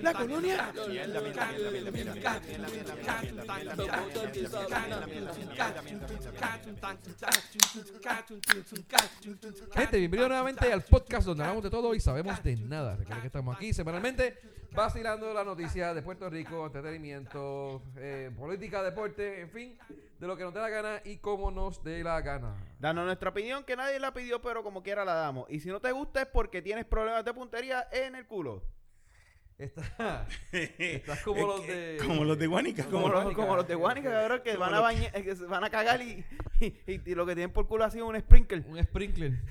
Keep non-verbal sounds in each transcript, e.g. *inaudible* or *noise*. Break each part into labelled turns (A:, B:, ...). A: La colonia.
B: Gente, bienvenidos nuevamente al podcast donde hablamos de todo y sabemos de nada. Recuerden que estamos aquí semanalmente vacilando la noticia de Puerto Rico, entretenimiento, eh, política, deporte, en fin, de lo que nos dé la gana y como nos dé la gana.
C: Danos nuestra opinión que nadie la pidió, pero como quiera la damos. Y si no te gusta es porque tienes problemas de puntería en el culo.
B: Está, estás como
D: *laughs* Es
B: los
D: que-
B: de...
D: Como los de Guanica.
C: Como,
B: Como
C: los-
B: Guánica.
C: como los de Guanica, cabrón, que van a bañar, que se van a cagar y, y, y lo que tienen por culo ha sido un sprinkler.
B: Un sprinkler.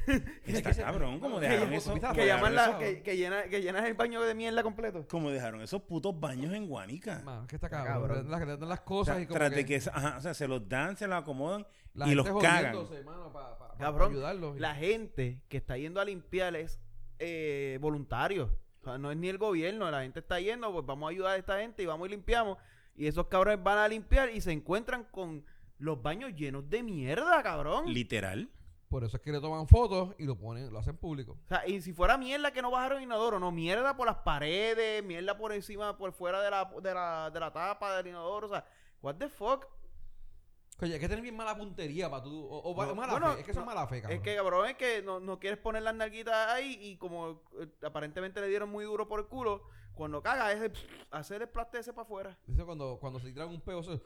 D: Está cabrón, como dejaron
B: que-
D: eso.
B: que
D: como
C: Que,
D: dejaron
C: llaman la-
D: eso-
C: que, que llena- que llenas el baño de mierda completo.
D: Como dejaron esos putos baños en Guanica.
B: Mano, que está
C: Está
B: cabrón.
C: cabrón.
B: Las, las- las
D: O sea,
B: cosas y como
D: tras
B: que
D: de que, ajá, o sea, se los dan, se los acomodan
B: la
D: y
B: gente
D: los cagan.
B: jodiéndose, mano, pa- pa- pa- para
C: Cabrón,
B: ayudarlos.
C: La gente que está yendo a limpiar es eh, voluntario. O sea, no es ni el gobierno, la gente está yendo, pues vamos a ayudar a esta gente y vamos y limpiamos. Y esos cabrones van a limpiar y se encuentran con los baños llenos de mierda, cabrón.
D: Literal.
B: Por eso es que le toman fotos y lo ponen, lo hacen público.
C: O sea, y si fuera mierda que no bajaron inodoro, no, mierda por las paredes, mierda por encima, por fuera de la, de la, de la tapa del inodoro, o sea, what the fuck.
B: Oye, hay que tener bien mala puntería para tú. O, o va-
C: No,
B: mala
C: bueno,
B: fe. Es que son
C: no,
B: mala fe, cabrón.
C: Es que cabrón, es que no, no quieres poner las narguitas ahí y como eh, aparentemente le dieron muy duro por el culo, cuando caga es de hacer el plaste ese para afuera.
B: Eso cuando, cuando se tiran un peo, eso es-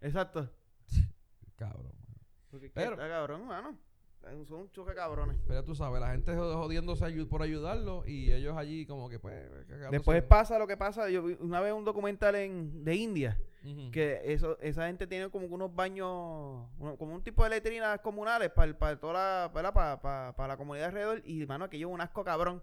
C: Exacto.
B: Cabrón.
C: Porque es que
B: Pero-
C: está cabrón, mano. Son un choque de cabrones.
B: Pero tú sabes, la gente jod- jodiéndose ayu- por ayudarlo y ellos allí como que pues... cagándose.
C: Después pasa lo que pasa. Yo vi una vez un documental en, de India
B: Ujú. Eh,
C: que eso, esa gente tiene como que unos baños, uno- como un tipo de letrinas comunales para toda la, ¿verdad? para, para- para la comunidad alrededor y mano aquello es un asco cabrón.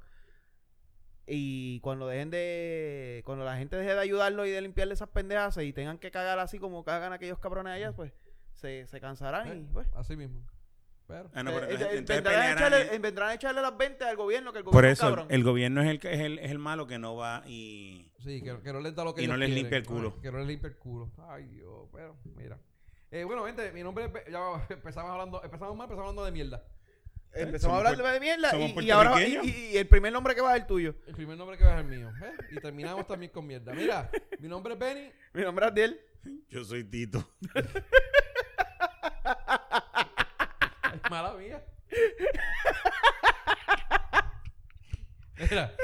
C: Y cuando dejen de, cuando la gente deje de ayudarlo y de limpiarle esas pendejas y tengan que cagar así como cagan aquellos cabrones allá, pues se, se cansarán y
B: Eh,
C: pues.
B: Así mismo. Pero...
D: Ah, no, pero
C: eh,
D: entonces-
C: eh,
D: entonces
C: vendrán, a
D: pelearán
C: echarle,
D: y-
C: eh, vendrán a echarle las 20 al gobierno que el gobierno
D: Por
C: es
D: eso,
C: cabrón.
D: el gobierno es el, que- es, el, es el malo que no va y...
B: Sí, que, que no les da lo que
D: Y
B: ellos
D: no les
B: quieren.
D: limpia el culo.
B: Ay, que no les limpia el culo. Ay, Dios, pero mira. Eh, bueno, gente, mi nombre es... Pe- Ya va, *laughs* empezamos hablando... Empezamos mal, empezamos hablando de mierda.
C: Empezamos
D: somos
C: a hablar de mierda
D: somos
C: y, y ahora y,
D: puertorriqueños.
C: y- y el primer nombre que va es el tuyo.
B: El primer nombre que va es el mío. ¿eh? Y terminamos también con mierda. Mira, mi nombre es Benny.
C: Mi nombre es
D: *laughs*
C: Adiel.
D: Yo soy Tito.
B: Ay, mala mía. Mira,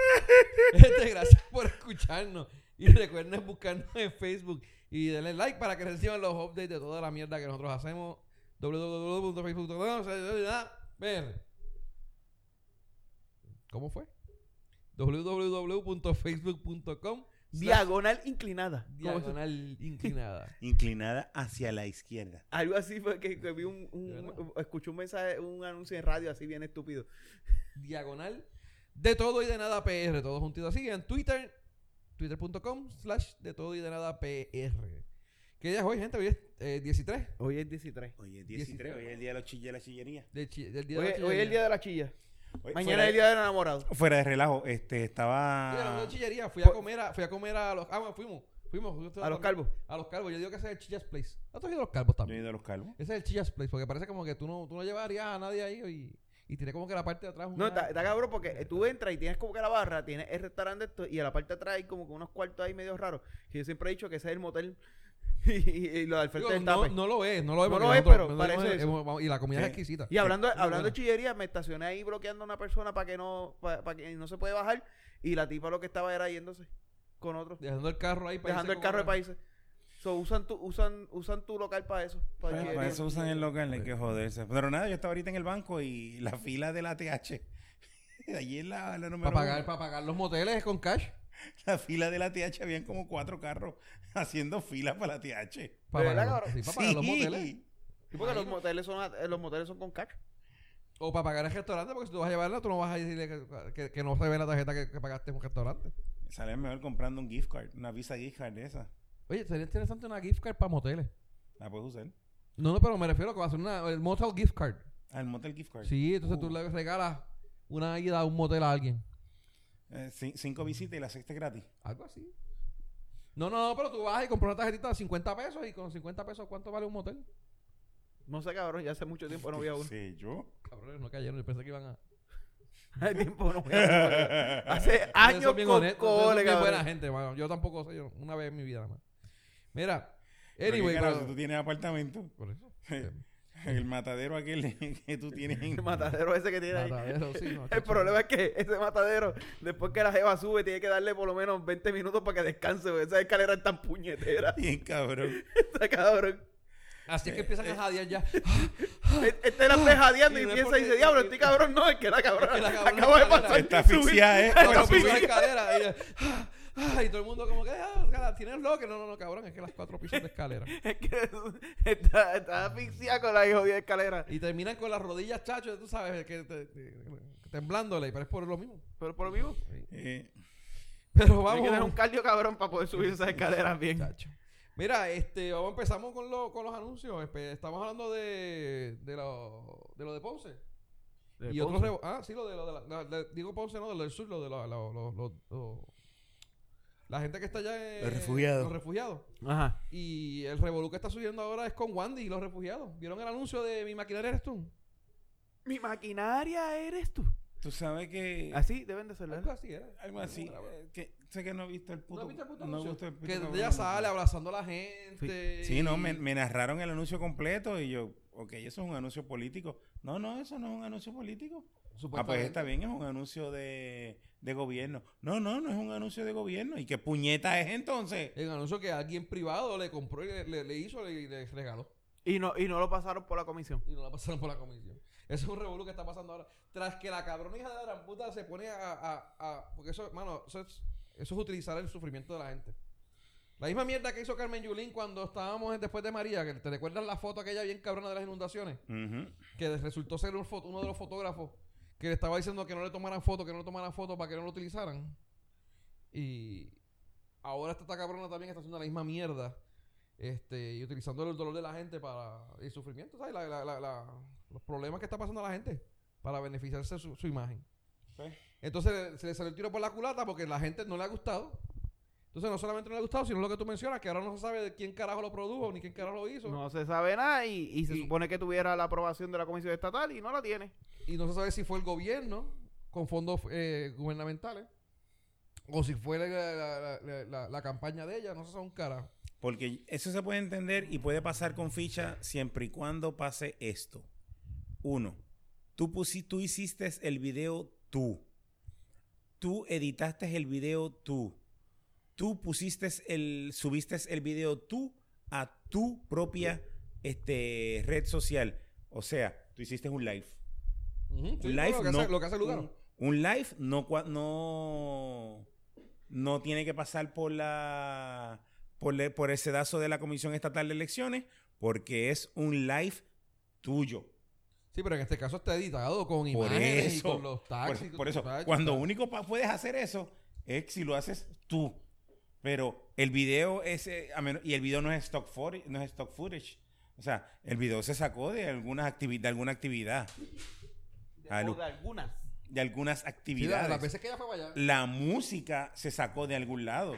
B: gente, gracias por escucharnos. Y recuerden buscarnos en Facebook y denle like para que reciban los updates de toda la mierda que nosotros hacemos. www.facebook.com. ¿Cómo fue? www.facebook.com.
C: Diagonal inclinada. Como si-
B: Diagonal inclinada.
D: *laughs* Inclinada hacia la izquierda.
C: Algo así fue que, que vi un, un-
B: ¿De verdad?
C: escuché un mensaje, un anuncio en radio así bien estúpido.
B: diagonal de todo y de nada PR, todo juntito así, en Twitter, twitter.com slash de todo y de nada PR. ¿Qué día es hoy, gente? Hoy es eh, 13
C: Hoy es 13.
D: Oye, es 13, hoy es el día de los chille- la chillería.
B: del, chi- del día
C: Hoy,
B: de
C: es-
B: la
C: hoy es el
B: chillería.
C: día de la chilla.
D: Oye,
C: Mañana es el
D: fuera,
C: día del enamorado.
D: fuera de relajo, este,
B: Sí, hablando
D: estaba...
B: de chillería, fui a
C: Pues-
B: comer a, fui a comer a los... Ah, bueno, fuimos, fuimos. justo
C: A los
B: también.
C: calvos.
B: A los calvos, yo digo que ese es el Chillas Place. ¿No has ido a los calvos
D: Yo he
B: también?
D: ido a los calvos.
B: Ese es el Chillas Place, porque parece como que tú no, tú no llevarías a nadie ahí y, y tiene como que la parte de atrás...
C: No,
B: una-
C: está, está cabrón porque eh, tú entras y tienes como que la barra, tienes el restaurante esto, y a la parte de atrás hay como que unos cuartos ahí medio raros. Que yo siempre he dicho que ese es el motel *laughs* y, y- y lo del frente
B: Digo,
C: del
B: no,
C: tape.
B: no lo es, no lo es.
C: No
B: porque
C: lo es,
B: nosotros-
C: pero
B: nosotros
C: parece
B: hemos- hemos- y la comida es
D: Sí.
B: exquisita.
C: Y hablando,
B: Muy
C: hablando de
B: buena.
C: chillería, me estacioné ahí bloqueando a una persona para que no, para, que no se puede bajar. Y la tipa lo que estaba era yéndose con otro.
B: Dejando el carro ahí para
C: dejando
B: irse
C: el carro de
B: como-
C: países. So, usan tu, usan, usan tu local para eso. pa'
D: Bueno,
C: que-
D: para Pues, eso usan el local, hay que joderse. Pero nada, yo estaba ahorita en el banco y la fila de la *laughs* TH. Allí en la, la número
B: Para pagar,
D: uno,
B: para pagar los moteles con cash.
D: la fila de la TH habían como cuatro carros *laughs* haciendo fila para la TH.
B: Para
C: verdad,
B: pagar, los-
C: cabrón?
B: sí, para pagar los
D: Sí.
B: moteles.
C: Sí, porque los moteles son a- eh, los moteles son con cash.
B: O para pagar el restaurante, porque si tú vas a llevarla, tú no vas a decirle que, que- que no se ve la tarjeta que, que pagaste en un restaurante.
D: Sale mejor comprando un gift card, una Visa gift card de esa.
B: Oye, sería interesante una gift card para moteles.
D: La puedes usar.
B: No, no, pero me refiero a que va a ser una el motel gift card.
D: Al motel gift card.
B: Sí, entonces
D: Uh.
B: tú le regalas una ida a un motel a alguien.
D: Eh, cin- cinco visitas y la sexta es gratis.
B: Algo así. No, no, no, pero tú vas y compras una tarjetita de 50 pesos y con 50 pesos, ¿cuánto vale un motel?
C: No sé, cabrón, ya hace mucho tiempo no voy a uno.
D: Sí, yo. *laughs*
B: Cabrones, no cayeron, yo pensé que iban a.
C: *laughs* Hace tiempo no
B: *laughs*
C: voy a Hace
B: Ustedes
C: años
B: son bien
C: con
B: honestos, ustedes son
C: cole,
B: bien buena
C: cabrón.
B: gente, mano. Yo tampoco sé, yo una vez en mi vida nada más. Mira,
D: Pero qué
B: anyway,
D: carajo,
B: pero-
D: si tú tienes apartamento, *laughs*
B: por eso. Eh,
D: el matadero aquel *laughs* que
B: *laughs*
D: tú tienes en-
C: El matadero ese que tiene ahí.
B: Matadero, sí, no,
C: *laughs* El
B: chacho.
C: problema es que ese matadero, después que la jeva sube, tiene que darle por lo menos 20 minutos para que descanse, porque esa escalera es tan puñetera. *laughs*
D: Bien cabrón.
C: Está cabrón.
B: Así es que empiezan a jadear ya.
C: Este este la está
B: Ah,
C: jadeando
B: y
C: y
B: no es
C: piensa y
B: porque-
C: dice, diablo, este cabrón no, es que la cabrona
B: Es
C: *laughs*
B: que la cabrona
C: acaba de
B: escalera.
C: pasar.
D: Está
C: y subir".
D: asfixiada,
B: *laughs*
D: ¿eh?
B: Pero
D: Está
B: piso de
D: asfixiada.
B: escalera. Y, ella, ah, ah, y todo el mundo como que, ah, cara, tienes loco. No, no, no, cabrón, es que las cuatro pisos de escalera.
C: Es que *laughs* está, está asfixiada con la jodida escalera.
B: Y terminan con las rodillas, chacho, tú sabes, que te- te- temblándole, pero es por lo mismo.
C: Pero por lo mismo,
D: Eh,
B: Pero
C: hay que
B: vamos.
C: tener un cardio cabrón para poder subir esas escaleras bien.
B: Chacho. Mira, este, vamos, empezamos con, lo- con los anuncios. Espe- Estamos hablando de, de, lo, de lo de Ponce. y otros revo- Ah, sí, lo de, lo de la, la- la- digo Ponce, no, de lo del sur, lo de la, lo- lo- lo- lo- la gente que está allá en.
D: Los refugiados.
B: Los refugiados.
C: Ajá.
B: Y el revolú que está subiendo ahora es con Wandy y los refugiados. ¿Vieron el anuncio de mi maquinaria eres tú?
C: Mi maquinaria eres tú.
D: tú sabes que.
C: Así deben de ser,
B: Algo
C: ¿verdad?
B: así era.
D: Algo así. eh, que, sé que no he visto el puto.
B: ¿No viste el puto
D: no he
B: anuncio?
D: visto el puto
B: que
D: cabrón,
B: ella
D: no.
B: sale abrazando a la gente.
D: Sí, no,
B: y-
D: me, me narraron el anuncio completo y yo, ok, eso es un anuncio político. No, no, eso no es un anuncio político. Ah, pues
B: supuestamente.
D: está bien, es un anuncio de, de gobierno. No, no, no es un anuncio de gobierno. ¿Y qué puñeta es entonces?
B: El anuncio que alguien privado le compró y le, le- le hizo y le regaló.
C: Y no, y no lo pasaron por la comisión.
B: *laughs* Y no la pasaron por la comisión. Eso es un revolú que está pasando ahora. Tras que la cabrona hija de la gran puta se pone a, a- a- Porque eso, mano, eso es, eso es utilizar el sufrimiento de la gente. La misma mierda que hizo Carmen Yulín cuando estábamos en- después de María, que te recuerdas la foto aquella bien cabrona de las inundaciones,
D: Ujú.
B: que resultó ser un foto- uno de los fotógrafos que le estaba diciendo que no le tomaran foto, que no le tomaran foto para que no lo utilizaran. Y ahora esta, esta cabrona también está haciendo la misma mierda. Este, y utilizando el dolor de la gente para el sufrimiento, ¿sabes? La- la- la- la- los problemas que está pasando a la gente para beneficiarse su, su imagen.
D: Sí.
B: Entonces se le salió el tiro por la culata porque la gente no le ha gustado. Entonces no solamente no le ha gustado, sino lo que tú mencionas, que ahora no se sabe de quién carajo lo produjo ni quién carajo lo hizo.
C: No se sabe nada y, y se
B: Y-
C: supone que tuviera la aprobación de la comisión estatal y no la tiene.
B: y no se sabe si fue el gobierno con fondos eh, gubernamentales o si fue la, la- la- la- la campaña de ella, no se sabe un carajo.
D: Porque eso se puede entender y puede pasar con ficha siempre y cuando pase esto. Uno, tú, pusi- tú hiciste el video tú. Tú editaste el video tú. Tú pusiste el, subiste el video tú a tu propia este, red social. O sea, tú hiciste un live.
B: Ujú, sí,
D: un live
B: lo que
D: no.
B: hace, lo que hace Lugaro.
D: Un, un live no, cua- no, no tiene que pasar por la por, le- por el sedazo de la Comisión Estatal de Elecciones porque es un live tuyo.
B: Sí, pero en este caso está editado con
D: Por
B: imágenes y
D: eso,
B: con los
D: Por,
B: taxis. con
D: por
B: los
D: eso,
B: taxis,
D: cuando
B: taxis.
D: único pa- puedes hacer eso es si lo haces tú. Pero el video es eh, a menos- y el video no es stock footage, no es stock footage. O sea, el video se sacó de algunas activi- de alguna actividad, Ah, Lu-
C: algunas.
D: de algunas
B: Sí, la-
D: actividades.
B: las veces que ella fue para allá.
D: la música se sacó de algún lado.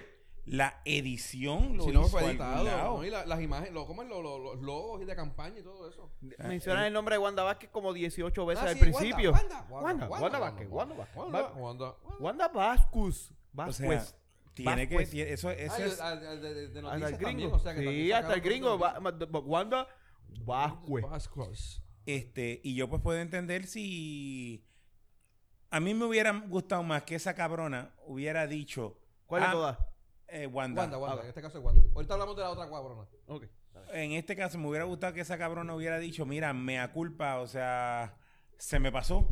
D: La edición lo
B: si
D: hizo
B: no fue
D: a algún
B: editado.
D: lado. Eh,
B: ¿no? Y la- las imágenes, lo, ¿cómo es? Lo- lo- los logos y de campaña y todo eso.
D: Ah,
C: Mencionan
D: eh.
C: el nombre de Wanda Vázquez como 18 veces
B: Ah,
C: Pues al
B: sí,
C: principio.
B: Wanda,
C: Wanda,
B: Wanda,
C: Wanda Vázquez, Wanda Vázquez.
B: Wanda,
C: Va-
B: Wanda, Wanda.
C: Wanda Vázquez.
D: O sea,
C: Vázquez.
D: tiene que
C: Vázquez.
D: tiene- eso, eso
B: Ah, y
D: es
B: al- al- de- de- de
C: Hasta
B: noticias
C: el
B: también,
C: gringo.
B: o sea que también
C: sí, hasta el
B: sacaron
C: gringo.
B: cosas
C: Va- ma- de- Wanda
B: de-
C: Vázquez.
B: Vázquez.
D: este y yo pues puedo entender si a mí me hubiera gustado más que esa cabrona hubiera dicho
C: ¿Cuál de
D: ah,
C: todas?
D: eh, Wanda.
B: Wanda, Wanda,
C: Ah,
B: en este caso es Wanda. Ahorita hablamos de la otra cabrona.
C: Ok.
D: En este caso me hubiera gustado que esa cabrona hubiera dicho, mira, mea culpa, o sea, se me pasó.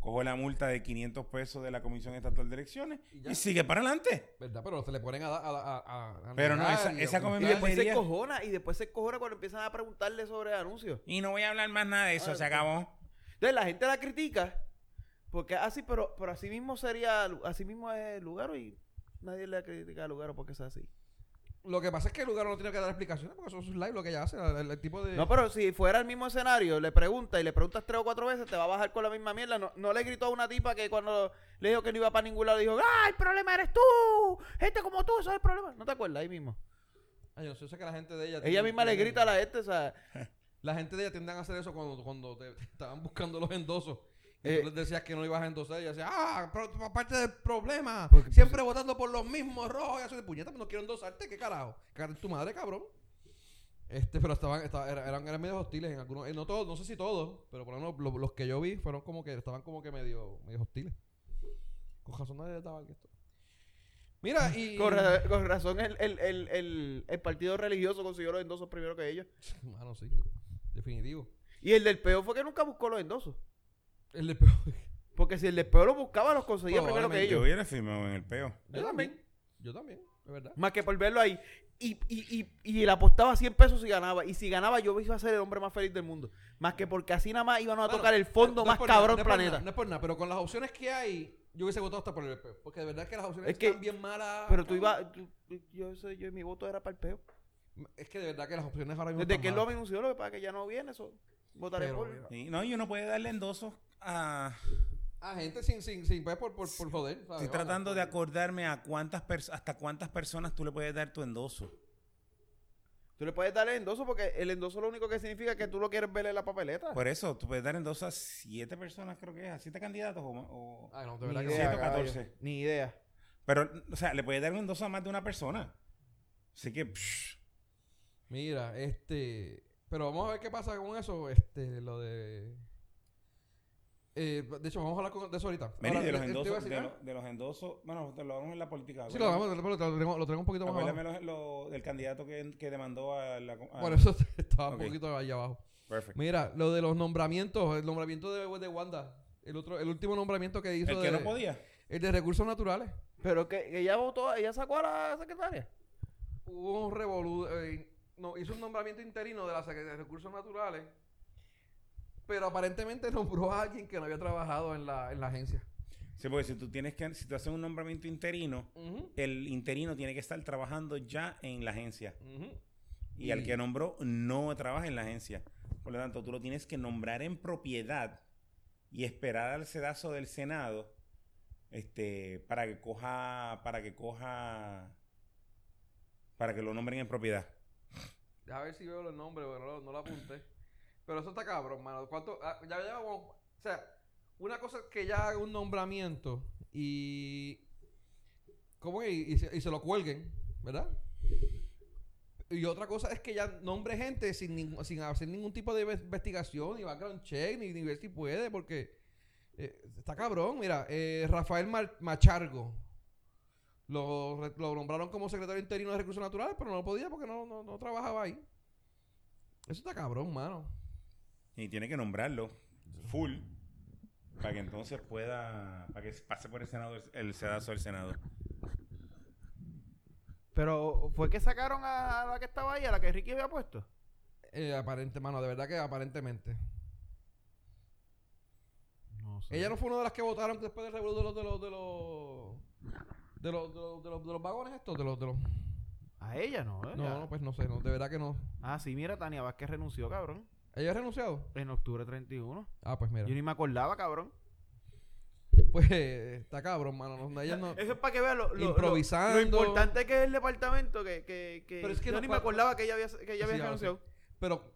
D: Cojo la multa de 500 pesos de la Comisión Estatal de Elecciones
B: Y ya.
D: y sigue para adelante.
B: ¿Verdad? Pero se le ponen a. da- a, a- a- a
D: Pero no,
B: negar
D: esa-
B: y a
D: esa come
C: Y
B: ocultar.
C: después se
D: Debería.
C: cojona. Y después se cojona cuando empiezan a preguntarle sobre anuncios.
D: Y no voy a hablar más nada de eso,
C: Ah,
D: se
C: ok.
D: acabó.
C: Entonces la gente la critica. Porque así, pero, pero así mismo sería. Así mismo es Lugaro y nadie le critica a Lugaro porque es así.
B: Lo que pasa es que el lugar no tiene que dar explicaciones porque eso es un live lo que ella hace. El, el- el tipo de.
C: No, pero si fuera el mismo escenario, le preguntas y le preguntas tres o cuatro veces, te va a bajar con la misma mierda. No, no le gritó a una tipa que cuando le dijo que no iba para ningún lado, dijo, ¡ah, el problema eres tú! Gente como tú, eso es el problema. ¿No te acuerdas ahí mismo?
B: Ay, yo sé, yo sé que la gente de ella.
C: Ella
B: tiene-
C: misma le
B: tiene-
C: grita a la gente, o sea,
B: La gente de ella tienden a hacer eso cuando, cuando te, te estaban buscando los endosos. Y
C: Eh,
B: tú les decías que no ibas a endosar y decías, ah, pero tú- aparte del problema,
C: Porque-
B: siempre votando por los mismos rojos y azules. Puñeta, pues no quiero endosarte, ¿qué carajo? Cara tu madre, cabrón. Este, pero estaban, esta- era- eran, eran medio hostiles en algunos, eh, no todos, no sé si todos, pero por lo menos lo- los que yo vi fueron como que estaban como que medio, medio hostiles. Con razón nadie le daba el esto. Mira, y.
C: Con, ra- con razón, el, el, el, el, el partido religioso consiguió los endosos primero que ellos.
B: Mano, sí. Definitivo.
C: Y el del peo fue que nunca buscó los endosos.
B: El de peor.
C: Porque si el del peo los buscaba, los conseguía primero que
B: Probablemente,
D: Yo
C: ellos.
D: hubiera firmado en el peo.
B: Yo también. *laughs* Yo también, de verdad.
C: Más que por verlo ahí. Y, y, y, y él apostaba 100 pesos si ganaba. Y si ganaba, yo iba a ser el hombre más feliz del mundo. Más que porque así nada más íbamos a
B: Mano,
C: tocar el fondo
B: no
C: más
B: es por nada,
C: cabrón
B: no es por
C: planeta.
B: nada, no es por nada, pero con las opciones que hay, yo hubiese votado hasta por el peo. Porque de verdad que las opciones
C: Es que-
B: están bien malas.
C: Pero tú
B: cabrón.
C: ibas. tú- tú- Yo, sé, yo, mi voto era para el peo.
B: Es que de verdad que las opciones ahora mismo.
C: Desde
B: están
C: que él lo
B: malas.
C: anunció, lo que pasa es que ya no viene eso. Votaré
B: Pero,
C: por
B: mira.
D: Sí, No, y uno puede darle endosos a...
B: A Ah, gente sin, sin, sin, pues, por, por, por joder. ¿sabes?
D: Estoy
B: Vamos,
D: tratando de
B: vamos.
D: acordarme a cuántas pers- hasta cuántas personas tú le puedes dar tu endoso.
C: Tú le puedes dar el endoso porque el endoso lo único que significa es que tú lo quieres ver en la papeleta.
D: Por eso, tú puedes dar endoso a siete personas, creo que es, a siete candidatos o... ma- o-
B: Ay, no, Ah, de
C: ni,
B: verdad que
D: sí,
C: idea,
B: no.
D: toca
C: caballo,
D: 14.
C: ni idea.
D: Pero, o sea, le puedes dar un endoso a más de una persona. Así que... psh,
B: Mira, este. Pero vamos a ver qué pasa con eso. Este, lo de. Eh, de hecho, vamos a hablar con- de eso ahorita.
D: Meni,
B: Ahora,
D: de los
B: te- te iba a
D: endosos,
B: decir,
D: de,
B: ah,
D: lo- de los endosos, bueno, te lo damos en la política.
B: Sí, lo, vamos, lo, lo, tengo, lo tengo un poquito más abajo.
D: Acuérdame lo- lo- del candidato que, que demandó a la... a-
B: Por eso *laughs* estaba
D: Ok.
B: un poquito allá abajo.
D: Perfect.
B: Mira, lo de los nombramientos, el nombramiento de, de Wanda, el otro, el último nombramiento que hizo
D: El
B: de,
D: que no podía.
B: el de recursos naturales.
C: Pero que ella votó, ella sacó a la secretaria.
B: Hubo un revolú, eh, no, hizo un nombramiento interino de la Secretaría de Recursos Naturales, pero aparentemente *laughs* nombró a alguien que no había trabajado en la, en la agencia.
D: Sí, porque si tú tienes que... Si tú haces un nombramiento interino,
B: Ujú,
D: el interino tiene que estar trabajando ya en la agencia.
B: ujú.
D: Y al que nombró no trabaja en la agencia. Por lo tanto, tú lo tienes que nombrar en propiedad y esperar al sedazo del Senado este, para que coja, para que coja, para que lo nombren en propiedad.
B: A ver si veo el nombre, pero no, lo- no lo apunté. Pero eso está cabrón, mano. ¿Cuánto? ah, ya llevamos. O sea, una cosa es que ya haga un nombramiento y. ¿Cómo es? Y, y se, y se lo cuelguen, ¿verdad? Y otra cosa es que ya nombre gente sin, ningún- sin hacer ningún tipo de inves- investigación, ni background check, ni, ni ver si puede, porque. eh, está cabrón, mira. eh, Rafael Mar- Machargo. Lo, re- lo nombraron como secretario interino de Recursos Naturales, pero no podía porque no, no, no trabajaba ahí. Eso está cabrón, mano.
D: Y tiene que nombrarlo full para que entonces pueda, para que pase por el Senado, el sedazo del Senado.
C: Pero fue que sacaron a la que estaba ahí, a la que Ricky había puesto.
B: Eh, aparente, mano, de verdad que aparentemente.
C: No
B: Ella no fue una de las que votaron después del revuelo de los de los de los de los, de los, de los- de los vagones estos, de los de los
C: A ella no, ¿eh?
B: No, no, pues no sé, no, de verdad que no.
C: Ah, sí, mira, Tania Vázquez renunció, cabrón.
B: ¿Ella ha renunciado?
C: En octubre 31.
B: Ah, pues mira.
C: Yo ni me acordaba, cabrón.
B: Pues eh, está cabrón, mano. no- ella *laughs* no.
C: Eso es para que vean lo, lo-
B: Improvisando.
C: lo importante que es el departamento. Que, que, que
B: Pero es que
C: yo
B: no
C: ni me
B: fue-
C: acordaba que ella había, que ella había
B: Sí, ahora sí.
C: renunciado.
B: Pero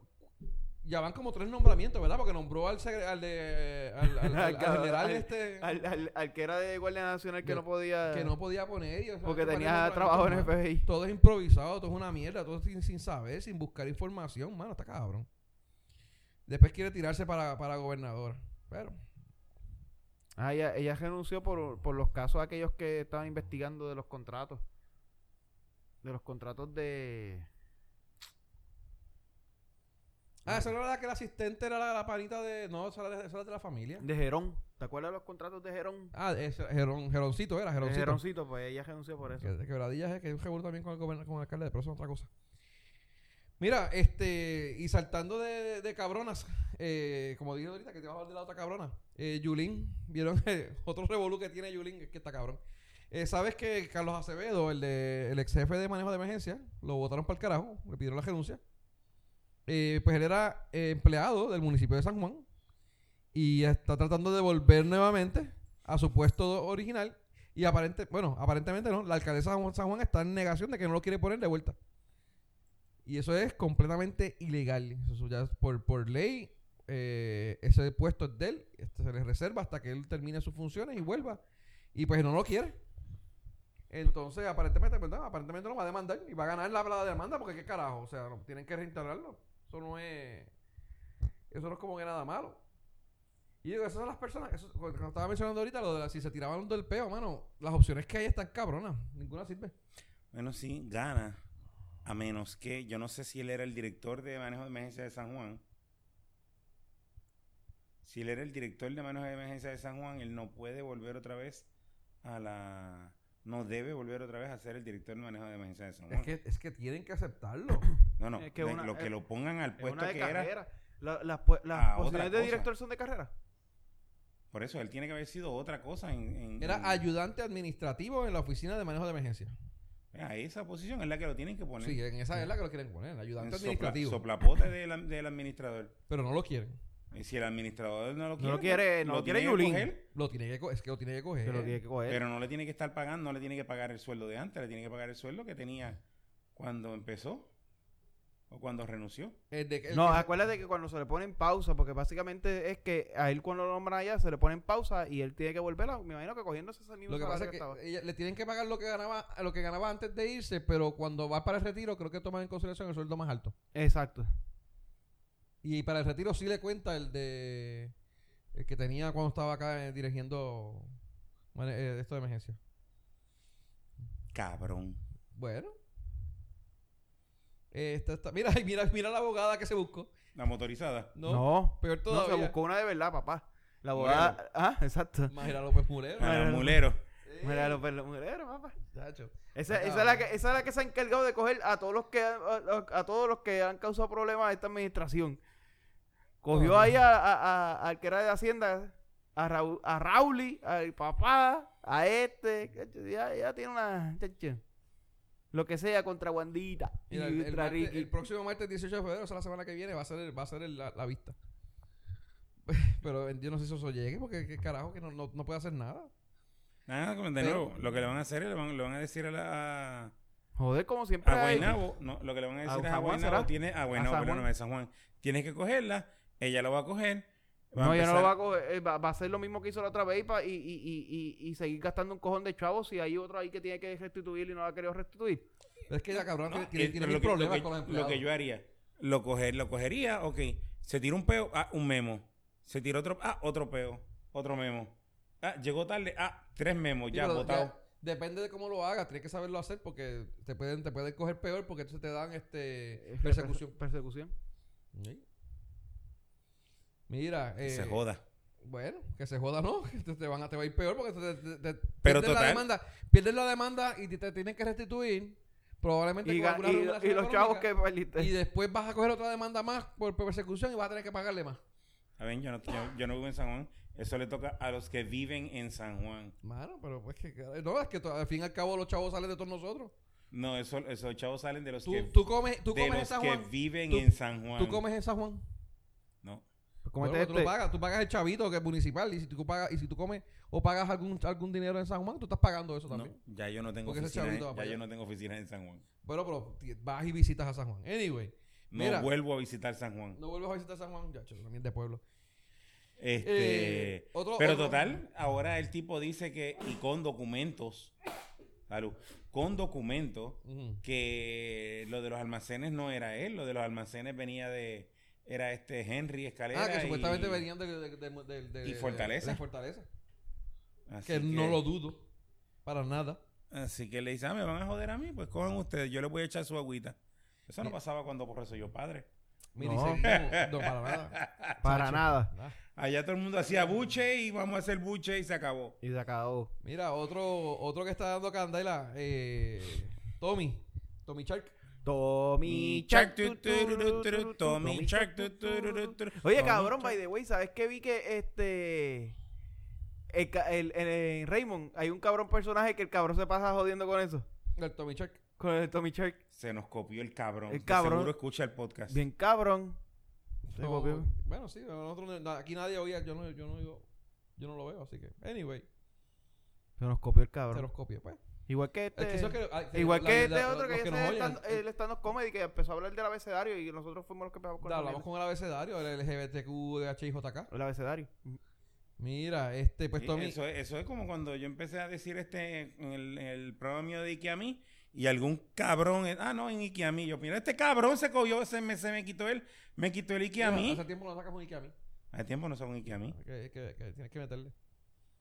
B: ya van como tres nombramientos, ¿verdad? Porque nombró al segre- al de al, al- *laughs* al- al general
C: Al-
B: este
C: Al, al- al que era de Guardia Nacional que
B: Del-
C: no podía.
B: que no podía poner. y, o sea,
C: porque
B: varios
C: tenía
B: nombramientos
C: trabajo en
B: más.
C: el FBI.
B: Todo es improvisado, todo es una mierda, todo sin, sin saber, sin buscar información, mano, está cabrón. Después quiere tirarse para, para gobernador. Pero,
C: Ah, ella, ella renunció por, por los casos aquellos que estaban investigando de los contratos. De los contratos de.
B: ah, esa no era la que el asistente era la, la panita de. No, esa era, de- esa era de la familia.
C: De Gerón. ¿Te acuerdas de los contratos de Gerón?
B: Ah, ese, Gerón, Geroncito era,
C: De
B: Geroncito.
C: Geroncito, pues ella renunció por eso.
B: Que, quebradillas es que hay un revuelo también con el, goberna- con el alcalde, pero eso es otra cosa. Mira, este, y saltando de, de cabronas, eh, como dije ahorita que te vas a hablar de la otra cabrona, eh, Yulín, ¿vieron? *laughs* otro revolú que tiene Yulín, es que está cabrón. Eh, ¿Sabes que Carlos Acevedo, el, de, el ex jefe de manejo de emergencia, lo votaron para el carajo, le pidieron la renuncia? Eh, pues él era eh, empleado del municipio de San Juan y está tratando de volver nuevamente a su puesto original y aparente, bueno, aparentemente no, la alcaldesa de San Juan está en negación de que no lo quiere poner de vuelta. Y eso es completamente ilegal. Eso ya es por, por ley eh, ese puesto es de él, este se le reserva hasta que él termine sus funciones y vuelva. Y pues no lo quiere. Entonces, aparentemente, ¿verdad? Aparentemente lo va a demandar y va a ganar la, la demanda porque qué carajo, o sea, no- tienen que reintegrarlo. Eso no es eso no es como que nada malo. Y digo, esas son las personas, eso, cuando estaba mencionando ahorita lo de la- si se tiraban del peo, mano, las opciones que hay están cabronas, ninguna sirve.
D: Bueno, sí, gana. A menos que, yo no sé si él era el director de manejo de emergencia de San Juan. Si él era el director de manejo de emergencia de San Juan, él no puede volver otra vez a la... No debe volver otra vez a ser el director de manejo de emergencia de San Juan.
B: Es que es que tienen que aceptarlo.
D: no, no,
C: Es que
D: de-
C: una-
D: lo que
C: es-
D: lo pongan al
C: Es una
D: puesto
C: de
D: que era.
C: carrera. La- las pu- las
D: Ah, otra
C: posiciones de
D: cosa.
C: director son de carrera.
D: Por eso, él tiene que haber sido otra cosa. En, en- en-
B: Era ayudante administrativo en la oficina de manejo de emergencia.
D: A esa posición es la que lo tienen que poner.
B: Sí, en esa es la que lo quieren poner,
D: En
B: ayudante
D: sopla-
B: administrativo.
D: soplapote del, am- del administrador.
B: Pero no lo quieren.
D: Y si el administrador no
C: No
D: lo quiere,
C: lo quiere-
D: pues,
C: no
D: lo
C: lo quiere
D: tiene que
C: Yulín.
D: coger.
B: Lo tiene que co- es que lo tiene que coger.
C: Pero tiene que coger.
D: Pero no le tiene que estar pagando, no le tiene que pagar el sueldo de antes, le tiene que pagar el sueldo que tenía cuando empezó o cuando renunció.
B: El de que- el
C: no,
B: que se-
C: acuérdate que cuando se le pone en pausa, porque básicamente es que a él cuando lo nombran allá se le pone en pausa y él tiene que volver a, me imagino que cogiéndose ese mismo
B: Lo que
C: salario
B: pasa es
C: que
B: que
C: estaba.
B: ella- le tienen que pagar lo que ganaba lo que ganaba antes de irse, pero cuando va para el retiro creo que toman en consideración el sueldo más alto.
C: Exacto.
B: Y para el retiro sí le cuenta el de el que tenía cuando estaba acá eh, dirigiendo mane- eh, esto de emergencia.
D: Cabrón.
B: Bueno. Eh, esta está- mira, *laughs* ay, mira, mira la abogada que se buscó.
D: La motorizada.
B: No,
C: No, no,
B: peor todavía.
C: se buscó una de verdad, papá. La abogada,
D: Moreno.
C: ah, exacto.
B: Mayra López Mulero.
C: *laughs*
D: A
C: Bueno,
D: la mulero.
C: Mira, los pelomureros, papá.
B: Chacho.
C: Esa,
B: Acá,
C: esa, es la que, esa es la que se ha encargado de coger a todos los que a, a- a todos los que han causado problemas a esta administración. Cogió
B: Ajá.
C: ahí a- a- a- al que era de Hacienda, a, Raúl, a Rauli, al papá, a este. cacho, Ya, ya tiene una. chacho, Lo que sea contra Wandita. Y
B: Mira, el, el
C: contra
B: martes-
C: Ricky.
B: el próximo martes 18 de febrero, o sea, la semana que viene, va a ser, el- va a ser el- la, la vista. *laughs* Pero en Dios no sé si eso llegue, porque qué carajo que no, no, no puede hacer nada.
D: Nada, como de
B: Pero-
D: nuevo, lo que le van a hacer es le van, le van a decir a, la, a,
C: Joder, como siempre.
B: Ah,
D: a
C: hay-
D: Guaynabo. No, lo que le van a
C: ¿A
D: decir es a
C: San Juan
D: Guaynabo.
C: será?
D: Tiene, a Guaynabo,
C: San Juan?
D: perdóname, San Juan. Tienes que cogerla, ella lo va a coger. va
C: No, ya no lo
D: empezar-
C: va a coger. eh, Va, va a ser lo mismo que hizo la otra vez y, pa- y, y- y- y- y seguir gastando un cojón de chavos si hay otro ahí que tiene que restituir y no lo ha querido restituir.
B: Pero es que la cabrona
D: No,
B: tiene- tiene,
D: eh,
B: tiene
D: pero
B: mil
D: lo que- lo
B: problemas
D: que-
B: con los
D: Lo
B: empleados.
D: que yo haría, lo, coger, lo cogería, ok, se tira un peo, ah, un memo. Se tira otro, ah, otro peo, otro memo. Ah, llegó tarde, ah, tres memos,
B: Sí,
D: ya,
B: pero
D: votado.
B: ya, depende de cómo lo hagas, tienes que saberlo hacer porque te pueden, te pueden coger peor porque entonces te dan este
D: *laughs*
C: Eh,
B: persecución.
C: perse- Persecución.
B: Sí. Mira,
D: Que se
B: eh,
D: joda.
B: Bueno, que se joda, no. *laughs* Te, te van a, te va a ir peor porque te, te- te- te-
D: Pero
B: pierdes
D: total.
B: la demanda. Pierdes la demanda y te, te tienen que restituir. Probablemente
C: Y,
B: con
C: ga-
B: alguna
C: y-
B: remuneración
C: y los chavos que
B: económica,
C: perdiste.
B: Y después vas a coger otra demanda más por persecución y vas a tener que pagarle más.
D: ¿Saben? Yo no, yo, yo no vivo en San Juan. Eso le toca a los que viven en San Juan.
B: Mano, pero pues que. No, es que to- al fin y al cabo los chavos salen de todos nosotros.
D: No, eso, esos chavos salen de los
B: Tú,
D: que,
B: tú comes, tú
D: de
B: comes en
D: los
B: San
D: que
B: Juan.
D: viven
B: Tú-
D: en San Juan.
B: Tú comes en San Juan.
D: No.
C: Pues cómete
B: Bueno, tú, lo
C: este.
B: pagas, tú pagas el chavito que es municipal y si tú pagas y si tú comes o pagas algún algún dinero en San Juan, tú estás pagando eso
D: No,
B: también.
D: ya yo no tengo
B: Porque ese
D: oficina.
B: chavito va
D: en-
B: para
D: Ya yo
B: allá.
D: no tengo oficina en San Juan.
B: Bueno, pero t- vas y visitas a San Juan. Anyway,
D: No
B: Mira.
D: vuelvo a visitar San Juan.
B: no vuelvas a visitar San Juan, ya, chacho, también de pueblo.
D: Este,
B: Eh, otro-
D: pero
B: otro-
D: total, ahora el tipo dice que, y con documentos, salud, con documentos,
B: Ujú.
D: que lo de los almacenes no era él, lo de los almacenes venía de, era este Henry Escalera.
B: Ah, que
D: y-
B: supuestamente venían de, de- de- de- de-
D: y Fortaleza.
B: de Fortaleza.
D: así
B: Que no lo dudo. Para nada.
D: Así que le dice, ah, me van a joder a mí, pues cojan ustedes, yo les voy a echar su agüita. Eso no
B: Mi-
D: pasaba cuando por eso yo padre.
B: Mira,
C: No.
B: y seguimos. No, para nada.
C: *laughs* Para
B: Chacho.
C: nada.
B: Ah.
D: Allá todo el mundo hacía buche y vamos a hacer buche y se acabó.
C: Y se acabó.
B: Mira, otro, otro que está dando candela, eh, Tommy. Tommy Shark.
C: Tommy
D: Mi
C: Shark.
D: Shark, tu, tururu, turu, Tommy Shark, tu, tururu, turu.
C: Oye,
D: Tommy
C: cabrón,
D: Shark.
C: by the way, ¿sabes qué vi que este. El, ca- el- el- en Raymond, hay un cabrón personaje que el cabrón se pasa jodiendo con eso.
B: El Tommy Shark.
C: Con el Tommy Shark.
D: Se nos copió el cabrón.
C: El
D: De
C: cabrón.
D: Seguro escucha el podcast.
C: Bien cabrón. Se
B: No,
C: copió.
B: bueno, sí, nosotros no- na- aquí nadie oía, yo no, yo no oigo- yo no lo veo, así que, anyway,
C: Se nos copió el
B: se
C: cabrón.
B: los copia, pues.
C: Igual que
B: Es que
C: este.
B: eso es que- ah, sí,
C: Igual
B: la-
C: que
B: la-
C: este
B: la-
C: otro que,
B: los
C: ya
B: nos
C: se
B: oyen,
C: stand- el stand-up comedy que empezó a hablar del abecedario y nosotros fuimos los que empezamos con
B: Da,
C: el
B: hablamos con el abecedario, el LGBTQ, HIJK.
C: el abecedario.
B: Mira, este, pues
D: Sí,
B: Tommy.
D: eso, es- eso es como cuando yo empecé a decir este en el, en el programa mío de Ikiami y algún cabrón, eh, ah, no, en Ikiami. Yo, mira, este cabrón se cogió, se me, se me quitó él, me quitó el
B: mira,
D: Ikiami.
B: Hace tiempo no sacas un Ikeami.
D: Hace tiempo no saco un Ikiami.
B: Que, que- que tienes que meterle.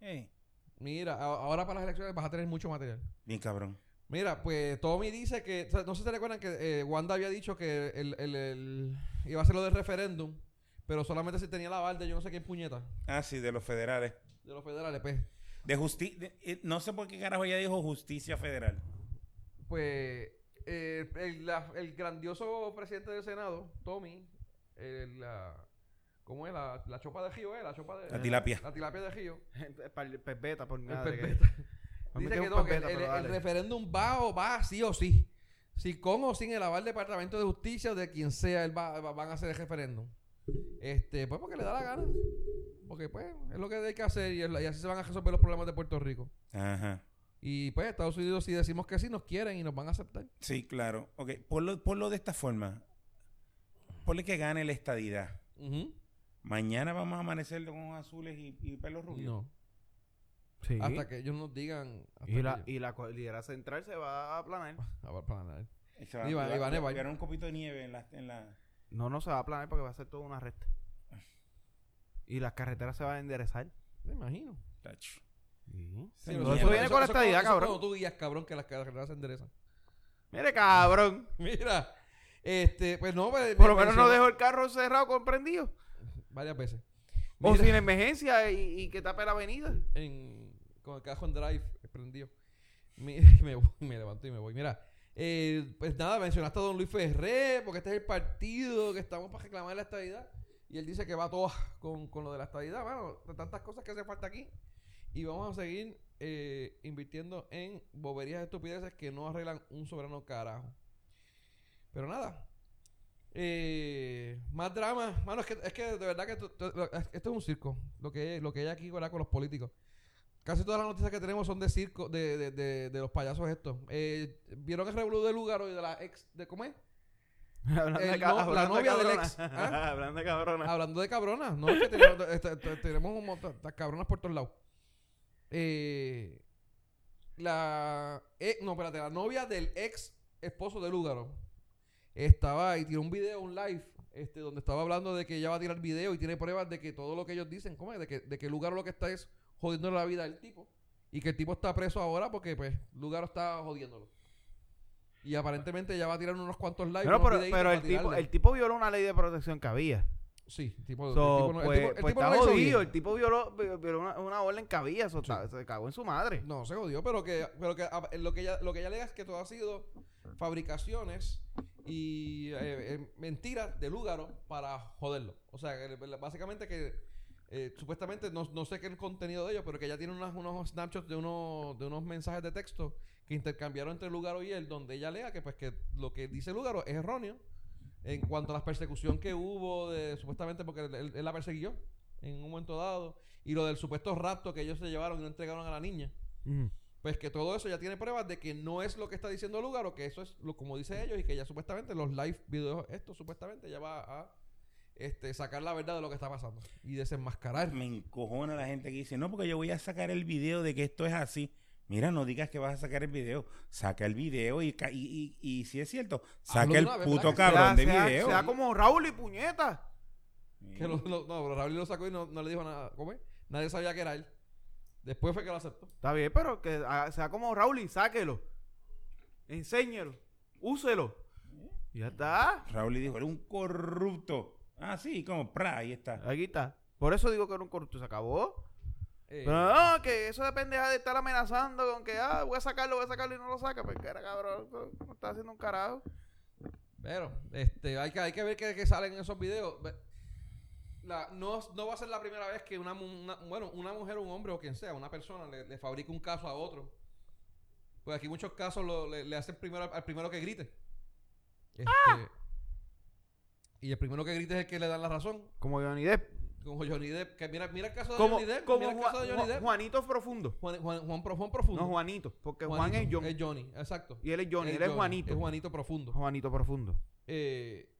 D: Eh,
B: Mira, a- ahora para las elecciones vas a tener mucho material.
D: bien cabrón.
B: Mira, pues Tommy dice que. o sea, no sé si te recuerdan que eh, Wanda había dicho que el, el- el- iba a hacer lo del referéndum, pero solamente si tenía la balde, yo no sé quién puñeta,
D: Ah, sí, de los federales.
B: de los federales, pues.
D: De justicia, no sé por qué carajo ella dijo justicia federal.
B: Pues eh, el, la- el grandioso presidente del Senado, Tommy, eh, la, ¿cómo es? La, la chopa de Río, ¿eh? La chopa de.
D: La tilapia.
B: La tilapia de Río.
C: *laughs* Pepeta, por
B: El
C: nada. *laughs*
B: perpeta.
C: Dice
B: Dice que no, que el, el- el referéndum va o va sí o sí. Si con o sin el aval del Departamento de Justicia o de quien sea, él va- va- van a hacer el referéndum. Este, pues porque le da la gana. Porque pues es lo que hay que hacer y, es la- y así se van a resolver los problemas de Puerto Rico.
D: Ajá.
B: Y pues Estados Unidos si decimos que sí nos quieren y nos van a aceptar.
D: Sí, claro. Ok, ponlo, ponlo de esta forma. Ponle que gane la estadidad.
B: Ujú.
D: Mañana vamos a amanecer con ojos azules y, y pelos rubios.
B: No. Hasta que ellos nos digan. hasta
C: Y la,
B: que
C: y la co- lidera central se va a aplanar.
B: yo- Ah, va para nada.
D: Y se va-
B: Y va-
D: y va-
B: y va a nevar.
D: y va a haber un copito de nieve en la... En la...
C: No, no se va a aplanar porque va a ser toda una recta. Y las carreteras se van a enderezar.
B: Me imagino.
D: Tacho.
B: Sí,
D: Esa
B: pero
C: eso
D: mierda.
C: viene con la
B: es
C: estadidad,
B: cuando- eso es
C: cabrón.
B: cuando tú guías, cabrón, que las carreras se enderezan. *laughs*
C: Mire, cabrón.
B: Mira, este, pues no, pues,
C: Por lo
B: me-
C: menos
B: me
C: no
B: hicieron
C: dejo el carro cerrado, comprendido.
B: varias veces.
C: O
B: Mira,
C: sin emergencia y, y que tape la avenida.
B: en- con el cajón drive prendido. Mi- *laughs* me, voy, me levanto y me voy. Mira, eh, pues nada, mencionaste a don Luis Ferré, porque este es el partido que estamos para reclamar la estadidad. Y él dice que va a todas *laughs* con, con lo de la estadidad. Bueno, de tantas cosas que hace falta aquí. Y vamos a seguir eh, invirtiendo en boberías y estupideces que no arreglan un soberano carajo. Pero nada. Eh, más drama. Mano, es que, es que de verdad que esto, esto- esto es un circo. Lo que, lo que hay aquí ¿verdad? con los políticos. Casi todas las noticias que tenemos son de circo, de, de, de, de los payasos estos. Eh, ¿Vieron el revolú de Lugaro y de la ex, de cómo es?
C: *laughs* hablando,
B: El
C: ca-
B: no- la novia del
C: cabrona.
B: ex, ¿ah?
C: *laughs* hablando de cabrona.
B: Hablando de cabronas, no es que tenemos, este- te- tenemos un montón de cabronas por todos lados. Eh, la eh, no, espérate, la novia del ex esposo de Lúgaro estaba y tiene un video, un live, este, donde estaba hablando de que ella va a tirar video y tiene pruebas de que todo lo que ellos dicen, ¿cómo es? De que, de que Lúgaro lo que está es jodiendo la vida al tipo y que el tipo está preso ahora porque pues Lúgaro está jodiéndolo. Y aparentemente ella va a tirar unos cuantos lives.
C: No,
B: unos
C: pero,
B: videitos
C: pero
B: para
C: el, tipo,
B: tirarle.
C: el tipo violó una ley de protección que había.
B: Sí, el tipo,
C: So,
B: el tipo no- el
C: pues,
B: tipo- el
C: pues
B: tipo no
C: está
B: la hizo
C: jodido.
B: bien.
C: El tipo violó, vi- violó una, una orden que había. so, está- se cagó en su madre.
B: No, se jodió, pero que, pero que a- lo que ella, lo que ella alega es que todo ha sido fabricaciones y eh, eh, mentiras de Lúgaro para joderlo. O sea, que, le- básicamente que eh, supuestamente no, no sé qué es el contenido de ellos, pero que ella tiene unas- unos snapshots de unos, de unos mensajes de texto que intercambiaron entre Lúgaro y él, donde ella alega que pues que lo que dice Lúgaro es erróneo en cuanto a la persecución que hubo de, supuestamente porque él, él- él la persiguió en un momento dado y lo del supuesto rapto que ellos se llevaron y no entregaron a la niña. Pues que todo eso ya tiene pruebas de que no es lo que está diciendo Lugaro, que eso es lo como dicen ellos y que ya supuestamente los live videos, esto supuestamente ya va a este, sacar la verdad de lo que está pasando y desenmascarar.
D: Me encojona la gente que dice, no, porque yo voy a sacar el video de que esto es así. Mira, no digas que vas a sacar el video. Saca el video y, ca- y, y- y si es cierto,
B: Hazlo
D: saca
B: de
D: el
B: una vez,
D: puto
B: ¿verdad? Que
D: cabrón de
C: sea,
D: video.
C: sea como Raúl y puñeta.
D: Sí.
B: Que lo- lo- no, pero Raúl lo sacó y no, no le dijo nada. ¿Cómo es? Nadie sabía que era él. Después fue que lo aceptó.
C: Está bien, pero que haga- sea como Raúl y sáquelo. Enséñelo. Úselo. Ya está.
D: Raúl le dijo, era un corrupto. Ah, sí, como, pra, ahí
B: Ah,
D: está.
C: Aquí está. Por eso digo que era un corrupto. Se acabó.
B: Eh,
C: Pero no, que eso depende de estar amenazando con que ah, voy a sacarlo, voy a sacarlo y no lo saca. Pues cara, cabrón, no- no está haciendo un carajo.
B: Pero este, hay, que, hay que ver qué qué salen en esos videos. Ve- La- no, no va a ser la primera vez que una, mu- una- bueno, una mujer, un hombre o quien sea, una persona le, le fabrica un caso a otro. Pues aquí muchos casos lo- le, le hacen primero al, al primero que grite.
C: ¡Ah!
B: Este, Y el primero que grite es el que le dan la razón.
C: Como Johnny Depp.
B: Como Johnny Depp. Que mira, mira el caso de
C: Como,
B: Johnny Depp.
C: como
B: mira el
C: Ju-
B: caso de Johnny
C: Ju-
B: Depp.
C: Juanito Profundo.
B: Juan, Juan, Juan, Pro- Juan Profundo.
C: No, Juanito. Porque Juan
B: Juanito,
C: es John.
B: Es Johnny, exacto.
C: y él es Johnny. él es Juanito.
B: Es Juanito profundo.
C: Juanito Profundo.
B: Eh,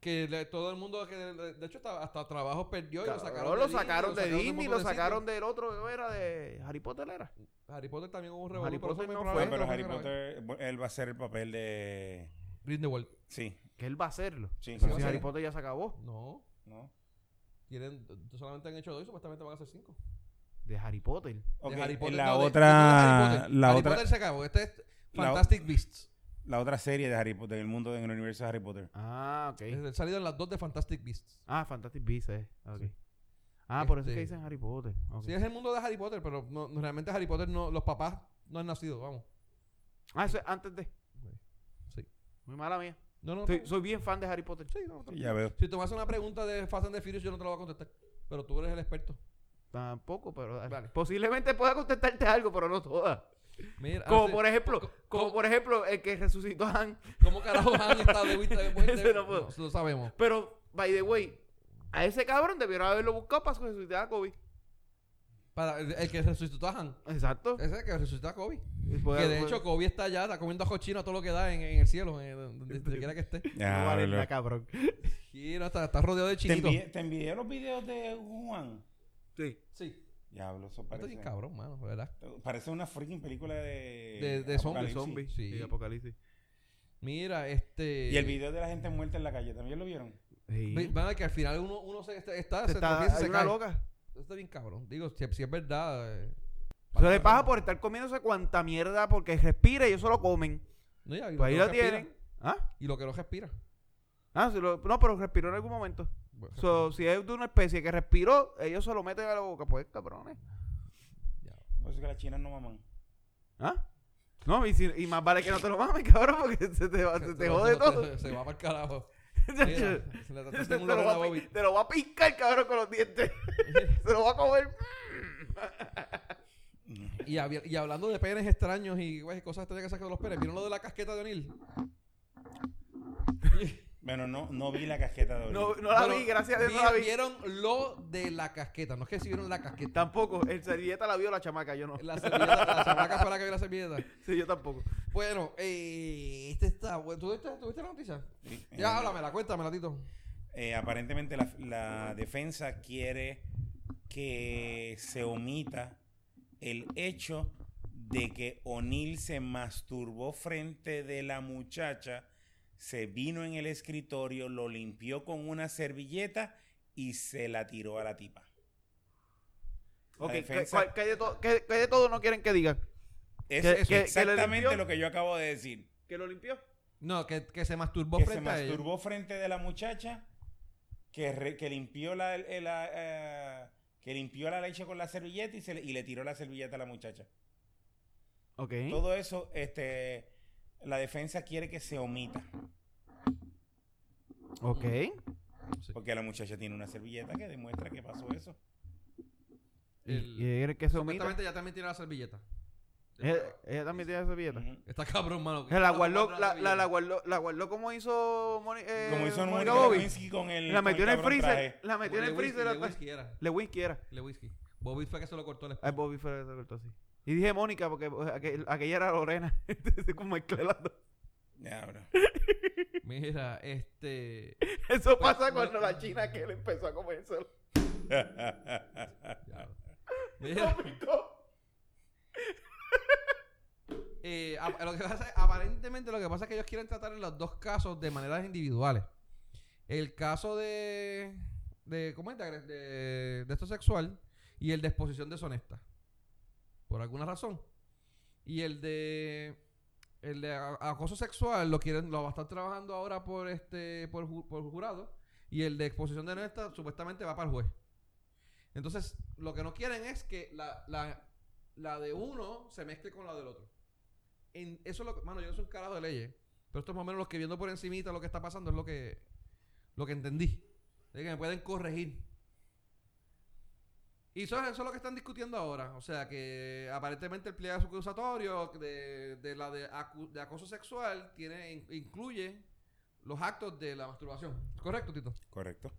B: que le- todo el mundo, que de, de hecho hasta, hasta trabajo perdió y lo
C: Claro,
B: sacaron.
C: lo
B: de Disney,
C: sacaron de
B: un
C: Disney,
B: montón
C: lo
B: de
C: sacaron
B: sitios.
C: del otro, era de Harry Potter era.
B: Harry Potter también hubo un
C: Harry
B: revolú, pero eso
C: Potter
B: muy
C: no
B: probable
C: fue.
B: que
D: Ah, pero
B: lo
D: Harry
B: sacaran.
D: Potter, bu- él va a hacer el papel de...
B: Grindelwald.
D: Sí,
C: Que él va a hacerlo.
D: sí.
B: Sí,
C: Pero
B: va
C: si
B: a
C: Harry
B: ser.
C: Potter ya se acabó.
B: No.
D: ¿no?
B: Tienen, solamente han hecho dos y supuestamente van a hacer cinco.
C: De Harry Potter.
D: Ok,
B: De Harry Potter,
D: la
B: no, de- de Harry
D: otra...
B: Potter.
D: La
B: Harry
D: otra...
B: Potter se acabó. Este es
D: la o-
B: Fantastic Beasts.
D: la otra serie de Harry Potter, en el mundo, en el universo de Harry Potter.
C: Ah, ok.
B: Han salido en Eh, las dos de Fantastic Beasts.
C: Ah, Fantastic Beasts, eh. Ok. Ah, por eso es que
B: Este-
C: dicen Harry Potter. ok.
B: Sí, es el mundo de Harry Potter, pero no- no, realmente Harry Potter no, los papás no han nacido, vamos.
C: Ah, eso es antes de.
B: Sí.
C: Muy mala mía.
B: No, no.
C: Soy,
B: no.
C: soy bien fan de Harry Potter.
B: Sí, no,
D: Sí, ya veo.
B: Si tú me haces una pregunta de Fast and the Furious, yo no te la voy a contestar. Pero tú eres el experto.
C: Tampoco, pero dale.
B: Vale.
C: posiblemente pueda contestarte algo, pero no todas.
B: Mira,
C: Como
B: hace-
C: por ejemplo,
B: Ah, co-
C: como
B: co-
C: por ejemplo el que resucitó a Han.
B: ¿Cómo carajo han estado de vista de puente?
C: Ese no
B: No,
C: puedo.
B: lo sabemos.
C: Pero, by the way, a ese cabrón debieron haberlo buscado para resucitar a Kobe.
B: Para el, el que resucitó a Han.
C: Exacto.
B: Ese que resucitó a Kobe.
C: Puede-
B: que de
C: puede-
B: hecho Kobe está allá, está comiendo cochino a todo lo que da en, en el cielo, en- en- donde donde quiera que esté.
C: no
D: Ya,
C: vale
D: bro.
C: nada, cabrón.
B: Y no, está, está rodeado de
D: ¿Te,
B: chinitos.
D: envié, te envié los videos de Juan.
C: Sí.
B: Sí.
D: Diablo, eso
B: Esto es
D: parece.
B: bien cabrón, mano, de ¿verdad?
D: Parece una freaking película de.
B: De- de zombies.
D: apocalipsis.
C: Zombie.
B: Sí.
C: Eh, Sí, Apocalipsis.
B: Mira, este...
D: Y el video de la gente muerta en la calle, ¿también lo vieron?
C: Sí.
B: Ve- Van a ver que al final uno, uno se está, está
C: Se
B: se
C: está,
B: tropieza y
C: hay
B: se
C: una
B: cae.
C: loca.
B: Esto está bien cabrón. Digo, si, si es verdad... eh,
C: Se le paja
B: cabrón.
C: por estar comiéndose cuanta mierda porque respira y ellos se lo comen.
B: No, ya, y
C: Pues ahí
B: que
C: lo
B: no respira.
C: tienen. ¿Ah?
B: Y lo que no respira.
C: Ah, se lo- no, pero respiró en algún momento.
B: Bueno,
C: So, si es de una especie que respiró, ellos se lo meten a la boca, pues cabrones.
B: ya.
D: Por eso que las chinas no maman.
C: ¿Ah? No, y, si- y más vale que no te lo mames, *laughs* cabrón, porque se te, va, se te jode
B: se-
C: todo.
B: Se,
C: *laughs*
B: se va para el carajo.
C: Chacho,
B: Mira, se le
C: te,
B: trataste un
C: lo
B: loro
C: va
B: a
C: a pi-
B: Bobby.
C: te lo va a pincar, cabrón, con los dientes. *laughs* se lo va a comer.
B: Y, había- y hablando de penes extraños y güey, cosas extrañas que sacan de los penes, ¿vieron lo de la casqueta de O'Neill?
D: Bueno, no, no vi la casqueta de hoy.
C: No, no la
B: Pero,
C: vi, gracias a Dios no
B: ¿vieron,
C: la vi.
B: vieron lo de la casqueta. No es que si vieron la casqueta.
C: Tampoco, el servilleta la vio la chamaca, yo no.
B: La servilleta, la chamaca fue la que vio la servilleta.
C: Sí, yo tampoco.
B: Bueno, eh, este está bueno. ¿Tú viste, tú viste la noticia?
D: Sí, eh,
B: Ya, háblamela, cuéntamela, Tito.
D: eh, aparentemente la, la defensa quiere que se omita el hecho de que O'Neill se masturbó frente de la muchacha, se vino en el escritorio, lo limpió con una servilleta y se la tiró a la tipa. La
C: Ok, ¿qué,
D: defensa-
C: cuál- qué de to- qué- qué de todo no quieren que digan?
D: Es,
C: que-
D: es
C: que- que le
D: exactamente
C: limpió?
D: lo que yo acabo de decir.
C: ¿Que lo limpió?
B: No, que, que se masturbó
D: que se
B: frente a ella.
D: masturbó frente de la muchacha, que, re- que limpió la, el- la, eh, que limpió la leche con la servilleta y, se le, y le tiró la servilleta a la muchacha.
C: Ok.
D: Todo eso, este, la defensa quiere que se omita,
C: Ok.
B: Sí.
D: porque la muchacha tiene una servilleta que demuestra que pasó eso.
B: El-
C: ¿Y eh, quieren que se omita?
B: Supuestamente ya también tiene la servilleta.
C: Ella, ella también tiene servilleta.
D: Ujú.
B: Está cabrón, mano.
C: La guardó,
B: Guarda
C: la, la, la
B: servilleta.
C: guardó, la guardó como hizo Moni, eh,
D: Como hizo
C: Mónica
D: Mónica
C: Bobby.
D: Lewinsky con el
C: La
D: con el
C: metió en el
D: cabrón
C: freezer.
D: traje.
C: La metió en
B: Le
C: el freezer.
B: whisky, Le
C: la-
B: whisky era.
C: Le whisky era.
B: Le whisky. Bobby fue que se lo cortó la espalda.
C: Ay, Bobby fue el que se cortó así. Y dije Mónica porque pues, aquel- aquella era Lorena. *laughs* Entonces, como mezclé las dos.
D: Ya, bro.
B: Mira, este.
C: Eso pasa
B: no-
C: cuando la china que él empezó
B: *laughs*
C: a comérselo.
B: ya. Mira, eh, ap- lo que pasa es- aparentemente lo que pasa es que ellos quieren tratar en los dos casos de maneras individuales. El caso de. de ¿Cómo es? De, agres- de, de esto sexual y el de exposición deshonesta. Por alguna razón. Y el de. El de a- acoso sexual lo quieren, lo va a estar trabajando ahora por este, por, ju- por jurado. Y el de exposición deshonesta supuestamente va para el juez. Entonces, lo que no quieren es que la, la, la de uno se mezcle con la del otro. En, eso es lo que, mano, yo no soy un carajo de leyes, pero esto es más o menos lo que viendo por encimita lo que está pasando es lo que lo que entendí. De que me pueden corregir. Y eso, es- eso es lo que están discutiendo ahora. O sea, que aparentemente el pliego acusatorio de, de la de, acu- de acoso sexual tiene in- incluye los actos de la masturbación. ¿Correcto, Tito?
D: *laughs* Correcto.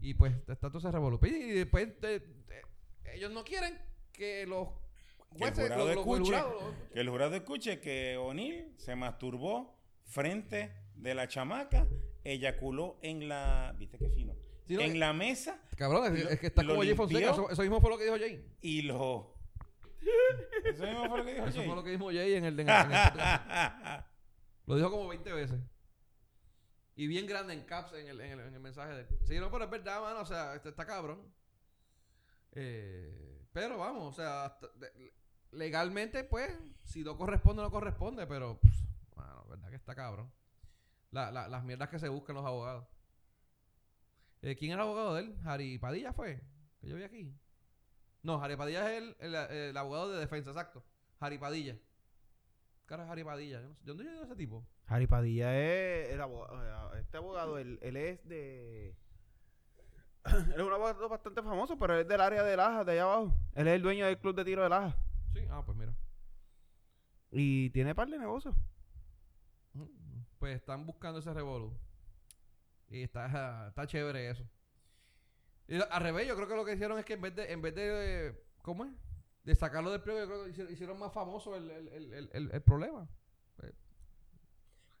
B: Y pues está todo ese revolú. Y después te- te- ellos no quieren que los
D: Que el
B: jueces, los-
D: jurado
B: los- el
D: escuche.
B: jurado, los-
D: Que el jurado escuche que O'Neill se masturbó frente de la chamaca, eyaculó en la. ¿Viste qué fino?
B: Sí, no,
D: en la mesa
B: Cabrón, es,
D: Lo-
B: es que está
D: lo
B: como Jay Fonseca.
D: limpió.
B: Eso, eso mismo fue lo que dijo Jay. *laughs*
D: y lo. Eso mismo fue lo que dijo
B: Eso
D: Jay.
B: fue lo que dijo Jay en el, en el- en el podcast. Lo dijo como 20 veces. Y bien grande en caps en el, en el, en el mensaje de Sí, no, pero es verdad, mano. O sea, este está cabrón. Eh, pero vamos, o sea, hasta- de- legalmente, pues, si no corresponde, no corresponde, pero, pues, mano, verdad que está cabrón. La- la- las mierdas que se buscan los abogados. Eh, ¿Quién era el abogado de él? ¿Jari Padilla fue? Que yo vi aquí. No, Jari Padilla es el, el- el abogado de defensa, exacto. Jari Padilla. Cara de Jari Padilla. Yo no sé- ¿De dónde llegó ese tipo?
C: Harry Padilla es el abogado, este abogado, él, él es de... *clears throat* él es un abogado bastante famoso, pero él es del área de Laja, de allá abajo. Él es el dueño del club de tiro de Laja.
B: Sí, ah, pues mira.
C: Y tiene par de negocios.
B: Mm, Pues están buscando ese revolú. Y está, está chévere eso. Y lo- al revés, yo creo que lo que hicieron es que en vez de, en vez de eh, ¿cómo es? De sacarlo del pliego, yo creo que hicieron, hicieron más famoso el, el- el- el- el- el problema. Eh,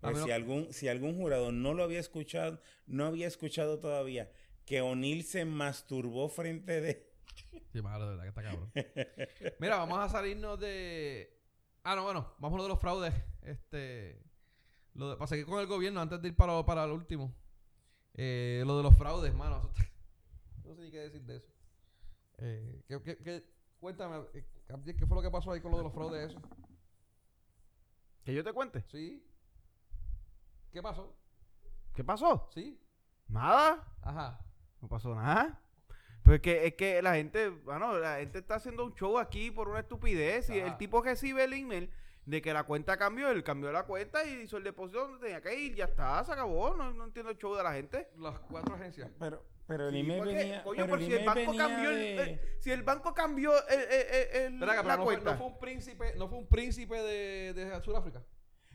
B: a
D: *laughs* Pues
B: menos-
D: si, algún, si algún jurado no lo había escuchado, no había escuchado todavía que O'Neill se masturbó frente de.
B: Sí, mano, de verdad que está cabrón. Mira, vamos a salirnos de. Ah, no, bueno, vamos a lo de los fraudes. Este. Lo de, para seguir con el gobierno antes de ir para, lo- para el último. Eh, lo de los fraudes, mano. eso está- *laughs* no sé ni qué decir de eso. Eh, ¿qué- qué- qué- cuéntame, eh, Abdiel, ¿qué fue lo que pasó ahí con lo de los fraudes? Eso?
C: Que yo te cuente.
B: ¿Sí? ¿Qué pasó?
C: ¿Qué pasó?
B: ¿Sí?
C: Nada.
B: Ajá.
C: No pasó nada. Pero es que, es que la gente, bueno, la gente está haciendo un show aquí por una estupidez. Y
B: Ajá.
C: el tipo recibe el email de que la cuenta cambió, él cambió la cuenta y hizo el depósito donde tenía que ir. Ya está, se acabó. No, no entiendo el show de la gente.
B: Las cuatro agencias.
D: Pero, pero el
C: Sí,
D: email
C: porque,
D: venía.
C: coño,
D: pero
C: pero si el
D: email
C: banco
D: venía
C: cambió el-
D: de-
C: el- si el banco cambió el- el- el- el-
B: Espera, pero
C: la
B: no fue,
C: cuenta
B: no fue un príncipe, no fue un príncipe de, de Sudáfrica.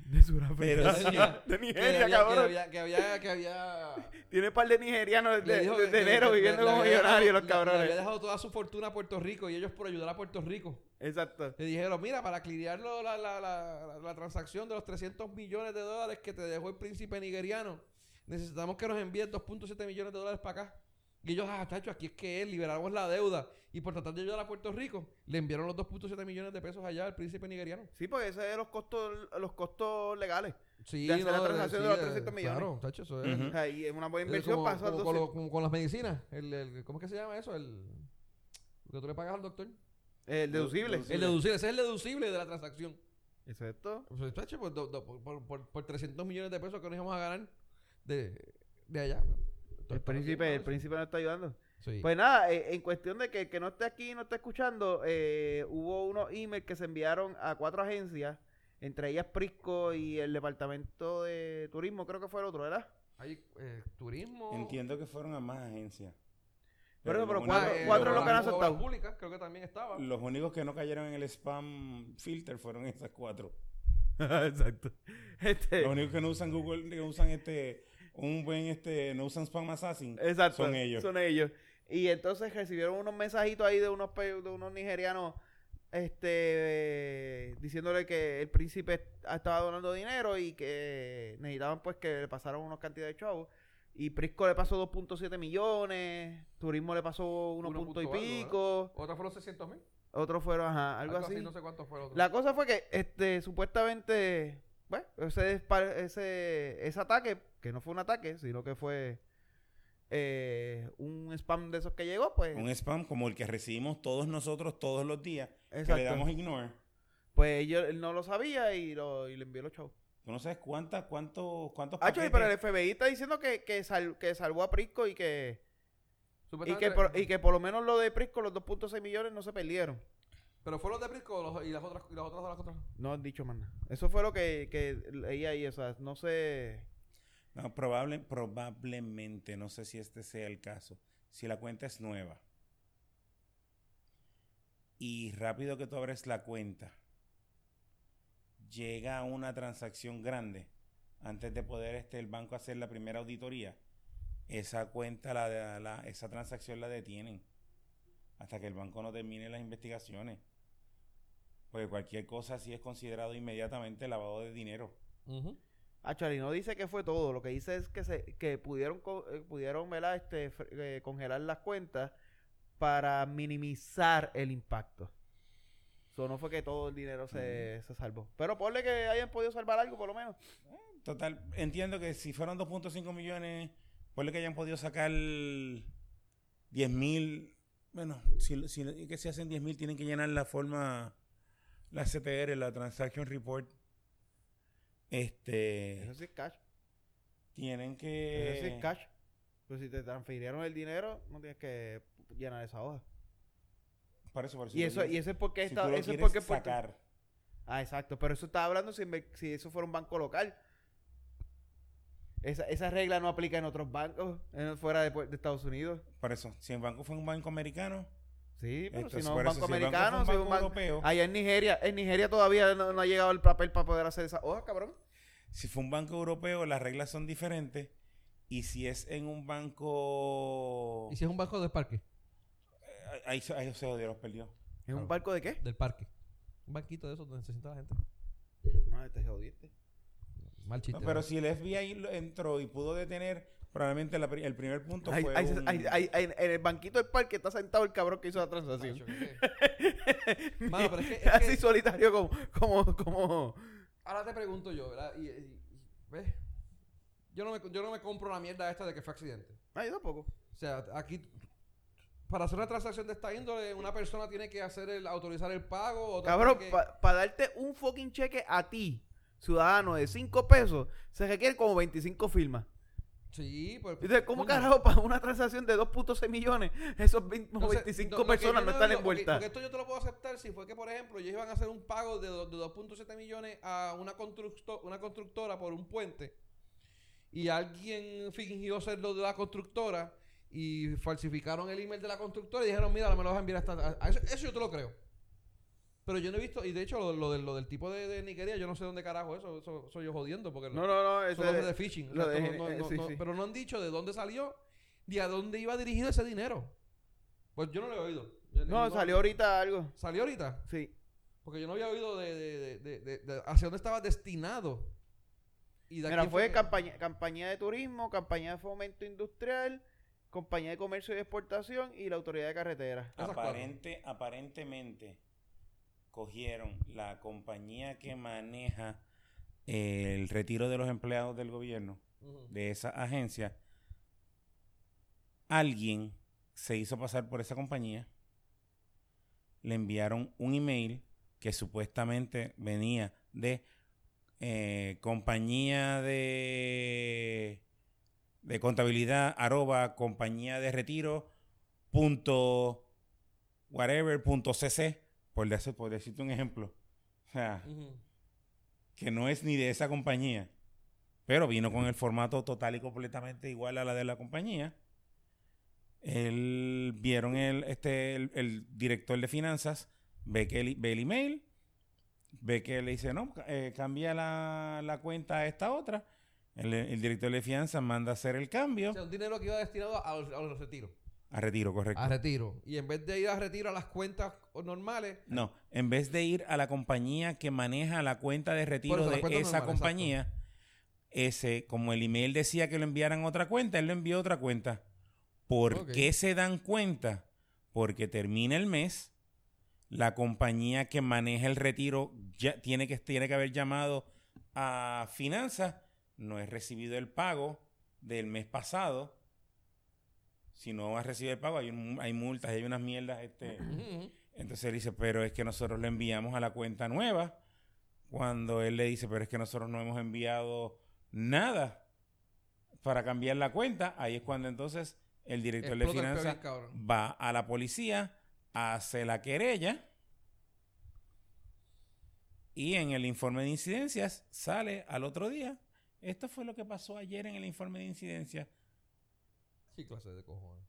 C: de Sudáfrica.
D: Pero sí,
C: de
B: Que le
C: Nigeria,
B: había- que le
C: cabrón.
B: había, que había, que había
C: Tiene un par de nigerianos
B: le
C: de,
B: dijo
C: de-
B: que-
C: de
B: que-
C: enero
B: que-
C: viviendo
B: le
C: como
B: había dejado-
C: millonarios los
B: le- Le había
C: cabrones.
B: dejado toda su fortuna a Puerto Rico y ellos por ayudar a Puerto Rico.
C: Exacto.
B: Le dijeron, mira, para clirear lo- la, la, la, la- la transacción de los 300 millones de dólares que te dejó el príncipe nigeriano, necesitamos que nos envíen 2.7 millones de dólares para acá. Y ellos, ah, tacho, aquí es que es, liberamos la deuda. Y por tratar de ayudar a Puerto Rico, le enviaron los 2.7 millones de pesos allá al príncipe nigeriano.
C: Sí, porque esos son los costos, los costos legales.
B: Sí,
C: De hacer la transacción de los
B: eh,
C: 300 millones.
B: Claro, tacho, eso es...
D: Ujú.
C: O sea, y es una buena
B: Es
C: inversión
B: como-
C: pasar
B: como
C: dos-
B: con, lo- como con las medicinas. El, el- ¿Cómo es que se llama eso? El, lo que tú le pagas al doctor.
C: eh, El deducible.
D: Deducible.
B: El deducible. Ese es el deducible de la transacción.
C: Exacto.
B: Pues, chacho, por, do- do- por- por- por 300 millones de pesos que nos íbamos a ganar de, de allá. pues.
C: El príncipe, el príncipe nos está ayudando.
B: Sí.
C: Pues nada, eh, en cuestión de que el que no esté aquí y no esté escuchando, eh, hubo unos emails que se enviaron a cuatro agencias, entre ellas Prisco y el Departamento de Turismo, creo que fue el otro, ¿verdad? *laughs*
B: Hay eh, turismo.
D: Entiendo que fueron a más agencias.
C: Pero- pero
D: los
C: cuatro-
D: únicos-
C: cuatro
B: eh, obras-
C: lo que han
B: obras
C: aceptado.
B: públicas, creo que también estaba.
D: *laughs* Los únicos que no cayeron en el spam filter fueron esas cuatro.
C: *laughs* Exacto. Este,
D: Los únicos que no usan Google, que usan este, un buen este, no usan spam assassin,
C: Exacto.
D: son ellos.
C: Son ellos. Y entonces recibieron unos mensajitos ahí de unos, pe- de unos nigerianos este diciéndole que el príncipe estaba donando dinero y que necesitaban pues que le pasaran unos cantidades de chavos. Y Prisco le pasó 2.7 millones, Turismo le pasó 1
B: Uno
C: punto y
B: punto algo,
C: pico,
B: Otra fueron 600 mil.
C: otros fueron, ajá, algo, así.
B: No sé cuánto fue el otro.
C: La cosa fue que este supuestamente, bueno, ese, dispar- ese, ese ataque, que no fue un ataque, sino que fue eh, un spam de esos que llegó, pues,
D: Un spam como el que recibimos todos nosotros todos los días, que le
C: Exacto.
D: damos ignore.
C: pues yo él no lo sabía y, lo, y le envió los chavos.
D: Tú no sabes cuántas, cuántos, cuántos
C: Ah, chavo,
D: paquetes-
C: pero el FBI está diciendo que, que, sal- que salvó a Prisco y que, y,
B: Supuestamente-
C: que por, y que por lo menos lo de Prisco, los 2.6 millones, no se perdieron.
B: Pero fueron de Prisco o los- y las otras y las otras de las otras.
C: No han dicho más nada. Eso fue lo que, que leí ahí, o sea, no sé...
D: No, probable, probablemente, no sé si este sea el caso, si la cuenta es nueva y rápido que tú abres la cuenta, llega a una transacción grande antes de poder este, el banco hacer la primera auditoría, esa cuenta, la, de- la- esa transacción la detienen hasta que el banco no termine las investigaciones. Porque cualquier cosa así es considerado inmediatamente lavado de dinero.
B: Ujú.
C: Achari no dice que fue todo, lo que dice es que se que pudieron co- eh, pudieron ¿verdad? este fr- eh, congelar las cuentas para minimizar el impacto. Eso no fue que todo el dinero se, se salvó. Pero ponle que hayan podido salvar algo por lo menos.
D: Total, entiendo que si fueron 2.5 millones, ponle que hayan podido sacar 10 mil. Bueno, si, si- que si hacen 10 mil, tienen que llenar la forma, la CTR, la Transaction Report. Este.
C: Eso sí es cash.
D: Tienen
C: Eso sí
D: que.
C: es cash. Pero si te transfirieron el dinero, no tienes que llenar esa hoja.
D: Para eso, para
C: y eso y eso es porque
D: si
C: está
D: tú lo
C: eso es
D: quieres
C: porque Puerto-
D: sacar.
C: Ah, exacto. Pero eso estaba hablando si, me- si eso fuera un banco local. Esa, esa regla no aplica en otros bancos, en- fuera de, Pu- de Estados Unidos.
D: Por eso, si el banco fue un banco americano,
C: Sí, pero
D: Entonces,
C: si no es
D: por
C: un
D: eso,
C: banco
D: si el banco
C: americano, si
D: fue un
C: es un
D: banco
C: banco
D: europeo.
C: Allá en Nigeria, en Nigeria todavía no, no ha llegado el papel para poder hacer esa hoja, cabrón.
D: si fue un banco europeo, las reglas son diferentes. Y si es en un banco.
B: ¿Y si es un banco del parque?
D: Eh, Ahí, se- ahí se odio, los perdió.
C: ¿Es
D: Ah.
B: Claro.
C: un barco de qué?
B: Del parque. Un banquito de esos donde se sienta la gente. Ah,
C: No,
B: este
C: te jodiste.
B: Mal
D: No,
B: chiste.
D: pero
B: ¿no?
D: si el FBI lo entró y pudo detener, probablemente la pri- el primer punto
C: Ahí-
D: fue.
C: ahí se-
D: un-
C: ahí- ahí- en, en el banquito del parque está sentado el cabrón que hizo la
B: Macho,
C: transacción.
B: ¿qué- qué? Mano, pero es que- es
C: *laughs* Así
B: que-
C: solitario como, como, como...
B: Ahora te pregunto yo, ¿verdad? Y, y- y- ¿Ves? Yo no, me, yo no me compro la mierda esta de que fue accidente.
C: No, yo tampoco.
B: O sea, aquí, para hacer una transacción de esta índole, una persona tiene que hacer el, autorizar el pago. Otra
C: Cabrón,
B: tiene que-
C: para darte un fucking cheque a ti, ciudadano, de 5 pesos, se requieren como 25 firmas.
B: Sí, pues.
C: Entonces, ¿cómo
B: coño.
C: carajo para una transacción de 2.6 millones, esos 20
B: *laughs* Entonces,
C: 25
B: lo- lo que
C: personas
B: yo
C: no están
B: digo,
C: envueltas?
B: Porque, porque esto yo te lo puedo aceptar si fue que, por ejemplo, ellos iban a hacer un pago de, do- de 2.7 millones a una, constructo- una constructora por un puente y alguien fingió ser lo de la constructora y falsificaron el email de la constructora y dijeron, mira, me lo vas a enviar hasta... a- a- eso, eso yo te lo creo. Pero yo no he visto, y de hecho lo, lo del, lo del tipo de, de Nigeria, yo no sé dónde carajo eso, eso soy yo jodiendo porque
C: No, no, no,
B: eso
C: eso
B: es
C: es-
B: de phishing. o
C: lo
B: sea,
C: de-
B: no- no-
C: eh,
B: no-
C: sí,
B: no-
C: sí.
B: Pero no han dicho de dónde salió ni a dónde iba dirigido ese dinero. Pues yo no lo he oído. Yo le
C: No,
B: digo-
C: salió ahorita algo.
B: ¿Salió ahorita?
C: Sí.
B: Porque yo no había oído de, de- de- de- de- de hacia dónde estaba destinado. Y de
C: Mira,
B: aquí
C: fue
B: que-
C: campaña, campaña de turismo, campaña de fomento industrial, compañía de comercio y exportación y la autoridad de carreteras.
B: Esas cuatro.
D: Aparente, aparentemente cogieron la compañía que maneja eh, el retiro de los empleados del gobierno
B: Ujú.
D: de esa agencia. Alguien se hizo pasar por esa compañía. Le enviaron un email que supuestamente venía de eh, compañía de, de contabilidad arroba compañía de retiro punto whatever punto cc por, decir- por decirte un ejemplo. O sea,
B: Ujú.
D: que no es ni de esa compañía, pero vino con el formato total y completamente igual a la de la compañía. Él, vieron el, este, el, el director de finanzas, ve, que el, ve el email, ve que le dice, no, ca- eh, cambia la, la cuenta a esta otra. El, el director de finanzas manda a hacer el
B: O
D: cambio
B: sea, un dinero que iba destinado al, al retiro.
D: a retiro, correcto.
B: A retiro. Y en vez de ir a retiro a las cuentas normales,
D: No, en vez de ir a la compañía que maneja la cuenta de retiro
B: eso, la
D: de
B: cuenta
D: esa
B: normal,
D: compañía, ese, como el email decía que lo enviaran a otra cuenta, él lo envió a otra cuenta. ¿Por
B: Ok.
D: qué se dan cuenta? Porque termina el mes, la compañía que maneja el retiro ya tiene que, tiene que haber llamado a finanzas, no es recibido el pago del mes pasado. Si no has recibido el pago, hay, un- hay multas, hay unas
B: *clears throat*
D: mierdas. Este,
B: ujú,
D: entonces él dice, pero es que nosotros le enviamos a la cuenta nueva. Cuando él le dice, pero es que nosotros no hemos enviado nada para cambiar la cuenta, ahí es cuando entonces el director
B: *laughs* explota el
D: de
B: peo bien
D: finanzas
B: cabrón.
D: va a la policía, hace la querella y en el informe de incidencias sale al otro día. Esto fue lo que pasó ayer en el informe de incidencias.
B: Sí, clase de cojones.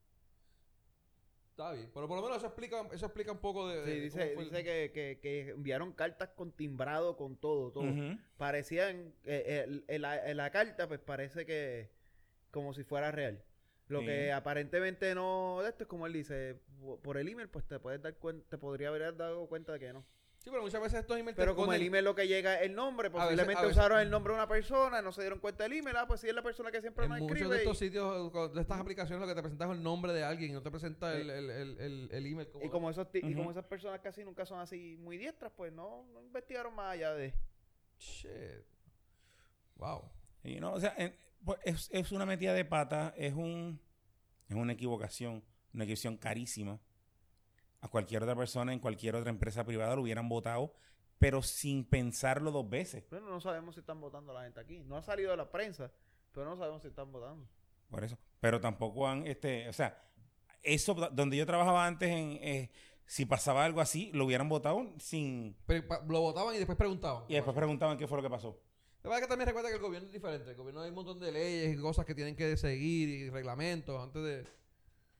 B: Está bien. Pero por lo menos eso explica, eso explica un poco de. de
C: Sí,
B: cómo
C: dice,
B: fue el-
C: dice que, que- que enviaron cartas con timbrado, con todo, todo.
D: Ujú.
C: Parecían, eh, eh, el- el- la, la carta pues parece que como si fuera real. Lo
D: Sí.
C: que aparentemente no. Esto es como él dice: po- por el email, pues te puedes dar cuenta, te podría haber dado cuenta de que no.
B: Sí, pero muchas veces estos emails te
C: Pero como el
B: esconden-
C: email lo que llega es el nombre,
B: veces-
C: posiblemente
B: a veces-
C: usaron el nombre de una persona, no se dieron cuenta del email, ah, pues si es la persona que siempre
B: En
C: nos
B: muchos
C: escribe.
B: de estos
C: y-
B: sitios, con- de estas aplicaciones, lo que te presentas es el nombre de alguien y no te presenta el, el, el, el, el email.
C: Y, como esos ti- y
D: Ujú.
C: como esas personas casi nunca son así muy diestras, pues no, no investigaron más allá de.
B: Shit. Wow.
D: Y no, o sea, en- pues, es, es una metida de pata, es un es una equivocación, una equivocación carísima. A cualquier otra persona en cualquier otra empresa privada lo hubieran votado, pero sin pensarlo dos veces.
C: Bueno, no sabemos si están votando la gente aquí. No ha salido de la prensa, pero no sabemos si están votando.
B: Eh,
D: Por eso. Pero tampoco han, este, o sea, eso do- donde yo trabajaba antes en eh, si pasaba algo así, lo hubieran votado sin
B: Pero pa- lo votaban y después preguntaban.
D: y después preguntaban qué fue lo que pasó.
B: La verdad que también recuerda que el gobierno es diferente. El gobierno hay un montón de leyes y cosas que tienen que seguir y reglamentos antes de...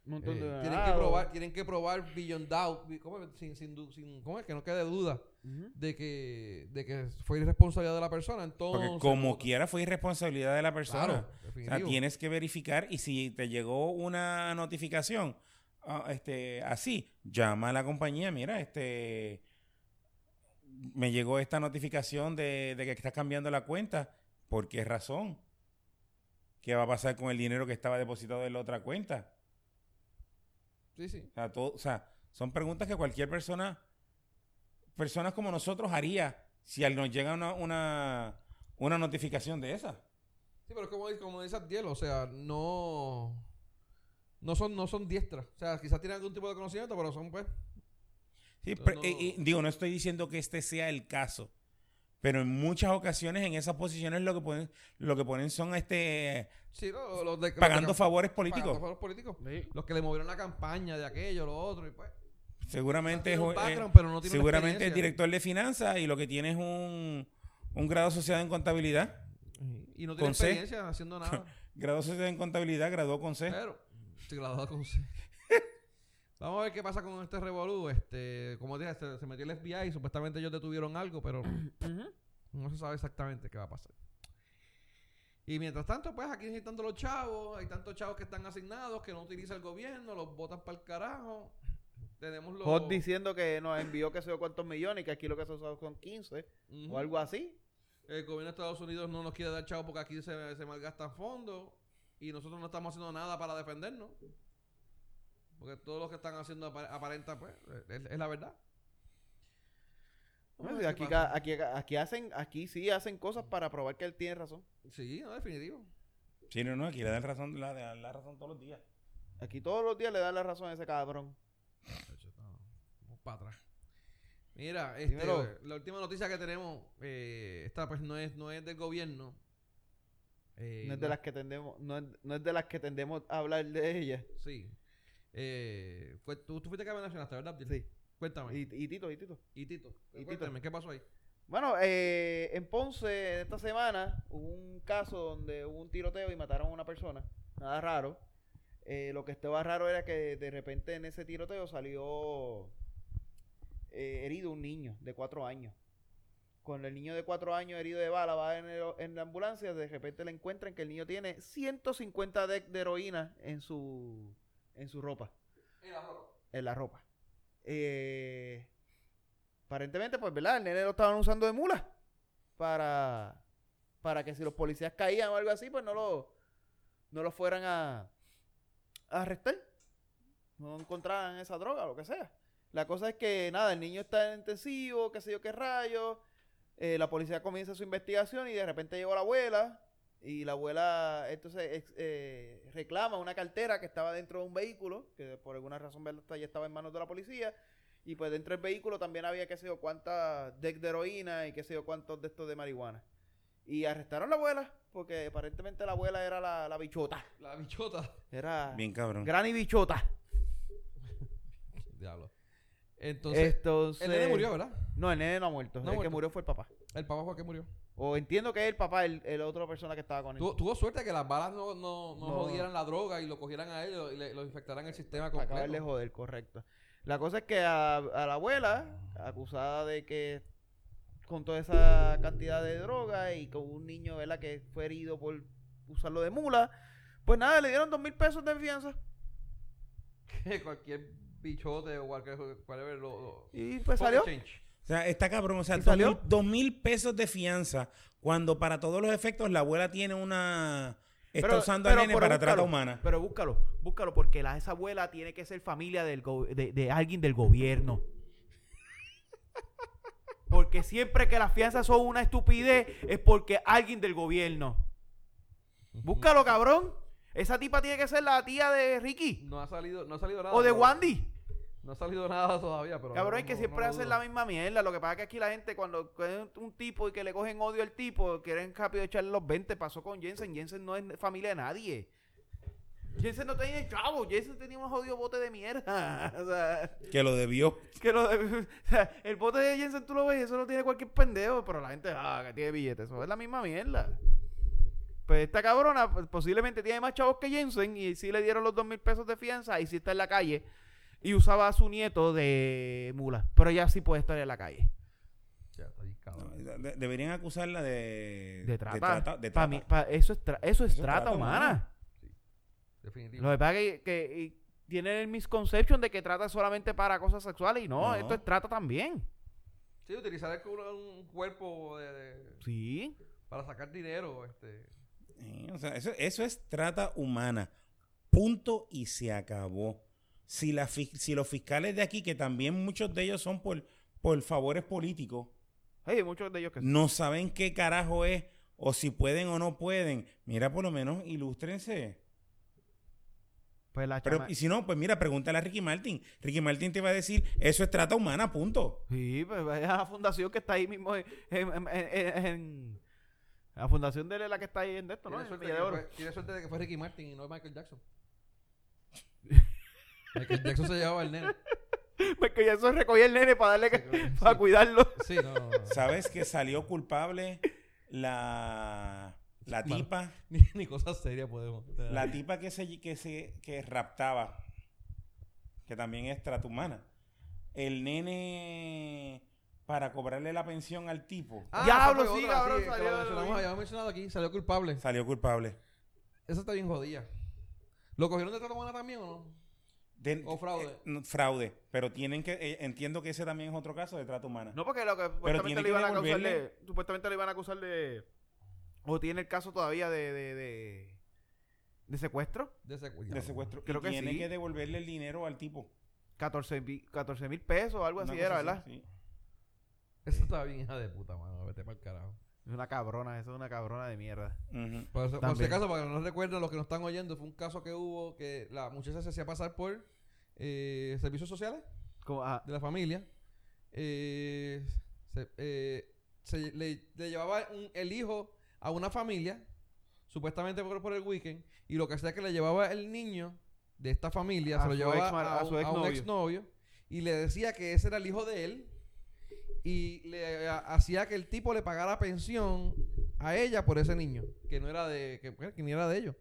C: Un
B: Eh,
C: montón de
B: tienen que
C: ganado.
B: probar, tienen que probar beyond doubt, bi- ¿cómo es? sin, sin, du- sin- ¿cómo es? Que no quede duda
C: Ujú.
B: de que, de que fue irresponsabilidad de la persona. Entonces,
D: Porque como
B: votan.
D: quiera fue irresponsabilidad de la persona.
B: Oh, Claro,
D: O sea,
B: definitivo.
D: tienes que verificar y si te llegó una notificación ah, este, así, llama a la compañía, mira, este me llegó esta notificación de, de que estás cambiando la cuenta, ¿por qué razón? ¿Qué va a pasar con el dinero que estaba depositado en la otra cuenta?
B: Sí, sí.
D: O sea, todo- o sea, son preguntas que cualquier persona, personas como nosotros haría si al- nos llega una, una, una notificación de esa.
B: Sí, pero es como, dice- como dice Abdiel, o sea, no. No son, no son diestras. O sea, quizás tienen algún tipo de conocimiento, pero son, pues.
D: Sí,
B: Entonces,
D: pero, eh, eh,
B: no-
D: digo, no estoy diciendo que este sea el caso, pero en muchas ocasiones en esas posiciones lo que ponen, lo que ponen son este
B: Sí, lo- lo- los de- los
D: pagando
B: de-
D: favores
B: pagando
D: políticos.
B: favores políticos. Los que le movieron la campaña de aquello, lo otro, y pues.
D: seguramente es
B: tiene un
D: eh,
B: background, pero no tiene una
D: seguramente es
B: experiencia.
D: director de finanzas y lo que tiene es un, un grado asociado en contabilidad,
B: Y no tiene
D: Con C.
B: experiencia haciendo
D: *laughs*
B: nada.
D: grado asociado en contabilidad, graduó con C.
B: Pero, se graduó con C. *laughs* Vamos a ver qué pasa con este revolú. Este, como dije, se, se metió el FBI y supuestamente ellos detuvieron algo, pero
C: Ujú.
B: no se sabe exactamente qué va a pasar. Y mientras tanto, pues aquí están los chavos, hay tantos chavos que están asignados, que no utiliza el gobierno, los botan para el carajo. Tenemos los...
C: Hot diciendo que nos envió que se dio cuántos millones y que aquí lo que se usó son 15
B: Ujú.
C: o algo así.
B: El gobierno de Estados Unidos no nos quiere dar chavos porque aquí se, se malgastan fondos y nosotros no estamos haciendo nada para defendernos. Porque todos los que están haciendo apa- aparenta, pues, es, es la verdad.
C: No,
B: Vamos a
C: si
B: ver
C: aquí,
B: qué pasa.
C: ca- aquí, aquí hacen, aquí sí hacen cosas para probar que él tiene razón.
B: Sí, no, definitivo.
D: Sí, no, no, aquí le dan razón, la, la- la razón todos los días.
C: Aquí todos los días le dan la razón a ese cabrón.
B: Vamos para atrás. Mira, este,
C: Dímelo.
B: la última noticia que tenemos, eh, esta pues no es, no es del gobierno. Eh,
C: no es de las que tendemos, no es, no es de las que tendemos a hablar de ella.
B: Sí. Eh, fue- tú, tú fuiste que me mencionaste, ¿verdad? Abdil?
C: Sí.
B: Cuéntame.
C: Y, y Tito, y Tito.
B: Y Tito.
C: Y Tito.
B: cuéntame, ¿qué pasó ahí?
C: Bueno, eh, en Ponce esta semana hubo un caso donde hubo un tiroteo y mataron a una persona. Nada raro. Eh, lo que estaba raro era que de repente en ese tiroteo salió eh, herido un niño de cuatro años. Con el niño de cuatro años herido de bala, va en, el- en la ambulancia, de repente le encuentran que el niño tiene 150 de, de heroína en su, en su ropa en la ropa. Eh, aparentemente, pues, ¿verdad? El nene lo estaban usando de mula para, para que si los policías caían o algo así, pues no lo, no lo fueran a, a arrestar. No encontraran esa droga, lo que sea. La cosa es que, nada, el niño está en intensivo, qué sé yo qué rayos. Eh, la policía comienza su investigación y de repente llegó la abuela. Y la abuela entonces ex- eh, reclama una cartera que estaba dentro de un vehículo, que por alguna razón ¿verdad? ya estaba en manos de la policía. Y pues dentro del vehículo también había qué sé yo cuántas deck de heroína y qué sé yo cuántos de estos de marihuana. Y arrestaron a la abuela, porque aparentemente la abuela era la, la bichota.
B: La bichota. Ah.
C: Era
D: Bien cabrón.
C: gran y bichota.
B: Diablo. Entonces,
C: entonces
B: el nene murió, ¿verdad?
C: No, el nene no ha muerto.
B: No ha
C: el que
B: muerto.
C: murió fue el papá.
B: El papá fue el que murió.
C: O entiendo que es el papá, el, el otra persona que estaba con él.
B: Tuvo, tuvo suerte que las balas no, no, no
C: No.
B: jodieran la droga y lo cogieran a él y lo- y le- lo infectaran el sistema
C: Para
B: completo.
C: acabarle de joder, correcto. La cosa es que a, a la abuela, acusada de que con toda esa cantidad de droga y con un niño, ¿verdad? Que fue herido por usarlo de mula, Pues nada, le dieron dos mil pesos de fianza.
B: *laughs* Que cualquier bichote o cualquier. whatever, lo- lo-
C: Y
B: pocket
C: pues salió.
B: change.
D: O sea, está cabrón. O sea,
C: ¿Y
D: dos
C: salió?
D: mil, dos mil pesos de fianza cuando para todos los efectos la abuela tiene una... Está
C: Pero-
D: usando
C: pero-
D: a nene
C: pero
D: para
C: búscalo,
D: trata humana.
C: Pero búscalo, búscalo, porque la, esa abuela tiene que ser familia del go- de, de alguien del gobierno.
D: *laughs*
C: Porque siempre que las fianzas son una estupidez es porque alguien del gobierno. Búscalo, cabrón. Esa tipa tiene que ser la tía de Ricky
B: No ha salido, no ha salido nada.
C: o de
B: pero-
C: Wandy.
B: No ha salido nada todavía, pero.
C: Cabrón,
B: no-
C: es que
B: no-
C: siempre
B: no lo
C: hacen
B: dudo.
C: la misma mierda. Lo que pasa es que aquí la gente, cuando es un tipo y que le cogen odio al tipo, quieren rápido echarle los 20. Pasó con Jensen. Jensen no es familia de nadie. Jensen no tenía chavo. Jensen tenía un jodido bote de mierda. *laughs* O sea,
D: Que lo debió.
C: que lo- *laughs* o sea, el bote de Jensen tú lo ves y eso lo tiene cualquier pendejo. Pero la gente, ah, que tiene billetes. Eso es la misma mierda. Pues esta cabrona pues, posiblemente tiene más chavos que Jensen y si le dieron los dos mil pesos de fianza y si está en la calle y usaba a su nieto de mula. Pero ella sí puede estar en la calle.
B: Ya, está ahí, cabrón.
D: No, de- deberían acusarla de...
C: De trata.
D: de
C: Pa'
D: trata.
C: mí- pa- eso es, tra- eso es
D: Eso es
C: trata,
D: trata
C: humana.
D: humana.
B: Definitivo.
C: Lo que pasa es que, que y tienen el misconception de que trata solamente para cosas sexuales y no,
D: No.
C: esto es trata también.
B: Sí, utilizar el cu- un cuerpo de- de-
C: Sí.
B: para sacar dinero. Este.
D: Sí, o sea, eso, eso es trata humana. Punto y se acabó. Si, la fi- si los fiscales de aquí, que también muchos de ellos son por, por favores políticos,
C: Hay muchos de ellos que sí.
D: no saben qué carajo es o si pueden o no pueden, mira, por lo menos ilústrense.
C: Pues la
D: Pero,
C: chama-
D: y si no, pues mira, pregúntale a Ricky Martin. Ricky Martin te va a decir, eso es trata humana, punto.
C: Sí, pues vaya a la fundación que está ahí mismo en, en- en- en- en- la fundación de la que está ahí en esto, ¿no?
B: Tiene,
C: En
B: suerte
C: Villa
B: que
C: de Oro.
B: fue, tiene suerte de que fue Ricky Martin y no Michael Jackson. *laughs* Michael Jackson se llevaba al *laughs* nene.
C: *laughs* Porque Pues ya eso recogía el nene para darle que-
B: Sí.
C: para cuidarlo.
B: Sí, no. no, no.
D: ¿Sabes que salió culpable la, la
B: Bueno.
D: tipa?
B: *laughs* Ni, ni cosas serias podemos. o sea,
D: La tipa que se, que se que raptaba, que también es trata humana. El nene para cobrarle la pensión al tipo
B: esa
C: Diablo,
B: Ah, fue
C: sí,
B: otra,
C: cabrón,
B: que lo
C: salió de
B: mencionamos,
C: Luis.
B: habíamos mencionado aquí, salió culpable.
D: salió culpable.
B: Esa está bien jodida. ¿Lo cogieron de trata humana también o no?
D: De-
B: O fraude.
D: eh, no, fraude. Pero tienen que, eh, entiendo que ese también es otro caso de trata humana.
C: No, porque lo que supuestamente le
D: tiene que
C: iban a acusar
D: devolverle.
C: de- Supuestamente le iban a acusar de. O tiene el caso todavía de. de, de, de secuestro.
B: De secuestro.
D: de secuestro. Y
C: Creo que
D: tiene
C: sí.
D: que devolverle el dinero al tipo.
C: 14 mil pesos o algo
D: Una
C: así
D: cosa
C: era, ¿verdad?
D: sí.
B: Eso está bien, hija de puta, mano. Vete para el carajo.
C: Es una cabrona, eso es una cabrona de mierda.
D: Ujú.
B: Por, si- por si
C: También.
B: acaso, para que no recuerden los que nos están oyendo, fue un caso que hubo que la muchacha se hacía pasar por eh, servicios sociales
C: Como, ah,
B: de la familia. Eh, se, eh, se- le, le llevaba un- el hijo a una familia, supuestamente por, por el weekend, y lo que hacía es que le llevaba el niño de esta familia,
C: A
B: se lo
C: su
B: llevaba
C: exmar-
B: a,
C: a
B: un-
C: su
B: a un
C: exnovio.
B: exnovio, y le decía que ese era el hijo de él, y le a- hacía que el tipo le pagara pensión a ella por ese niño, que no era de, que, pues, que ni era de ellos.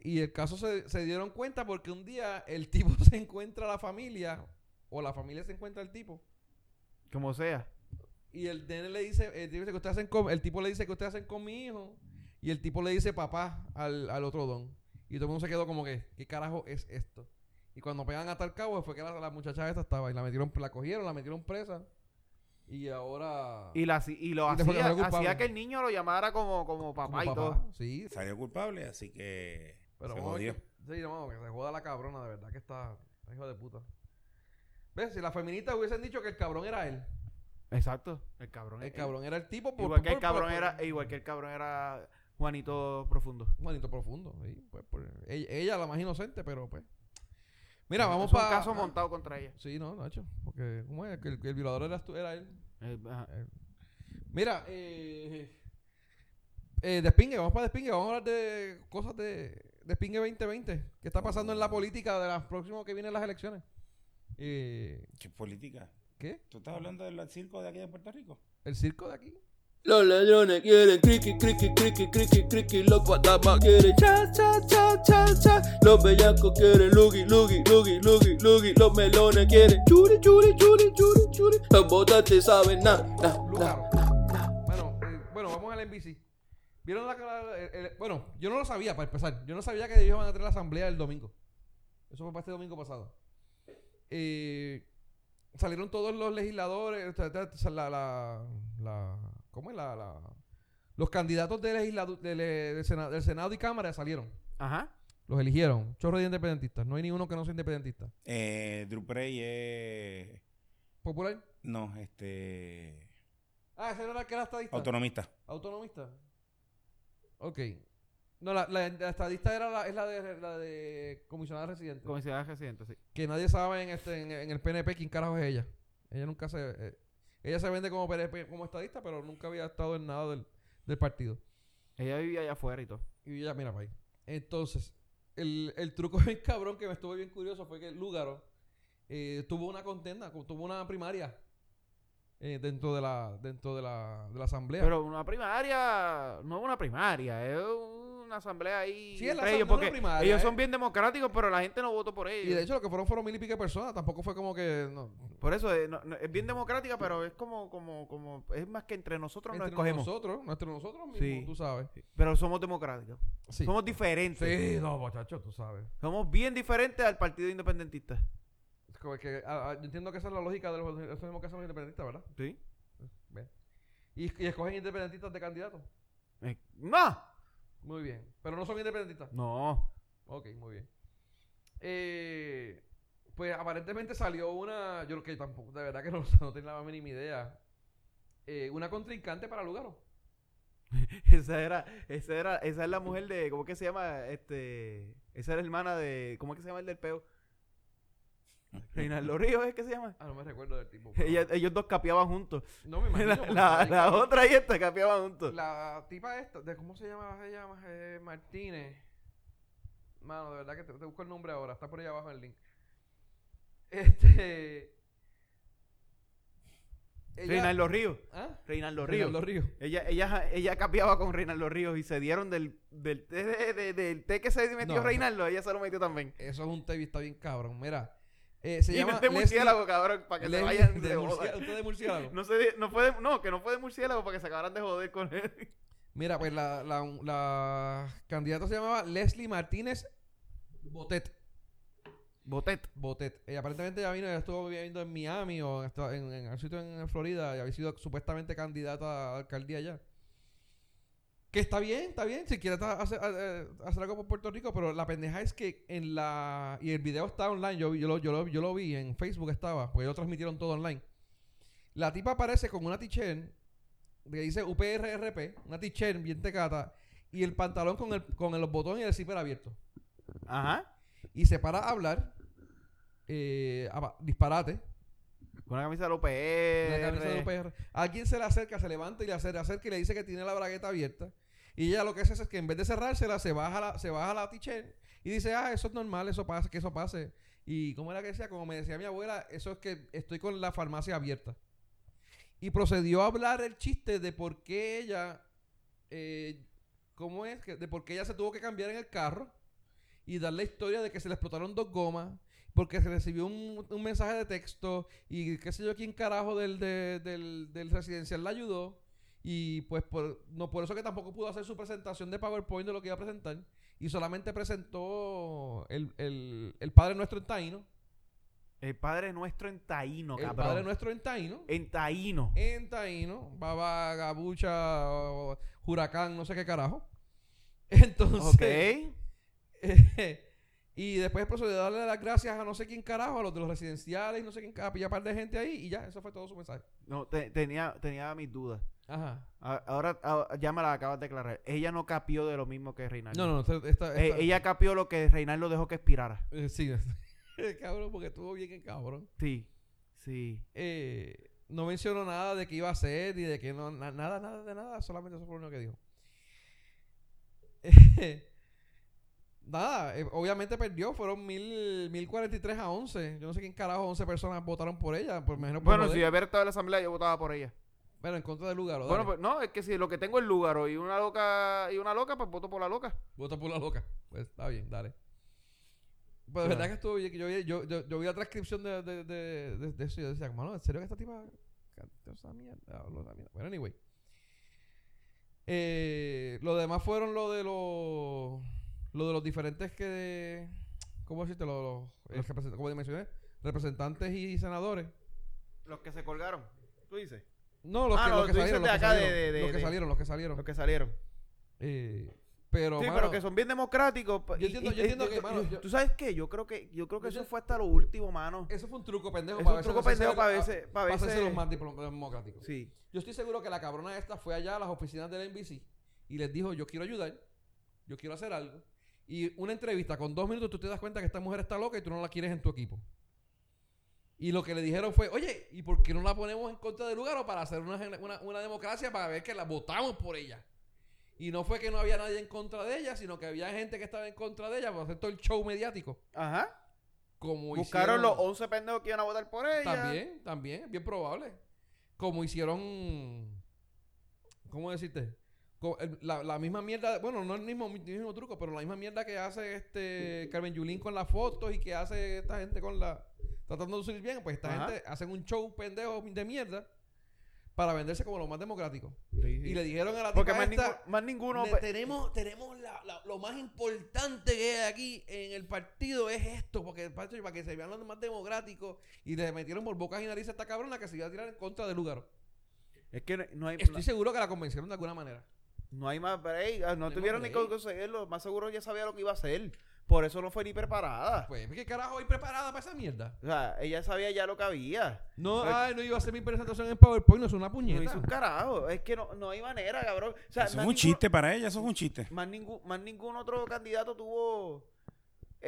B: Y el caso se, se dieron cuenta porque un día el *laughs* tipo se encuentra a la familia, o la familia se encuentra al tipo,
C: como sea.
B: y el nene le dice, el, tipo dice que ustedes hacen con- el tipo le dice que ustedes hacen con mi hijo, y el tipo le dice papá al, al otro don. Y todo el mundo se quedó como que, ¿qué carajo es esto? Y cuando pegan a tal cabo fue que la, la muchacha esta estaba y la metieron, la cogieron, la metieron presa. Y ahora...
C: Y, la, y lo
B: Y le fue que
C: hacía,
B: fue culpable.
C: hacía que el niño lo llamara como, como papá
B: como
C: y
B: papá.
C: todo.
B: Sí,
D: Salió culpable, así que
B: Pero
D: se
B: vamos a ver
D: jodió.
B: que- sí, no, vamos, que se joda la cabrona, de verdad que está. Hijo de puta. ¿Ves? Si las feministas hubiesen dicho que el cabrón era él,
C: Exacto. El cabrón.
B: el cabrón era el tipo.
C: Igual que Eh, el
B: por-
C: cabrón
B: por-
C: era. Igual que el cabrón era Juanito Profundo.
B: Juanito profundo, sí, pues, por- ella, ella la más inocente, pero pues. Mira, vamos
C: Es un
B: para.
C: caso montado contra ella.
B: Sí, no, Nacho. Porque, ¿cómo es? Que el, que el violador eras tú- era él.
C: Eh, ajá.
B: Mira, eh. eh, despingue, vamos para Despingue, vamos a hablar de cosas de Despingue 2020. ¿Qué está pasando en la política de las próximas que vienen las elecciones? Eh,
D: ¿Qué política?
B: ¿Qué?
D: ¿Tú estás hablando del circo de aquí de Puerto Rico?
B: ¿El circo de aquí?
A: Los ladrones quieren criqui, criqui, criqui, criqui, criqui. Los guatamas quieren cha, cha, cha, cha, cha. Los bellacos quieren lugi, lugi, lugi, lugi, lugi. Los melones quieren churi, churi, churi, churi, churi. Las botas te saben na, na, na.
B: Lúcaro. Bueno, eh, bueno, vamos al NBC. ¿Vieron la, la- el- el- Bueno, yo no lo sabía para empezar. Yo no sabía que ellos iban a tener la asamblea el domingo. Eso fue para este domingo pasado. Eh, salieron todos los legisladores, ta- ta- ta- la, la, la- ¿cómo es? La, la- los candidatos de legisladu- de le- del, Sena- del Senado y Cámara salieron.
C: Ajá.
B: Los eligieron. Chorro de independentistas. No hay ni uno que no sea independentista.
D: Eh, Drew Prey es.
B: ¿Popular?
D: No, este.
B: Ah, ese era el que era estadista.
D: Autonomista.
B: Autonomista. Ok. No, la, la- la estadista era la, es la de, la de comisionada residente.
C: Comisionada residente, sí.
B: que nadie sabe en, este, en, en el PNP quién carajo es ella. Ella nunca se... eh, ella se vende como PNP, como estadista, pero nunca había estado en nada del, del partido.
C: Ella vivía allá afuera y todo.
B: Y ella, mira, país. Entonces, el, el truco *laughs* bien cabrón que me estuvo bien curioso fue que Lúgaro eh, tuvo una contienda, co- tuvo una primaria eh, dentro de la dentro de la, de la asamblea.
C: Pero una primaria, no una primaria, es una asamblea ahí.
B: Sí, es la
C: entre
B: asamblea,
C: ellos, porque
B: una primaria,
C: ellos
B: eh.
C: son bien democráticos, pero la gente no votó por ellos.
B: y de hecho, lo que fueron fueron mil y pico de personas. Tampoco fue como que... No,
C: por eso eh, no- no- es bien democrática, pero es como, como, como, es más que entre nosotros
B: entre
C: nos escogemos.
B: nosotros, entre nosotros mismos,
C: Sí.
B: tú sabes.
C: Pero somos democráticos.
B: Sí.
C: Somos diferentes.
B: Sí, no, muchachos, tú sabes.
C: Somos bien diferentes al partido independentista.
B: Es como que, ah, ah, yo entiendo que esa es la lógica de los, eso mismo que hacen los independentistas, ¿verdad?
C: Sí.
B: Ve. Y, y escogen independentistas de candidatos.
C: Eh, no.
B: Muy bien. Pero no son independentistas.
C: No.
B: Ok, muy bien. Eh, pues aparentemente salió una, yo que tampoco, de verdad que no, *laughs* no tenía la más mínima idea, eh, una contrincante para Lugaro.
C: Esa era, esa era, esa es la mujer de, ¿cómo que se llama? Este, esa era hermana de, ¿cómo que se llama el del peo? Reinaldo Ríos es que se llama.
B: Ah, no me recuerdo del tipo. pero-
C: *laughs* Ella- ellos dos capeaban juntos.
B: no me imagino.
C: *laughs* La,
B: porque
C: la-
B: marico,
C: la otra y esta capeaban juntos.
B: La tipa esta, de ¿cómo se llama? Se llama eh, Martínez. Mano, de verdad que te, te busco el nombre ahora, está por ahí abajo el link. Este. ella-
C: Reinaldo Ríos.
B: ¿Ah?
C: Reinaldo Ríos.
B: Reinaldo Ríos.
C: Ella, ella, ella capeaba con Reinaldo Ríos y se dieron del, del té, de- de- del té que se metió
B: No,
C: Reinaldo, ella se lo metió también.
B: Eso es un TV, está bien cabrón. Mira, eh, se
C: y
B: llama.
C: no es de
B: Leslie-
C: murciélago, cabrón, para que se
B: Leslie
C: vayan de
B: de
C: joda.
B: murciélago. ¿Usted de murciélago?
C: No, se, di- no, fue de- no, que no fue de murciélago para que se acabaran de joder con él.
B: Mira, pues la, la, la candidata se llamaba Leslie Martínez Botet.
C: Botet.
B: Botet. Eh, aparentemente ella vino, ella estuvo viviendo en Miami o en, esta- en, en un sitio en Florida y había sido supuestamente candidata a la alcaldía allá. Que está bien, está bien, si quieres hacer, eh, hacer algo por Puerto Rico, pero la pendeja es que en la... Y el video está online, yo, vi- yo, lo, yo, lo, yo lo vi, en Facebook estaba, porque ellos transmitieron todo online. La tipa aparece con una t-shirt que dice UPRRP, una t-shirt bien tecata, y el pantalón con, el, con los botones y el zipper abierto
C: Ajá.
B: y se para a hablar eh, apa- disparate
C: Con una camisa de
B: la
C: López.
B: camisa de UPR. alguien se le acerca se levanta y le acer- acerca y le dice que tiene la bragueta abierta y ella lo que hace es que en vez de cerrársela se baja la se baja la t-shirt y dice ah eso es normal eso pasa que eso pase y como era que decía como me decía mi abuela eso es que estoy con la farmacia abierta y procedió a hablar el chiste de por qué ella eh, cómo es que de por qué ella se tuvo que cambiar en el carro y dar la historia de que se le explotaron dos gomas porque se recibió un, un mensaje de texto y qué sé yo quién carajo del, de- del, del residencial la ayudó y pues por, no por eso que tampoco pudo hacer su presentación de PowerPoint de lo que iba a presentar y solamente presentó el, el, el Padre Nuestro en Taíno
C: El Padre Nuestro en Taíno,
B: el
C: cabrón.
B: Padre Nuestro en Taíno
C: En Taíno.
B: en Taíno Baba Gabucha o- Huracán no sé qué carajo *laughs* entonces
C: Ok.
B: Eh, *laughs* y después procedió a darle las gracias a no sé quién carajo, a los de los residenciales, y no sé quién carajo, pillar un par de gente ahí y ya, eso fue todo su mensaje.
C: No, te- tenía, tenía mis dudas.
B: Ajá.
C: A- Ahora, ahora ya me la acabas de aclarar. Ella no capió de lo mismo que Reinaldo.
B: No, no, no, esta, esta-
C: Eh,
B: esta-
C: ella capió lo que Reinaldo dejó que expirara.
B: eh, sí, *laughs* cabrón, porque estuvo bien el cabrón.
C: Sí. Sí.
B: Eh, no mencionó nada de qué iba a hacer ni de que no, na- nada, nada, de nada, solamente eso fue lo único que dijo. Eh, *laughs* nada, eh, obviamente perdió, fueron mil, 1043 a 11. Yo no sé quién carajo 11 personas votaron por ella, por menos por
C: Bueno, si
B: joder.
C: yo hubiera estado en la asamblea, yo votaba por ella.
B: Bueno, en contra del lugar.
C: Bueno, pues no, es que si lo que tengo es Lugaro y una loca, y una loca, pues voto por la loca.
B: Vota por la loca. Pues está bien, dale. Pero de
C: Claro.
B: verdad que estuvo bien. que Yo, vi- yo, yo, yo vi la transcripción de, de, de, de- de eso y yo decía, mano, ¿en serio que esta tipa cantó esa mierda? Habló esa mierda?" Bueno, anyway. Eh, lo demás fueron lo de los. Lo de los diferentes que. ¿Cómo decirte? Los, los- eh, represent- como te mencioné, representantes y senadores.
C: Los que se colgaron, tú dices.
B: No, los
C: Ah,
B: que,
C: no,
B: los que
C: tú dices
B: salieron. Los
C: de
B: que
C: acá, de-
B: salieron,
C: de- de-
B: los que
C: de-
B: salieron. Los que salieron.
C: Los que salieron.
B: Eh, pero,
C: sí,
B: mano,
C: pero que son bien democráticos. pa-
B: Yo entiendo- yo entiendo que, mano, yo-
C: ¿Tú sabes qué? Yo creo que, yo creo que
B: Yo
C: eso
B: te-
C: fue hasta lo último, mano.
B: Eso fue un truco pendejo
C: Es
B: para
C: un
B: verse
C: truco
B: los-
C: pendejo para
B: a-
C: verse- para
B: hacerse
C: verse-
B: los más diplo- democráticos.
C: Sí.
B: Yo estoy seguro que la cabrona esta fue allá a las oficinas del NBC y les dijo, yo quiero ayudar, yo quiero hacer algo. Y una entrevista con dos minutos tú te das cuenta que esta mujer está loca y tú no la quieres en tu equipo. Y lo que le dijeron fue, oye, ¿y por qué no la ponemos en contra del lugar o para hacer una, una- una democracia para ver que la votamos por ella? Y no fue que no había nadie en contra de ella, sino que había gente que estaba en contra de ella por hacer todo el show mediático.
C: Ajá.
B: Como
C: Buscaron
B: hicieron-
C: los 11 pendejos que iban a votar por ella.
B: también, también, es bien probable. Como hicieron. ¿Cómo decirte? Co- el- La, la misma mierda, bueno, no el mismo, mismo truco, pero la misma mierda que hace este Carmen Yulín con las fotos y que hace esta gente con la. tratando de subir bien, pues esta
C: Ajá.
B: gente hacen un show pendejo de mierda para venderse como lo más democrático. Y le dijeron a la
C: Porque
B: tipa
C: más,
B: esta,
C: ninguno- más ninguno.
B: le-
C: pe-
B: tenemos tenemos la- la- lo más importante que hay aquí en el partido es esto, porque pacho, para que se vean los más democráticos y le metieron por bocas y narices a esta cabrona que se iba a tirar en contra de Lugaro.
C: Es que no, no hay,
B: Estoy seguro que la convencieron de alguna manera.
C: no hay más break. Ah, No,
B: No hay
C: tuvieron
B: más
C: ni
B: break.
C: que conseguirlo. Más seguro ya sabía lo que iba a hacer. Por eso no fue ni preparada.
B: Pues, ¿qué carajo hay preparada para esa mierda?
C: O sea, ella sabía ya lo que había.
B: No,
C: Pues-
B: ay, no iba a hacer mi presentación en PowerPoint, no es una
C: No
B: puñeta.
C: hizo un carajo. Es que no, no hay manera, cabrón. O sea,
D: Eso
C: más
D: fue un
C: ninguno-
D: chiste para ella, eso fue un chiste.
C: Más ningún, más ningún otro candidato tuvo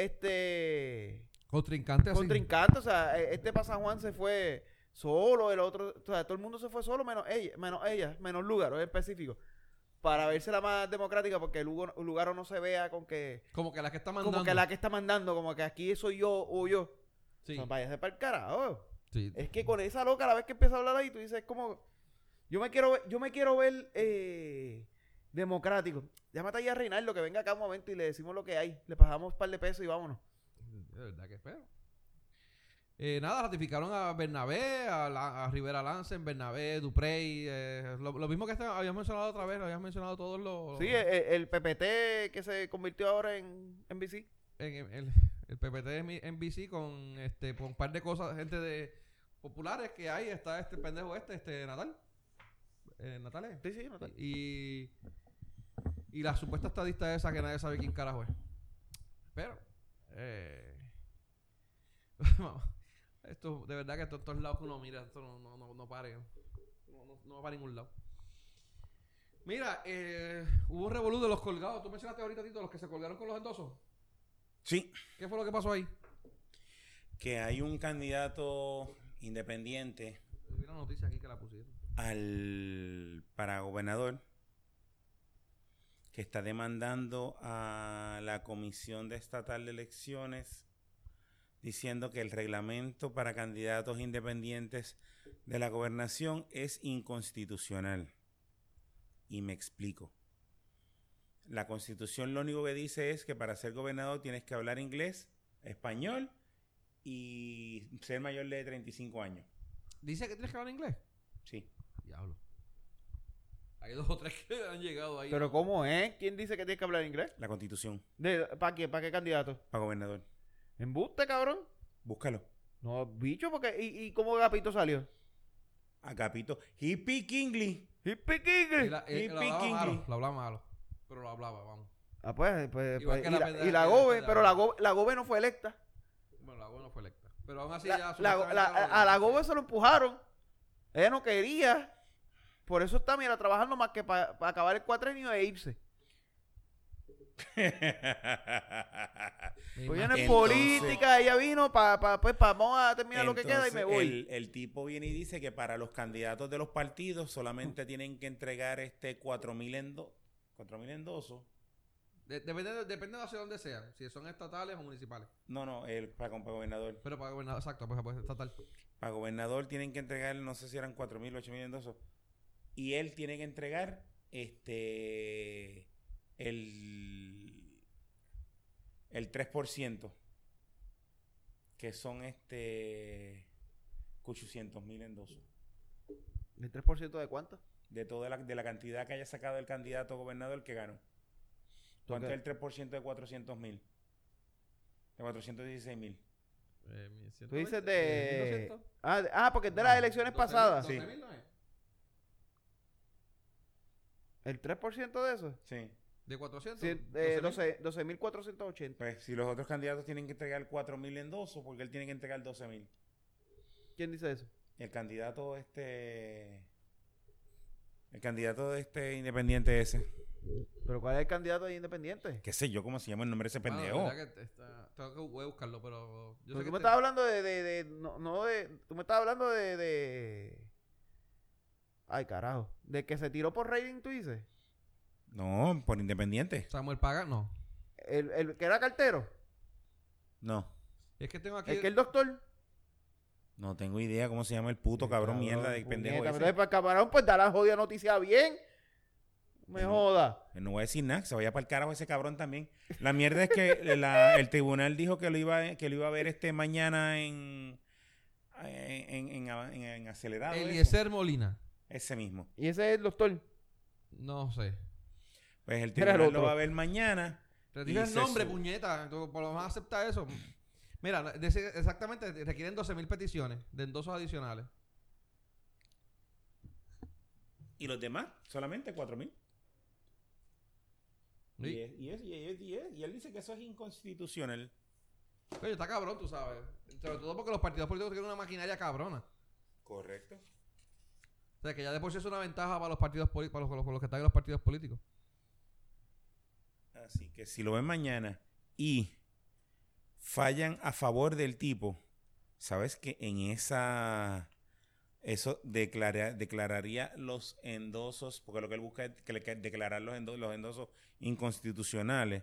C: este
B: Contrincante así.
C: contrincante. O sea, e- este Pasa Juan se fue solo, el otro, o sea, todo el mundo se fue solo, menos ella, menos ella, menos Lugaro en específico. Para verse la más democrática, porque Lugo- Lugaro no se vea con que.
B: Como que la que está mandando.
C: Como que la que está mandando, como que aquí soy yo o yo.
B: Sí,
C: No, váyase para el carajo.
B: sí.
C: Es que con esa loca, la vez que empieza a hablar ahí, tú dices, como. Yo me quiero ver, yo me quiero ver eh, democrático. Llámate ahí a Reinaldo que venga acá un momento y le decimos lo que hay. Le pasamos un par de pesos y vámonos.
B: De verdad que espero. Eh, nada, ratificaron a Bernabé, a, la- a Rivera Lansen, Bernabé, Duprey. eh, lo, lo mismo que este- habíamos mencionado otra vez, lo habíamos mencionado todos los.
C: Sí, eh. el, el PPT que se convirtió ahora en, en BC.
B: en- en- el, el PPT de mi- NBC con, este, con un par de cosas, gente de populares que hay. Está este pendejo este, este Natal. Eh, Natales.
C: Sí, sí, no te-
B: Y. Y la supuesta estadista esa que nadie sabe quién carajo es. Pero. eh, *laughs* vamos, esto, de verdad que esto en todos lados que uno mira, esto no, no, no, no pare. No, no- no va para ningún lado. Mira, eh, hubo un revolú de los colgados. Tú mencionaste ahorita, Tito, los que se colgaron con los endosos.
D: Sí,
B: ¿Qué fue lo que pasó ahí?
D: que hay un candidato independiente
B: Vi una noticia aquí que la pusieron.
D: al para gobernador que está demandando a la Comisión de Estatal de Elecciones diciendo que el reglamento para candidatos independientes de la gobernación es inconstitucional. Y me explico. La constitución lo único que dice es que para ser gobernador tienes que hablar inglés, español y ser mayor de 35 años.
B: Dice que tienes que hablar inglés.
D: Sí.
B: Diablo. Hay dos o tres que han llegado ahí.
C: Pero ¿cómo es? ¿Quién dice que tienes que hablar inglés?
D: La constitución
C: ¿De, ¿Para qué, ¿Para qué candidato?
D: para gobernador.
C: ¿Embuste, cabrón?
D: Búscalo.
C: No, bicho, porque. ¿Y, y cómo Gapito salió?
D: Agapito. He speak English.
C: *laughs* ¡Hippie
B: Él,
C: King!
B: él- él
D: Hippie
B: hablaba
D: Kingy.
B: malo, lo hablaba malo. Pero lo hablaba, vamos.
C: Ah, pues, pues,
B: Igual
C: pues,
B: que
C: y,
B: la
C: la,
B: pendeja
C: y la
B: que-
C: Gobe,
B: que-
C: pero la Gobe, la Gobe no fue electa.
B: Bueno, la Gobe no fue electa. Pero aún así
C: La-
B: ya...
C: la-
B: supuestamente
C: la-
B: ya lo-
C: a la Gobe se lo empujaron. Ella no quería. Por eso está, mira, trabajando más que para acabar el cuatrenio e irse.
B: Me
C: Pues
B: imagino.
C: ella no es
D: Entonces-
C: política, ella vino para, pues, pa- vamos a terminar lo que queda y me
D: Entonces,
C: voy.
D: El, el tipo viene y dice que para los candidatos de los partidos solamente tienen que entregar este 4.000 endo, 4.000 endosos.
B: De- depende, de- depende de hacia dónde sean. Si son estatales o municipales.
D: No, no, el, para, para gobernador.
B: Pero para gobernar... Exacto, pues, pues estatal.
D: Para gobernador tienen que entregar, no sé si eran 4.000 o 8.000 endosos. Y él tiene que entregar este el, el 3%, que son este 800.000 endosos.
C: ¿El 3% de cuánto?
D: de toda la, de la cantidad que haya sacado el candidato gobernador que ganó. ¿Cuánto
C: Ok.
D: es el 3% de 400 mil? De 416 mil.
A: Eh, mi ciento
C: Tú dices
A: veinte,
C: de...
A: 1200.
C: Ah, de- ah, porque es de las elecciones pasadas.
B: 12.000,
D: Sí.
B: 12.000 no es.
C: ¿El 3% de eso?
D: Sí.
B: De 400.
C: Sí, eh,
B: 12.000.
C: 12 12.480.
D: Pues si los otros candidatos tienen que entregar 4 mil endosos, porque él tiene que entregar 12 mil.
C: ¿Quién dice eso?
D: El candidato este... El candidato de este independiente ese.
C: ¿Pero cuál es el candidato de independiente?
D: ¿Qué sé yo cómo se llama el nombre de ese
B: Mano, de
D: pendejo?
B: Ah, verdad que está- tengo que voy a buscarlo, pero. Yo
C: Pero
B: sé
C: tú
B: que este-
C: me estabas hablando de... de, de- no, no de... Tú me estabas hablando de, de... Ay, carajo. ¿De que se tiró por rating, tú dices?
D: No, por independiente.
B: Samuel Pagano. No.
C: ¿El, el que era cartero?
D: No.
B: Es que tengo aquí.
C: ¿El que el doctor?
D: No tengo idea cómo se llama el puto
C: Sí,
D: cabrón,
C: cabrón,
D: mierda de pendejo
C: puñeta,
D: ese.
C: pero el camarón pues da la jodida noticia bien. Me
D: No.
C: joda.
D: Yo Eh, No voy a decir nada, que se vaya para el carajo ese cabrón también. La mierda es que *laughs* la- el tribunal dijo que lo iba, que lo iba a ver este mañana en en, en, en- en
A: Ah,
D: acelerado. eso.
B: Eliezer Molina.
D: Ese mismo.
C: Y ese es el doctor.
B: No sé.
D: Pues el
C: Era el
D: tribunal lo
C: otro.
D: va a ver mañana.
B: Retira
D: Y
B: el
D: se
B: nombre,
D: sub-
B: puñeta. Tú, por lo menos acepta eso. Mira, de ese- exactamente, requieren 12.000 peticiones de endosos adicionales.
D: ¿Y los demás? Solamente 4000.
B: Sí.
D: Y, es- y, es- y, es- y es- y él dice que eso es inconstitucional.
B: Coño, está cabrón, tú sabes. Sobre todo porque los partidos políticos tienen una maquinaria cabrona.
D: Correcto.
B: O sea, que ya de por sí es una ventaja para los partidos poli- para los, para los- para los que están en los partidos políticos.
D: Así que si lo ven mañana y fallan a favor del tipo, sabes que en esa eso declara- declararía los endosos, porque lo que él busca es que le- que declarar los, endo- los endosos inconstitucionales.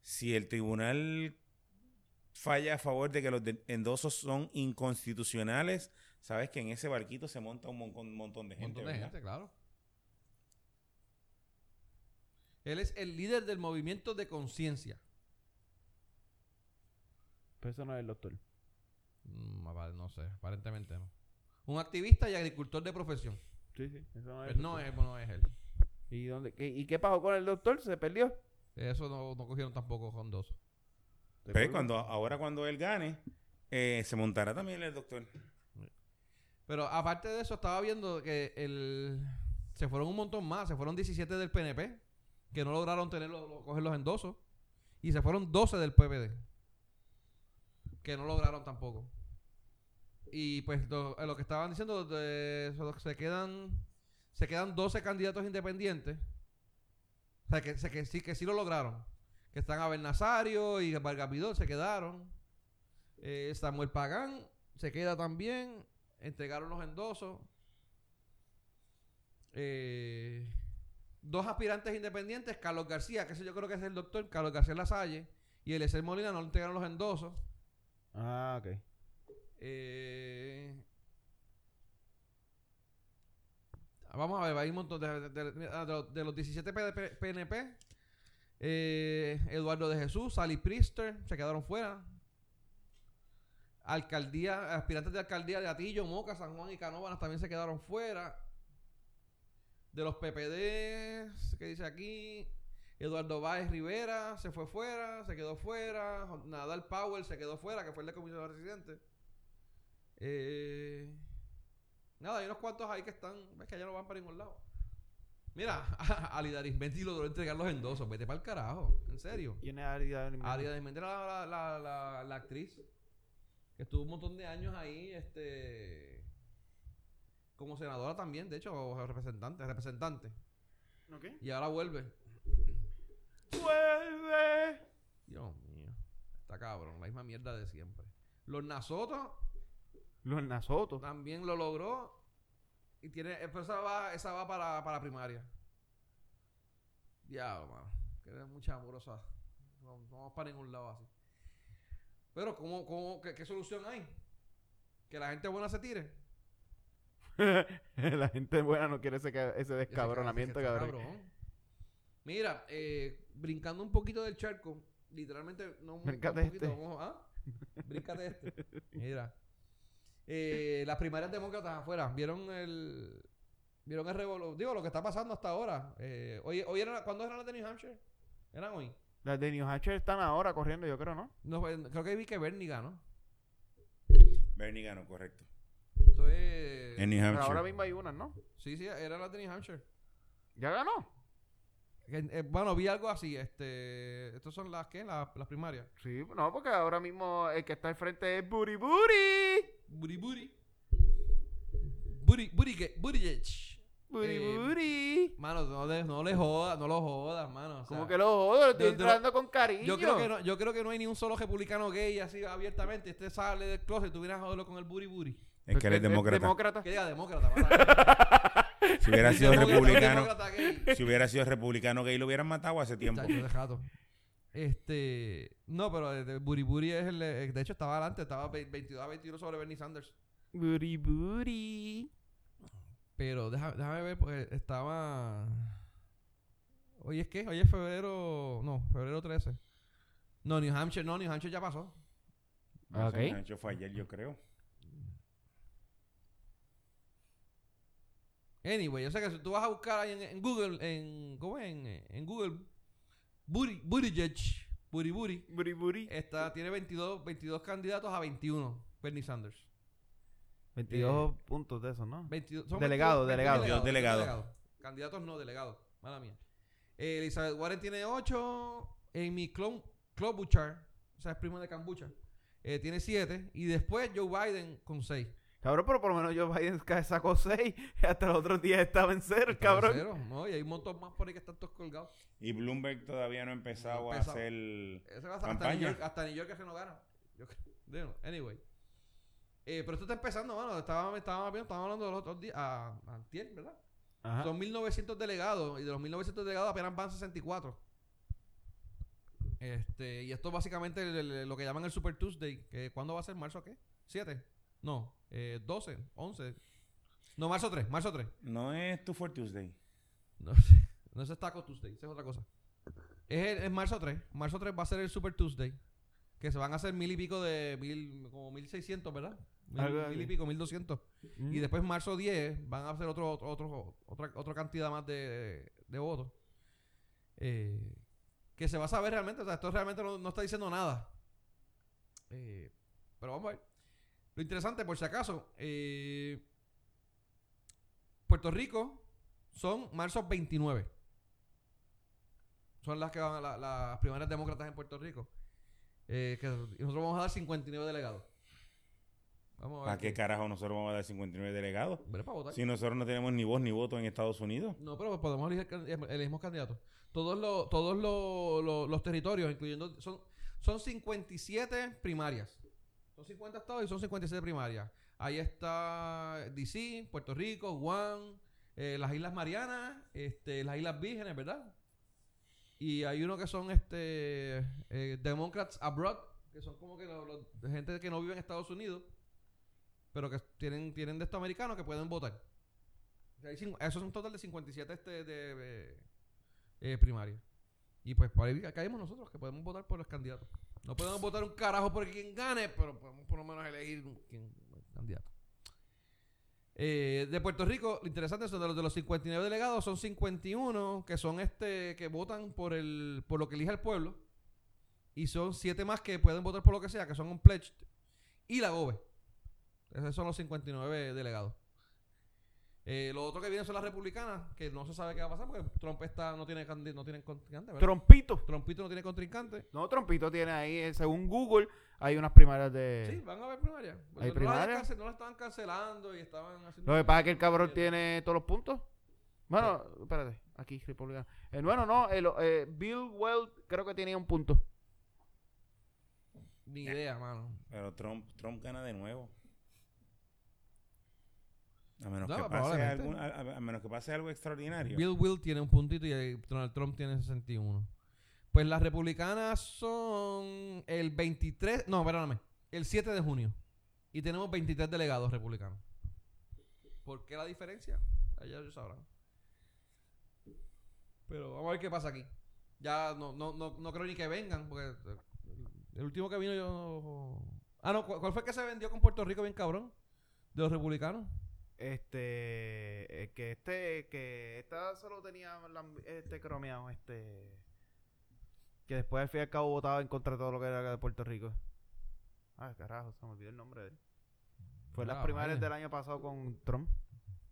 D: Si el tribunal falla a favor de que los de- endosos son inconstitucionales, sabes que en ese barquito se monta un mon- un montón de
B: Un
D: gente.
B: montón de
D: ¿verdad?
B: gente, claro. Él es el líder del movimiento de conciencia.
C: Pero eso no es el doctor.
B: Mm, apare- no sé, aparentemente no. Un activista y agricultor de profesión.
C: Sí, sí. Eso no es.
B: Pues no es, no es él.
C: ¿Y, dónde, qué, ¿Y qué pasó con el doctor? ¿Se perdió?
B: Eso no, no cogieron tampoco con dos.
C: Se
D: Pero
C: perdió.
D: Pues, cuando, ahora cuando él gane, eh, se montará también el doctor.
B: Pero aparte de eso, estaba viendo que el se fueron un montón más. Se fueron 17 del PNP, que no lograron tener los- los- coger los endosos. Y se fueron 12 del PPD, que no lograron tampoco. Y pues lo, a lo que estaban diciendo, de- solo que se quedan se quedan 12 candidatos independientes. O sea, que, se- que sí, que sí lo lograron. Que están Abel Nazario y Vargas Vidal se quedaron. Eh, Samuel Pagán se queda también entregaron los endosos. Eh, dos aspirantes independientes, Carlos García, que ese yo creo que es el doctor, Carlos García Lasalle, y Eliezer Molina no le entregaron los endosos.
C: Ah, ok.
B: Eh, vamos a ver, hay un montón de, de- de- de- ah, de los- de los 17 PDP PNP. eh, Eduardo de Jesús, Sally Priester se quedaron fuera. Alcaldía, aspirantes de alcaldía de Atillo, Moca, San Juan y Canóvanas también se quedaron fuera. De los PPD, ¿qué dice aquí? Eduardo Báez Rivera se fue fuera, se quedó fuera. Nadal Powell se quedó fuera, que fue el de comisionado residente. Eh, nada, hay unos cuantos ahí que están. Ves que ya no van para ningún lado. Mira, *laughs* a Alida Arismendi logró entregar los endosos. Vete para el carajo, en serio.
C: ¿Quién es Arida del
B: Alida Arismendi era la, la- la- la- la actriz que estuvo un montón de años ahí, este. Como senadora también, de hecho, o representante, representante. Y ahora vuelve.
C: ¡Vuelve!
B: Dios mío. Está cabrón, la misma mierda de siempre. Los Nasotos
C: Los Nasotos.
B: También lo logró. Y tiene. eh, Pero esa va, esa va para, para primaria. Diablo, mano. Que eres mucha amorosa. No, no vamos para ningún lado así. Pero, ¿cómo, cómo, qué, qué solución hay? ¿Que la gente buena se tire?
C: *laughs* La gente buena no quiere ese, ca- ese
B: Ese cabrón,
C: descabronamiento,
B: ese
C: cabrón.
B: cabrón. Mira, eh, brincando un poquito del charco, literalmente, no un-
C: Bríncate
B: un poquito,
C: este.
B: vamos, ¿ah? Bríncate
C: *laughs*
B: este. Mira. Eh, las primarias demócratas afuera, ¿vieron el, Vieron el revolú. Digo, lo que está pasando hasta ahora. Eh, hoy, hoy era, ¿Cuándo eran las de New Hampshire? ¿Eran hoy?
C: Las de New Hampshire están ahora corriendo, yo creo, ¿no?
B: No, pues, creo que vi que Bernie ganó.
D: Bernie ganó, correcto.
B: Eh, Esto es-
D: En New
C: Pero
D: Hampshire.
C: ahora mismo hay unas, ¿no?
B: Sí, sí, era las de New Hampshire.
C: ¿Ya ganó?
B: Eh, eh, bueno, vi algo así. Este, ¿Estos son las que? Las, las primarias.
C: Sí, no, porque ahora mismo el que está al frente es Buri Buri.
B: Buri Buri. Buri, buri, que- Buttigieg.
C: Buri
B: Eh,
C: Buri.
B: Mano, no, le- no le jodas, no lo jodas, mano. o sea,
C: Como que lo jodo, lo estoy
B: yo- yo-
C: tratando con cariño.
B: yo creo que no, yo creo que no hay ni un solo republicano gay así abiertamente. Este sale del closet y tú vienes a joderlo con el buri
C: *laughs*
B: buri.
D: Es que él es demócrata.
B: Que diga demócrata, mano.
D: Si hubiera sido
B: *laughs* Demócrata,
D: republicano,
B: demócrata gay.
D: si hubiera sido republicano gay, lo hubieran matado hace tiempo.
B: Chacho, de jato. Este. No, pero eh, de- Buri Buri es el. eh, De hecho, estaba adelante, estaba ve- 22 a 21 sobre Bernie Sanders.
C: Buri Buri.
B: Pero déjame, déjame ver, porque estaba. Hoy es que, hoy es febrero. No, febrero 13. No, New Hampshire, no, New Hampshire ya pasó.
D: No sé,
C: Ok.
D: Nacho fue ayer, yo creo.
B: Anyway, yo sé que si tú vas a buscar ahí en, en Google, en. ¿Cómo es? En, eh, en Google. Buri, Buttigieg, Buri Buri.
C: Buri Buri.
B: Está, tiene 22, 22 candidatos a 21. Bernie Sanders.
C: 22 puntos de eso, ¿no?
B: 22 son
C: Delegado,
B: 22
C: delegado.
D: Dios, delegado.
B: Candidatos no, delegados. Mala mía. Eh, Elizabeth Warren tiene 8. Amy Clon- Klobuchar, o sea, es primo de Cambucha, eh, tiene 7. Y después Joe Biden con 6.
C: Cabrón, pero por lo menos Joe Biden *laughs* ca- sacó 6. Hasta los otros días estaba en cero, cabrón.
B: ¿no? Y hay un montón más por ahí que están todos colgados.
D: Y Bloomberg todavía no ha empezado
B: No ha
D: a
B: empezado.
D: hacer.
B: Ese va a- hasta,
D: Campaña.
B: New York, hasta New York que se no gana. Yo creo. Digo, Anyway. Eh, pero esto está empezando, mano. Estábamos, estábamos, viendo- estábamos hablando de los otros días. A, antier, ¿verdad?
C: Ajá.
B: Son 1900 delegados y de los 1900 delegados apenas van 64. Este, y esto es básicamente el- el- lo que llaman el Super Tuesday. Que ¿Cuándo va a ser? ¿Marzo qué? ¿7? No, eh, 12, 11. No, marzo 3, marzo 3.
D: No es tu for Tuesday.
B: No, sé, no ese es Taco Tuesday, esa es otra cosa. Es, el- es marzo 3. Marzo 3 va a ser el Super Tuesday. Que se van a hacer mil y pico de. Mil, como 1600, ¿verdad?
C: Algo
B: Mil,
C: así.
B: mil y pico, 1200. Y después marzo 10 van a hacer otro, otro, otro- otra, otra cantidad más de, de votos. Eh, que se va a saber realmente. O sea, esto realmente no, no está diciendo nada. Eh, pero vamos a ver. Lo interesante, por si acaso, eh, Puerto Rico son marzo 29. Son las que van a la- las primarias demócratas en Puerto Rico. Eh, que nosotros vamos a dar 59 delegados. Vamos a ver.
D: ¿Para qué carajo nosotros vamos a dar 59 delegados?
B: Hombre, para votar.
D: Si nosotros no tenemos ni voz ni voto en Estados Unidos.
B: No, pero podemos elegir can- eh, elegimos candidatos. Todos los todos los- los- los territorios, incluyendo son son 57 primarias. Son 50 estados y son 57 primarias. Ahí está DC, Puerto Rico, Guam, eh, las Islas Marianas, este, las Islas Vírgenes, ¿verdad? Y hay uno que son este eh, Democrats Abroad, que son como que los, los- gente que no vive en Estados Unidos, pero que tienen tienen de estos americanos que pueden votar. Hay cinco- Eso es un total de 57 este, de, eh, eh, primarias. Y pues por ahí caemos nosotros, que podemos votar por los candidatos. No podemos votar un carajo por quien gane, pero podemos por lo menos elegir un quien- un candidato. Eh, de Puerto Rico, lo interesante son de los, de los 59 delegados, son 51 que son este que votan por el por lo que elija el pueblo. Y son 7 más que pueden votar por lo que sea, que son un pledge. Y la GOBE. E. Esos son los 59 delegados. Eh, lo otro que viene son las republicanas, que no se sabe qué va a pasar porque Trump está, no tiene candi- no tiene contrincante. ¿verdad?
C: Trompito.
B: Trumpito no tiene contrincante.
C: No, Trompito tiene ahí, eh, según Google, hay unas primarias de.
B: Sí, van a haber primarias.
C: Eh. ¿Hay
B: no, las hayan
C: primarias?
B: cance- no las estaban cancelando y estaban haciendo. eh,
C: Lo que pasa es que el cabrón tiene todos los puntos. Bueno, espérate, aquí republicano. Eh, bueno, no, el, eh, Bill Weld creo que tenía un punto.
B: Ni idea, mano.
D: Pero Trump, Trump gana de nuevo. A menos,
B: No,
D: que pase
B: probablemente.
D: algún- a, a- a menos que pase algo extraordinario.
B: Bill Will tiene un puntito y eh, Donald Trump tiene 61. Pues las republicanas son el 23. No, perdóname. El 7 de junio. Y tenemos 23 delegados republicanos. ¿Por qué la diferencia? Allá ellos sabrán. Pero vamos a ver qué pasa aquí. Ya no, no, no, no creo ni que vengan, porque eh, el último que vino yo. Ah, no, ¿cu- ¿cuál fue el que se vendió con Puerto Rico bien cabrón? De los republicanos.
C: Este, eh, que este, que esta solo tenía lam- este cromeado, este, que después al fin y al cabo votaba en contra de todo lo que era de Puerto Rico. Ah, carajo, se me olvidó el nombre de él. Fue en las
B: Ah,
C: primarias
B: vaya.
C: del año pasado con Trump.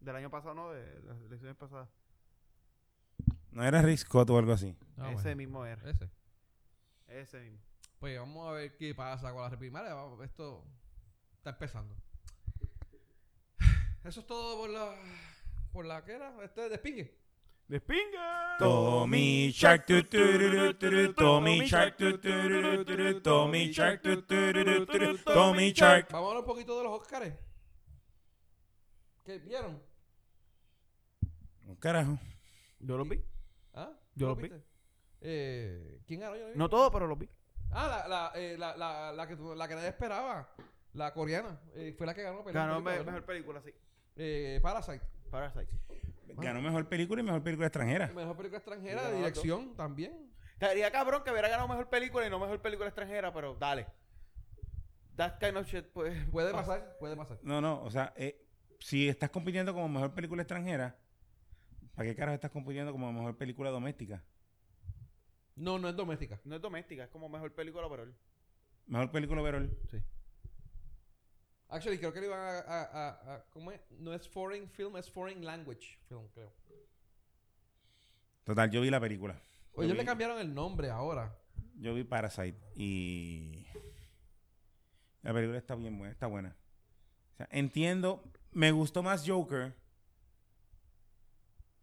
C: Del año pasado, no, de las elecciones pasadas.
D: No era Rick Scott o algo así.
B: Ah,
C: ese
B: bueno.
C: mismo era.
B: Ese.
C: Ese mismo.
B: Pues vamos a ver qué pasa con las primarias. Vamos, Esto está empezando. *sighs* Eso es todo por la. ¿Por la que era? Este despingue.
C: ¡Despinga!
D: Tommy Shark, tu, tu, ru, ru, tu, ru, Tommy Shark, tu, tu, ru, ru, tu, ru, Tommy Shark, tu, tu, ru, ru, tu, ru, Tommy Shark.
B: Vamos a hablar un poquito de los Oscars. ¿Qué vieron?
D: Un carajo.
C: Yo los vi.
B: ¿Ah?
C: Yo
B: ¿Lo
C: los vi.
B: viste? Eh, ¿Quién ganó? Yo vi.
C: No todos, pero los vi.
B: Ah, la, la, eh, la, la, la, que, tú- la que nadie esperaba. La coreana. eh, fue la que ganó. película,
C: Ganó me-
B: ¿verdad?
C: mejor película, sí.
B: Eh, Parasite.
C: Parasite.
D: Ganó mejor película y mejor película extranjera.
B: Mejor película
C: Y
B: extranjera.
C: ganó
B: Dirección también.
C: Estaría cabrón que hubiera ganado mejor película y no mejor película extranjera, pero dale. That kind of shit, pues.
B: Puede pasar, puede pasar.
D: No, no, o sea, eh, si estás compitiendo como mejor película extranjera, ¿para qué carajo estás compitiendo como mejor película doméstica?
B: No, no es doméstica.
C: No es doméstica, es como mejor película, pero.
D: Mejor película overall.
B: Actually, creo que le iban a, a, a- a- ¿Cómo es? No es foreign film, es foreign language film, creo.
D: Total, yo vi la película.
B: O ellos
D: vi-
B: le cambiaron el nombre ahora.
D: Yo vi Parasite y la película está bien buena, está buena. O sea, entiendo, me gustó más Joker,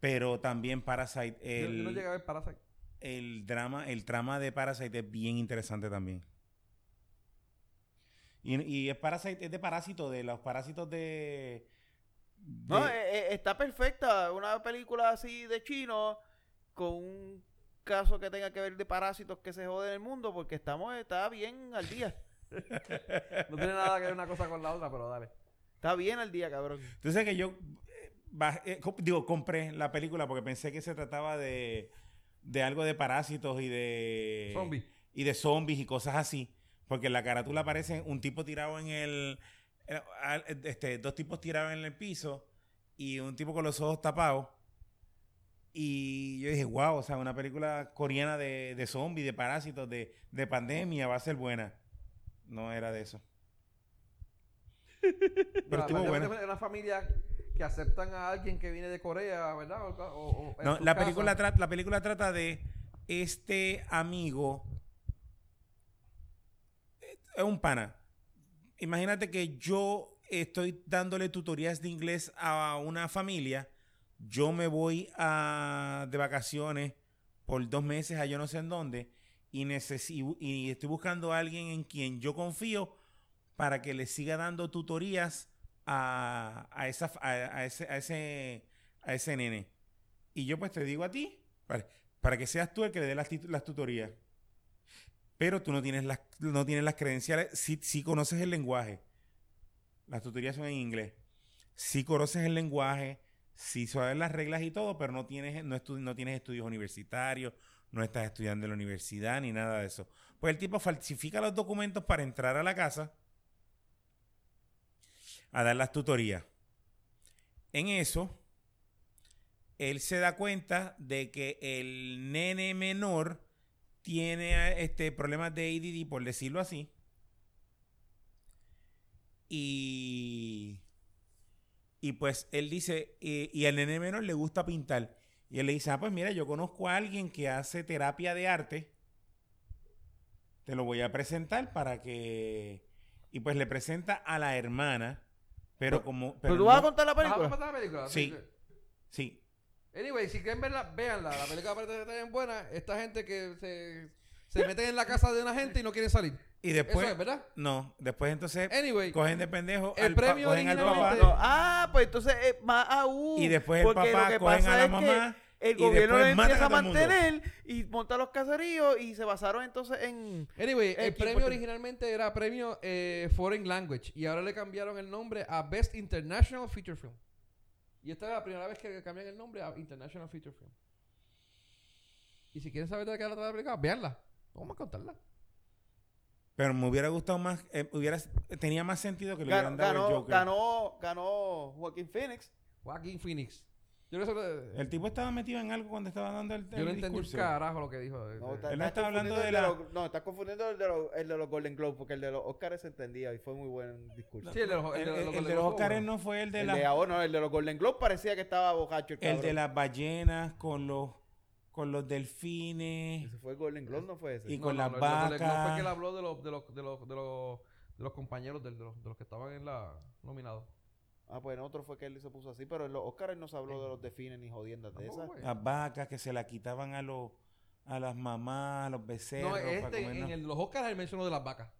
D: pero también Parasite,
B: Yo- Yo, no
D: el,
B: llegué a ver Parasite.
D: el drama, el trama de Parasite es bien interesante también. Y, y es Parasite, es de parásito, de los parásitos de, de-
C: No, eh, eh, está perfecta. Una película así de chino con un caso que tenga que ver de parásitos que se joden el mundo porque estamos está bien al día.
B: No tiene nada que ver una cosa con la otra, pero dale.
C: Está bien al día, cabrón.
D: Tú sabes que yo, eh, baj- eh, co- digo, compré la película porque pensé que se trataba de, de algo de parásitos y de...
B: Zombie.
D: Y de zombies y cosas así. Porque en la carátula aparece un tipo tirado en el... eh, al- Este, dos tipos tirados en el piso y un tipo con los ojos tapados. Y yo dije, wow, o sea, una película coreana de, de zombies, de parásitos, de, de pandemia, va a ser buena. No era de eso. Pero
B: La-
D: estuvo
B: la-
D: buena.
B: Una, familia que aceptan a alguien que viene de Corea, ¿verdad? O- o- o en
D: No,
B: su
D: la
B: casa.
D: película, tra- la película trata de este amigo. eh, Es un pana. Imagínate que yo estoy dándole tutorías de inglés a una familia. Yo me voy a, de vacaciones por dos meses a yo no sé en dónde. Y, necesi- y estoy buscando a alguien en quien yo confío para que le siga dando tutorías a, a, esa, a, a ese, a, ese, a ese nene. Y yo pues te digo a ti, para, para que seas tú el que le dé las, tit- las tutorías. Pero tú no tienes las, no tienes las credenciales, sí, sí conoces el lenguaje. Las tutorías son en inglés. Sí conoces el lenguaje, sí sabes las reglas y todo, pero no tienes, no, estu- no tienes estudios universitarios, no estás estudiando en la universidad ni nada de eso. Pues el tipo falsifica los documentos para entrar a la casa a dar las tutorías. En eso, él se da cuenta de que el nene menor tiene ah, este, problemas de ADD, por decirlo así. Y, y pues él dice, eh, y al nene menor le gusta pintar. Y él le dice, ah, pues mira, yo conozco a alguien que hace terapia de arte. Te lo voy a presentar para que... Y pues le presenta a la hermana, pero como...
C: Pero, tú vas a
D: no-
C: contar la
B: Ajá,
C: película.
B: ¿vas a ver Ah, la película?
D: Sí. Sí,
B: Anyway, si quieren verla, véanla. La película aparte de que está bien buena. Esta gente que se, se meten en la casa de una gente y no quieren salir.
D: Y después.
B: Eso es, ¿verdad?
D: No, después entonces
B: Anyway,
D: cogen de pendejo
B: el
D: al pa-
B: premio
D: cogen al papá
B: originalmente- "Ah,
C: No, Ah, pues entonces eh, más aún.
D: y después el
C: porque lo
D: papá
C: que
D: cogen
C: pasa
D: a la
C: es que
D: mamá.
C: el
D: y
C: gobierno lo
D: después matan
C: empieza
D: a
C: a
D: todo el mundo.
C: mantener y monta los caseríos y se basaron entonces en
B: Anyway, el
C: Eh, qué
B: premio
C: importante.
B: originalmente era premio eh, Foreign Language y ahora le cambiaron el nombre a Best International Feature Film. Y esta es la primera vez que le cambian el nombre a International Feature Film. Y si quieren saber de qué trata la película, véanla. Vamos a contarla.
D: Pero me hubiera gustado más, eh, hubiera, tenía más sentido que le
C: Ganó,
D: hubieran dado el
C: ganó,
D: Joker.
C: ganó, ganó Joaquín Phoenix.
B: Joaquín Phoenix. Yo no, sé-
D: El tipo estaba metido en algo cuando estaba dando el,
B: yo no
D: el
B: entendí un
D: discurso.
B: carajo lo que dijo. Eh,
C: No,
B: eh,
C: está-
D: Él no
C: está
D: está hablando
C: confundiendo
D: de
C: el
D: la-
C: los- no, está confundiendo el de, los, el de los Golden Globe, porque el de los Oscars se entendía y fue muy buen discurso.
B: Sí, el de los,
D: El,
B: el de los-
D: el- el
B: los-
D: de los
B: los-
D: Oscars no fue el de
C: el
D: la
C: de ahora, no, el de los Golden Globe parecía que estaba bojacho el
D: El
C: cabrón.
D: de las ballenas con los con los delfines.
C: Ese fue el Golden Globe, no fue ese.
D: Y- con las
B: el- el- el- No fue
D: vacas.
B: que él habló de los, de los, de los, de los, de los compañeros del- de los, de los que estaban en la nominados.
C: Ah, pues en otro fue que él se puso así, pero en los Oscars no se habló de los defines ni jodiendas de
B: Tampoco,
C: esas.
B: güey.
D: Las vacas que se la quitaban a los a las mamás, a los becerros.
B: No,
D: para
B: este,
D: comer,
B: en
D: ¿no?
B: el, los Oscars él mencionó de las vacas.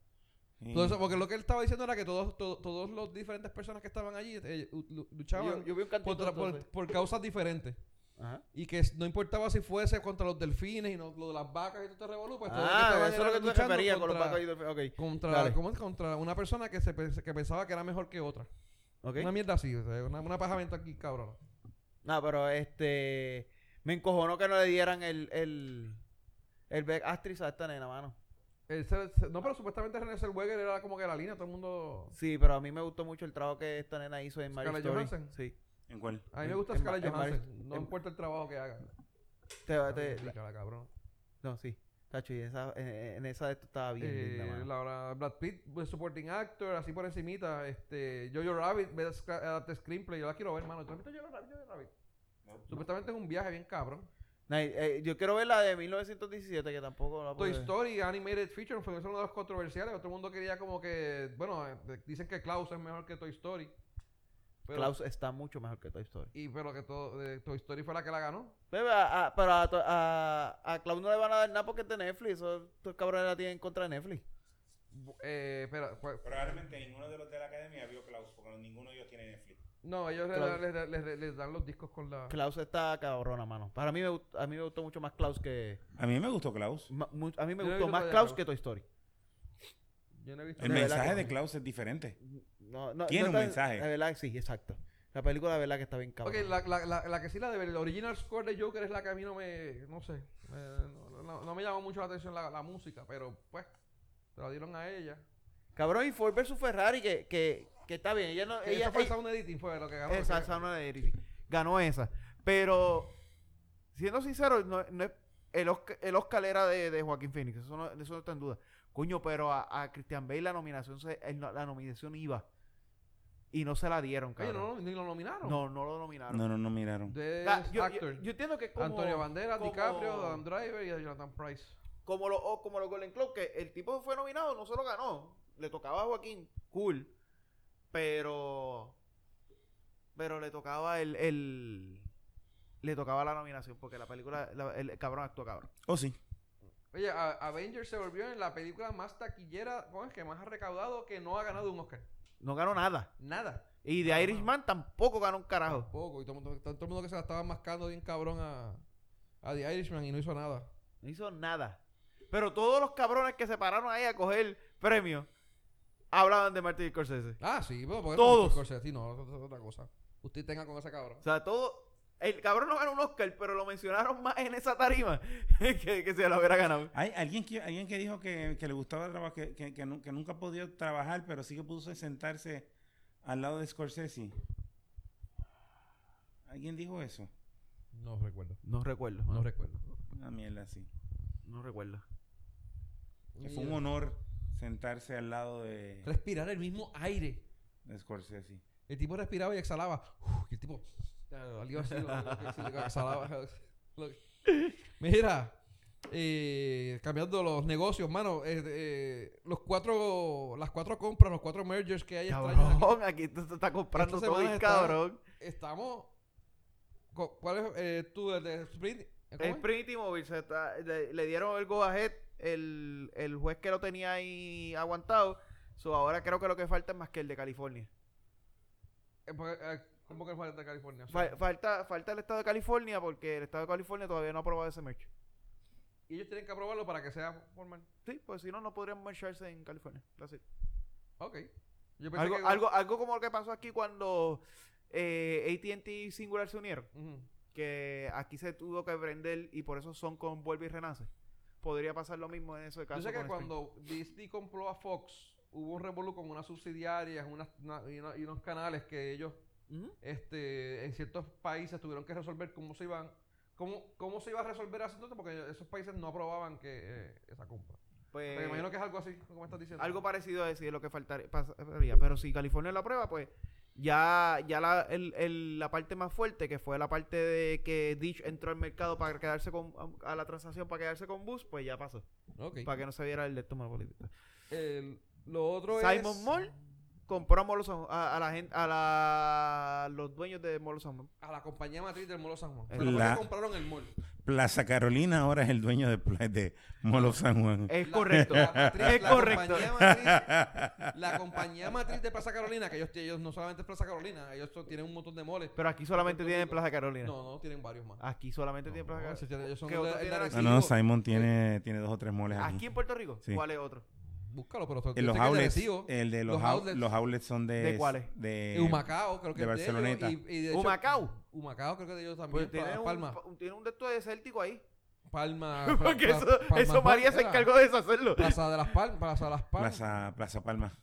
D: Sí.
B: Entonces, porque lo que él estaba diciendo era que todos, to- todos los diferentes personas que estaban allí eh, u- lu- luchaban
C: Yo, yo vi un cantito.
B: contra- por,
C: entonces.
B: por causas diferentes.
C: Ajá.
B: Y que s- no importaba si fuese contra los delfines y no, lo de las vacas y todo este revolú, pues todos
C: Ah,
B: estaban
C: eso es lo que
B: eran
C: tú te
B: luchando
C: referías con los
B: contra-
C: vacas y delfines.
B: Contra,
C: Dale.
B: ¿cómo es? contra una persona que, se, pe- que pensaba que era mejor que otra.
C: Ok.
B: Una
C: ok.
B: mierda así, o sea, una, una pajamento aquí, cabrón.
C: No, Ah, pero este. Me encojonó que no le dieran el. El, el Beck Astris a esta nena, mano.
B: Él se- se- no, pero supuestamente René Zellweger era como que la línea, todo el mundo...
C: Sí, pero a mí me gustó mucho el trabajo que esta nena hizo en Mary
B: ¿Scarlett
C: Story.
B: Johansson?
C: Sí.
D: ¿En cuál?
B: A mí me
C: En-
B: gusta
C: en
B: Scarlett
C: Mar- en Mar-
B: Johansson, no
C: en-
B: importa el trabajo que haga.
C: Te,
B: Ah,
C: va- te- la-
B: Cara, cabrón.
C: no, sí. Tacho, y esa, eh, en esa de esto estaba bien. linda,
B: Eh,
C: mano.
B: Laura Brad Pitt, pues, supporting actor, así por encimita, este, Jojo Rabbit, ve sc- adapta screenplay, yo la quiero ver, mano. ¿Tú has visto Jojo Rabbit? Jojo Rabbit? Supuestamente es un viaje bien cabrón.
C: No, y, eh, yo quiero ver la de 1917, que tampoco la
B: Toy
C: pude ver.
B: Story Animated Feature fue uno de los controversiales. Todo el mundo quería como que, bueno, eh, dicen que Klaus es mejor que Toy Story. Pero,
C: Klaus está mucho mejor que Toy Story.
B: Y pero que todo, eh, Toy Story fue la que la ganó.
C: Bebe, a, a- pero a, to- a, a Klaus no le van a dar nada porque es de Netflix. Eso, estos cabrones la tienen contra de Netflix.
B: Bu- Eh, espera, fue-
D: Probablemente ninguno de los de la academia vio Klaus, porque ninguno de ellos tiene Netflix.
B: no, ellos le-
C: Klaus.
B: les, les- les- les dan los discos con la...
C: Klaus está cabrona, mano. Para mí me, gust- a mí me gustó mucho más Klaus que...
D: A mí me gustó Klaus.
C: ma- mu- a mí me
B: Yo no he
C: gustó
B: visto
C: más
B: todavía
C: Klaus
B: Klaus.
C: que Toy Story.
B: Yo no he visto...
D: El
C: De verdad
D: mensaje
C: que
D: de
C: sí.
D: Klaus es diferente.
C: No, no,
D: Tiene
C: no
D: un
C: está-
D: mensaje.
C: La verdad, sí, exacto. La película, la verdad, que está bien
B: Ok,
C: cabrona.
B: la, la, la, la que sí, la de el original score de Joker es la que a mí no me... No sé. me- no, no- no me llamó mucho la atención la, la música, pero pues, se la dieron a ella.
C: Cabrón, y Ford versus Ferrari, que, que, que está bien. Ella no...
B: Sí,
C: Ella,
B: eso fue
C: ella-
B: Sound Editing, fue lo que ganó.
C: Esa,
B: Creo que-
C: esa no la de Erisi. Ganó esa. Pero, siendo sincero, no, no es- el, Oscar, el Oscar era de, de Joaquín Phoenix. Eso no, eso no está en duda. Coño, pero a, a Christian Bale la nominación, se- el- la nominación iba. Y no se la dieron,
B: Oye,
C: cabrón.
B: no, no, ni lo nominaron.
C: no, no lo nominaron.
D: No, no, no miraron.
B: De
C: Ah, yo, yo-
B: actor.
C: yo entiendo que como...
B: Antonio Banderas,
C: como-
B: DiCaprio, Adam Driver y Jonathan Price.
C: como los o- como los Golden Globe, que el tipo fue nominado, no se lo ganó. Le tocaba a Joaquín, cool. Pero. Pero le tocaba el. el- le tocaba la nominación, porque la película. la- el, cabrón actuó cabrón.
D: Oh, sí.
B: Oye, a- Avengers se volvió en la película más taquillera, ¿cómo es que más ha recaudado que no ha ganado un Oscar?
C: No ganó nada.
B: Nada.
C: Y de
B: Ah,
C: Irishman tampoco ganó un carajo.
B: Poco. Y todo, el mundo- todo el mundo que se la estaba mascando bien cabrón a, a The Irishman y no hizo nada.
C: No hizo nada. Pero todos los cabrones que se pararon ahí a coger premios hablaban de Martin Scorsese.
B: Ah, sí, bueno, porque
C: Todos.
B: No, Scorsese, no, eso es otra cosa. Usted tenga con ese cabrón.
C: O sea, todo. El cabrón no ganó un Oscar, pero lo mencionaron más en esa tarima *laughs* que, que se lo hubiera ganado.
D: Hay alguien que, alguien que dijo que, que le gustaba trabajar, que, que, que nu- que nunca ha podido trabajar, pero sí que pudo sentarse al lado de Scorsese. ¿Alguien dijo eso?
B: No recuerdo.
C: No recuerdo.
B: No recuerdo.
D: Una mierda así.
C: No recuerdo.
D: Que fue un honor sentarse al lado de,
B: Respirar el mismo aire.
D: de Scorsese.
B: El tipo respiraba y exhalaba. Uf, y el tipo. Salió así, lo- lo que exhalaba, lo que exhalaba. *laughs* Lo que- Mira, eh, cambiando los negocios, mano. eh, eh, los cuatro, las cuatro compras, los cuatro mergers que hay extraños aquí.
C: Cabrón, aquí tú te estás comprando
B: Esta
C: todo
B: semana
C: el
B: está-
C: cabrón.
B: Estamos. co- ¿Cuál es eh, tú, el de Sprint? ¿Cómo es?
C: El Pretty Mobile se está- le, le dieron el go ahead. El, el juez que lo tenía ahí aguantado. So ahora creo que lo que falta es más que el de California.
B: Eh, porque, eh, ¿Cómo que fue el de California? O sea,
C: Fa- falta, falta el estado de California porque el estado de California todavía no ha aprobado ese merch.
B: y ellos tienen que aprobarlo para que sea formal.
C: Sí, pues si no, no podrían marcharse en California. That's it.
B: Ok. Yo
C: Algo,
B: que-
C: algo, algo como lo que pasó aquí cuando eh, ATT y Singular se unieron.
B: Ujú.
C: que aquí se tuvo que prender y por eso son con Vuelve y Renace. podría pasar lo mismo en ese caso.
B: Yo sé que
C: con este. Spring.
B: cuando Disney compró a Fox, hubo un revolú con unas subsidiarias unas- una- y, una- y unos canales que ellos
C: Ujú.
B: este, en ciertos países tuvieron que resolver cómo se iban. ¿Cómo, ¿Cómo se iba a resolver ese asunto? Porque esos países no aprobaban que eh, esa compra.
C: Pues,
B: Pero me imagino que es algo así, como estás diciendo.
C: Algo parecido a decir lo que faltaría, pasaría. Pero si California la prueba, pues ya, ya la, el- el- la parte más fuerte, que fue la parte de que Dish entró al mercado para quedarse con a la transacción para quedarse con Bus, pues ya pasó.
B: Ok.
C: Para que no se viera el de estos monopolistas.
B: El- lo otro es.
C: Simon Moll compró a, Molo San- a, a la gente, a la- los dueños de Molo San Juan.
B: A la compañía matriz del Molo San Juan.
C: El-
B: Pero fue que
D: La-
B: compraron el mall.
D: Plaza Carolina ahora es el dueño de, Pla- de Molo San Juan.
C: Es
B: La- *laughs*
C: correcto.
B: la matriz-
C: es
B: la
C: correcto.
B: compañía
D: *laughs*
B: matriz- la compañía matriz de Plaza Carolina, que ellos, ellos no solamente es Plaza Carolina, ellos son- tienen un montón de moles.
C: Pero aquí solamente
B: Puerto
C: tiene
B: Rico.
C: Plaza Carolina.
B: No, no, tienen varios más.
C: Aquí solamente tiene Plaza
B: No,
C: Carolina.
B: si tiene- ellos son
C: ¿Qué
B: de-
C: otro
B: de
C: tiene
B: Arecibo.
D: No, no,
B: eh,
D: Simon tiene, tiene dos o tres moles
C: Aquí
D: aquí.
C: en Puerto Rico.
D: Sí.
C: ¿Cuál es otro?
B: Búscalo, pero son- yo
D: En los eh,
B: sé que es de
D: outlets,
B: Arecibo,
D: el de los,
B: los
D: ou-
B: outlets.
D: los outlets son de...
C: ¿De cuáles?
D: De
B: y Humacao, creo que
D: de
B: es ellos,
D: Barceloneta.
B: y- y de hecho-
C: Humacao.
B: Humacao creo que de ellos también.
C: Pues tiene
B: Pa-
C: un,
B: Palma.
C: pa- tiene un de estos de céltico ahí. *laughs*
B: Palma.
C: Porque
B: Pla-
C: eso,
B: Palma
C: eso
B: Juan,
C: María se
B: ¿verdad?
C: encargó de deshacerlo.
B: Plaza de las Palmas. Plaza de las Palmas. Plaza,
D: Plaza,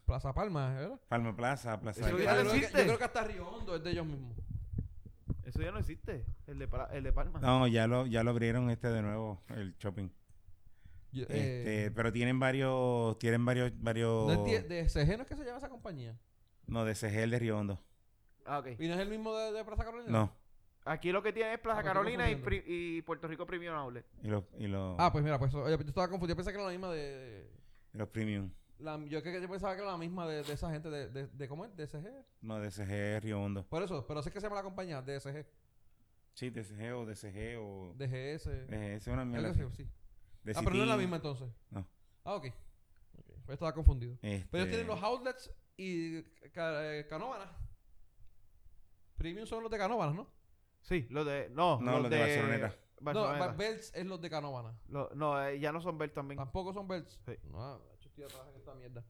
D: Plaza Palma.
B: Palma, ¿verdad?
D: Palma Plaza, Plaza...
C: Eso
B: Yo
C: ya no
B: creo que-
C: existe.
B: Yo creo que hasta Río Hondo es de ellos mismos.
C: Eso ya no existe. El de, Pala- el de Palma.
D: No, ya lo, ya lo abrieron este de nuevo, el shopping.
B: Yo-
D: Este,
B: eh,
D: pero tienen varios, tienen varios, varios...
B: no es tie- de Segeno es que se llama esa compañía.
D: No, de CGL de Riondo.
C: Ah, ok.
B: ¿Y no es el mismo de, de Plaza Carolina?
D: No.
C: Aquí lo que tiene es Plaza
B: Ah, me estoy
C: Carolina y,
B: confundiendo.
C: pri- y Puerto Rico Premium Outlet.
D: Y los, y los,
B: Ah, pues mira, pues oye, yo estaba confundido. Yo pensaba que era la misma de. de-
D: y los premium.
B: la- yo, creo que yo pensaba que era la misma de, de esa gente de, de, de- ¿Cómo es? DSG.
D: No, de CGL Riondo.
B: Por eso, pero así es que se llama la compañía, DSG.
D: Sí, DCG o DCG o...
B: DGS.
D: Eh, esa es una mierda.
B: algo
D: así.
B: así, sí.
D: De
B: Ah, pero no es la
D: City,
B: misma entonces.
D: No.
B: Ah, ok. Ok, Pues estaba confundido. Pero ellos
D: este,
B: tienen los outlets y ca- eh, canóvanas. Premium son los de canóvanas, ¿no?
C: Sí, los de. No,
D: No,
C: los,
D: los
C: de.
D: de Barceloneta.
C: Barceloneta.
B: No, Ba- Belts es los de canóvanas.
C: Lo- no, eh, ya no son Bell también.
B: Tampoco son Belts.
C: Sí.
B: No, ah, yo estoy atrás en esta mierda.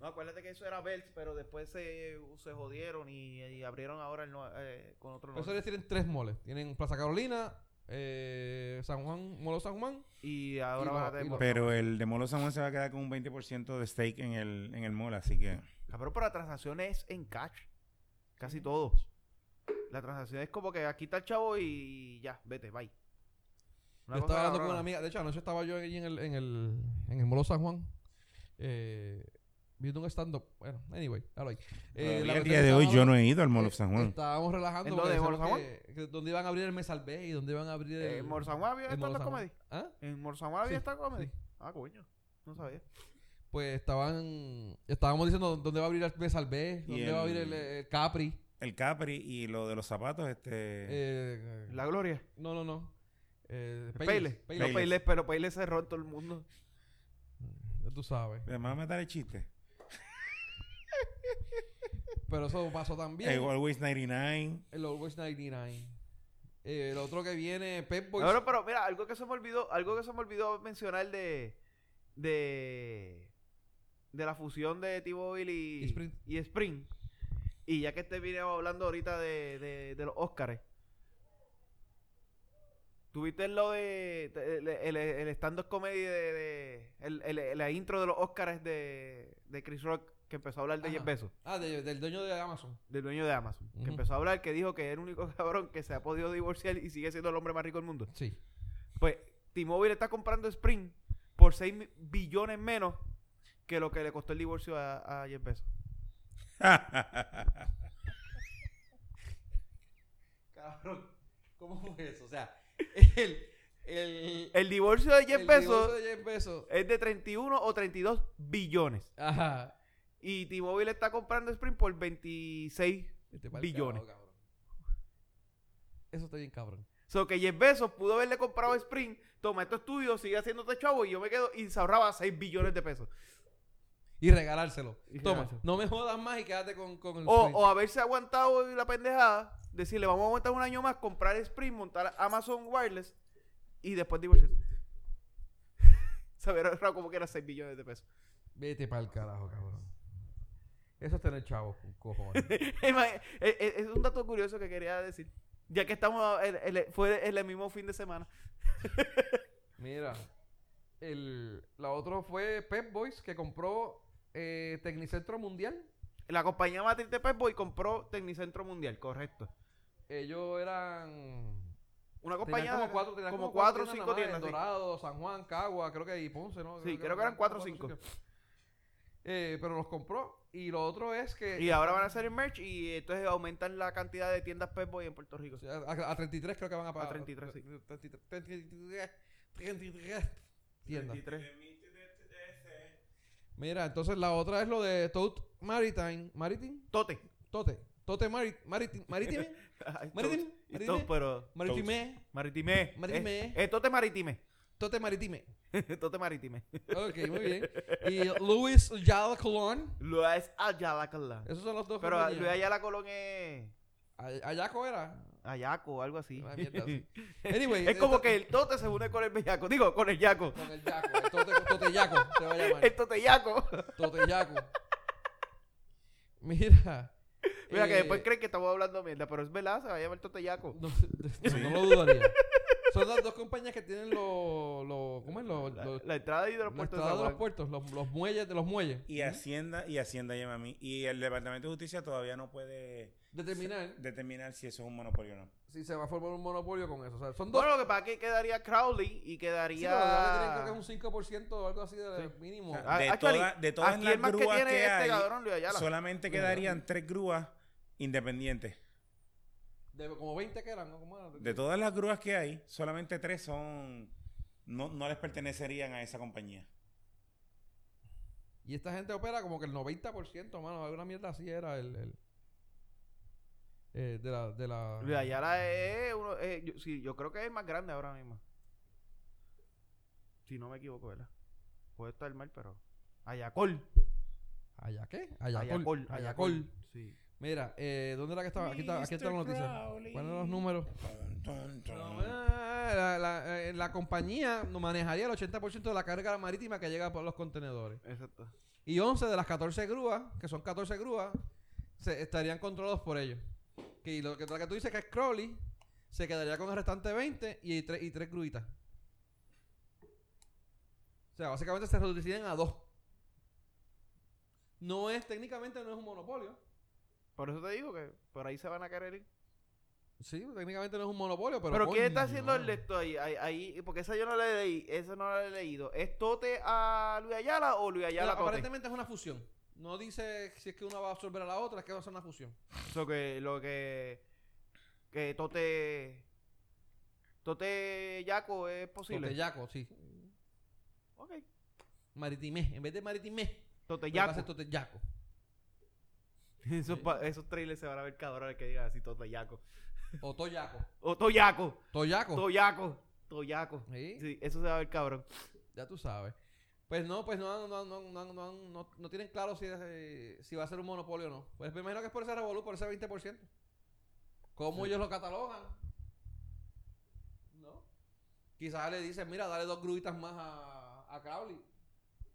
C: No, acuérdate que eso era Bell, pero después se, se jodieron y, y abrieron ahora el no- eh, con otro
B: Pero eso
C: nombre.
B: ellos tienen tres moles. Tienen Plaza Carolina, eh, San Juan, Molo San Juan.
C: Y ahora
B: y
C: van
B: lo-
C: a tener.
B: y lo-
D: Pero el de Molo San Juan se va a quedar con un 20% de stake en el, en el mall, así que...
C: Eh, Cabrón, pero la transacción es en cash. Casi todo. La transacción es como que aquí está el chavo y ya, vete, bye. Una
B: yo
C: cosa
B: estaba hablando con
C: cabrona.
B: una amiga. De hecho, anoche estaba yo allí en el, en el, en el Molo San Juan. Eh, viendo un stand-up. Bueno, anyway, dalo ahí. Eh,
D: Todavía
B: la
D: el
B: cuestión
D: día
B: es que
D: de hoy
B: estábamos
D: yo no he ido al
B: hablando-
D: Mall of San Juan.
B: Estábamos relajando.
C: ¿En
B: porque
C: dónde, Mall of
B: decíamos
C: San Eh,
B: que- que ¿Dónde iban a abrir el Mesalbé y dónde iban a abrir el.
C: ¿En Morsan Juan había
B: el Mall of
C: stand-up
B: San Juan?
C: comedy?
B: ¿Ah?
C: ¿En Morsan Juan había
B: Sí,
C: stand-up comedy?
B: sí.
C: Ah, coño. No sabía.
B: Pues estaban. Estábamos diciendo dónde va a abrir el Mesalbé, dónde va a abrir el,
D: el-
B: el Capri.
D: El Capri y lo de los zapatos, este...
B: eh,
C: La gloria.
B: No, no, no. Eh,
C: Payless.
B: Payless,
C: Pero
B: Payless.
C: Payless, pero Payless cerró en todo el mundo.
B: Ya Tú sabes.
D: me vas a matar el chiste.
B: Pero eso pasó también.
D: Eh, Always *laughs* 99.
B: El Always 99. Eh, el otro que viene, Pep Boys.
C: Cabrón, pero mira, algo que se me olvidó, algo que se me olvidó mencionar de. de. de la fusión de T-Mobile y.
B: Y Sprint.
C: Y Sprint. Y ya que este video hablando ahorita de, de, de los Óscares. ¿Tuviste lo de. de- el, el, el stand-up comedy de. de- el, el- la intro de los Óscares de, de Chris Rock que empezó a hablar de
B: Ajá.
C: Jeff Bezos?
B: Ah, de- del dueño de Amazon.
C: del dueño de Amazon, que
B: Ujú.
C: empezó a hablar, que dijo que era el único *laughs* cabrón que se ha podido divorciar y sigue siendo el hombre más rico del mundo.
B: Sí.
C: Pues T-Mobile está comprando Sprint por 6 billones menos que lo que le costó el divorcio a, a Jeff Bezos.
B: Cabrón. ¿Cómo fue eso? O sea, el. El,
C: El divorcio de Jeff
B: el
C: Bezos
B: divorcio de Jeff Bezos.
C: es de 31 o 32 billones.
B: Ajá.
C: Y T-Mobile está comprando Sprint por 26.
B: Vete pa'l
C: Billones.
B: carajo, cabrón. Eso está bien, cabrón.
C: So que Jeff Bezos pudo haberle comprado Sprint, toma esto es tuyo, sigue haciéndote chavo y yo me quedo y se ahorraba 6 billones de pesos.
B: Y regalárselo.
C: Y
B: Toma,
C: regalárselo. Oh,
B: no me jodas más y quédate con, con el
C: O,
B: Sprint.
C: o haberse aguantado la pendejada, decirle, vamos a aguantar un año más, comprar Sprint, montar Amazon Wireless y después divorciarse. *laughs* Saber ahorrado como que era 6 billones
B: *laughs*
C: de pesos.
B: Vete para el carajo, cabrón. Eso es tener chavos con cojones.
C: Ima- es, e, es- es un dato curioso que quería decir. Ya que estamos, el- el- fue el mismo fin de semana.
B: Mira, El, la otra fue Pep Boys, que compró eh, Tecnicentro Mundial.
C: La compañía matriz de Pep Boy compró Tecnicentro Mundial, correcto.
B: Ellos eran.
C: Una
B: tenían
C: compañía.
B: como cuatro, tenían
C: como cuatro o
B: tiendas
C: cinco
B: nada más,
C: tiendas. sí.
B: Dorado, San Juan, Cagua, creo que y Ponce, ¿no?
C: Sí, creo que eran cuatro o cinco.
B: sitios. Eh, pero los compró. Y lo otro es que.
C: Y ahora van a hacer el merch y entonces aumentan la cantidad de tiendas Pep Boy en Puerto Rico.
B: Sí, A, a- a 33 creo que van a pagar.
C: 33, sí.
B: 33, 33, 33 tiendas.
C: 23.
B: Mira, entonces la otra es lo de Tote Maritime. ¿Maritime?
C: Tote.
B: Tote. Tote Mari- Mariti- Maritime.
C: Ay,
B: Maritime,
C: Tote. Y
B: Maritime.
C: Tote, pero.
B: Maritime.
C: Maritime.
B: Maritime.
C: Eh, eh, tote *laughs* maritime.
B: Tote Maritime.
C: tote maritime.
B: Ok, muy
C: *laughs*
B: bien. Y Luis Yal Colón.
C: Lo es Ayala Colón.
B: Esos son los dos.
C: Pero
B: compañías.
C: Luis Ayala Colón es.
B: Ay- Ayaco
C: *laughs*
B: era.
C: Ayaco o algo así.
B: Una mierda así. Anyway.
C: *laughs* es como
B: esto-
C: que el tote se une con el bellaco. Digo, con el yaco.
B: Con el Yaco. el Tote, tote Yaco te va a llamar.
C: El tote yaco. *laughs*
B: Totellaco. Mira.
C: Mira, que
B: eh,
C: después creen que estamos hablando mierda, pero es verdad, se va a llamar tote yaco.
B: No, no lo dudaría. Son las dos compañías que tienen los. los- ¿Cómo es? Los,
C: La,
B: los-
C: la entrada y de los
B: la
C: puertos de
B: entrada
C: San
B: de los
C: Juan.
B: puertos, los, los muelles de los muelles.
D: Y Hacienda, y Hacienda llama a mí. Y el Departamento de Justicia todavía no puede
B: Determinar
D: determinar si eso es un monopolio o no.
B: si se va a formar un monopolio con eso. O sea, son dos.
C: Bueno, lo que pasa es que quedaría Crowley
B: Sí,
C: y
B: pero creo que tienen, creo
C: quedaría.
B: que es un 5% o algo así de mínimo.
D: Ah,
C: Ah,
D: de,
C: actually,
D: toda- de todas
C: aquí
D: las
C: el más que
D: grúas que,
C: tiene es este
D: hay,
C: cabrón, Luis Ayala.
D: solamente
B: Luis Ayala.
D: quedarían tres grúas independientes.
B: De como 20 que eran, ¿no? ¿Cómo era?
D: De todas las grúas que hay, solamente tres son no, no les pertenecerían a esa compañía.
B: Y esta gente opera como que el 90%, mano. Alguna mierda así era el. el- eh, de la. De la
C: Luis Ayala es uno. eh, yo, sí, yo creo que es el más grande ahora mismo. Si no me equivoco, ¿verdad? Puede estar mal, pero. Ayacol.
B: ¿Allá qué? Ayacol. Ayacol.
C: Sí.
B: Mira, eh, ¿dónde era que estaba? Aquí está, aquí está la noticia.
D: Crowley.
B: ¿Cuáles eran los números?
D: Tun, tun, tun.
B: Ah, La, la- eh, la compañía no manejaría el 80% de la carga marítima que llega por los contenedores.
C: Exacto.
B: Y 11 de las 14 grúas, que son 14 grúas, se, estarían controlados por ellos. Que lo que, lo que tú dices que es Crowley, se quedaría con el restante 20 y, tres, y tres gruitas. O sea, básicamente se reducirían a dos. No es, técnicamente no es un monopolio.
C: Por eso te digo que por ahí se van a querer ir.
B: Sí, técnicamente no es un monopolio, pero.
C: Pero, ¿quién está
B: coño,
C: haciendo el
B: mano.
C: lector ahí, ahí, ahí? Porque esa yo no la leí. Esa no la he leído. ¿Es Tote a Luis Ayala o Luis
B: Pero
C: Ayala a Tote?
B: aparentemente es una fusión. No dice si es que una va a absorber a la otra, es que va a ser una fusión.
C: Lo que, lo que, que Tote, Tote Yaco es posible.
B: Porque Yaco, sí.
C: Ok.
B: Maritimé. En vez de maritimé,
C: Tote
B: va a ser
C: Yaco.
B: Totellaco.
C: Esos, pa- esos trailers se van a ver cabrones que digan así Tote Yaco.
B: O Toyaco.
C: O Toyaco.
B: Toyaco.
C: Toyaco. Toyaco.
B: Sí,
C: Sí, eso se va a ver cabrón.
B: Ya tú sabes. Pues no, pues no, han- no, han- no, han- no, han- no, han- no- no tienen claro si, es, eh, si va a ser un monopolio o no. Pues me imagino que es por ese revolú, por ese 20%. ¿Cómo ellos lo catalogan? ¿No? Quizás le dicen, mira, dale dos gruitas más a, a Crowley.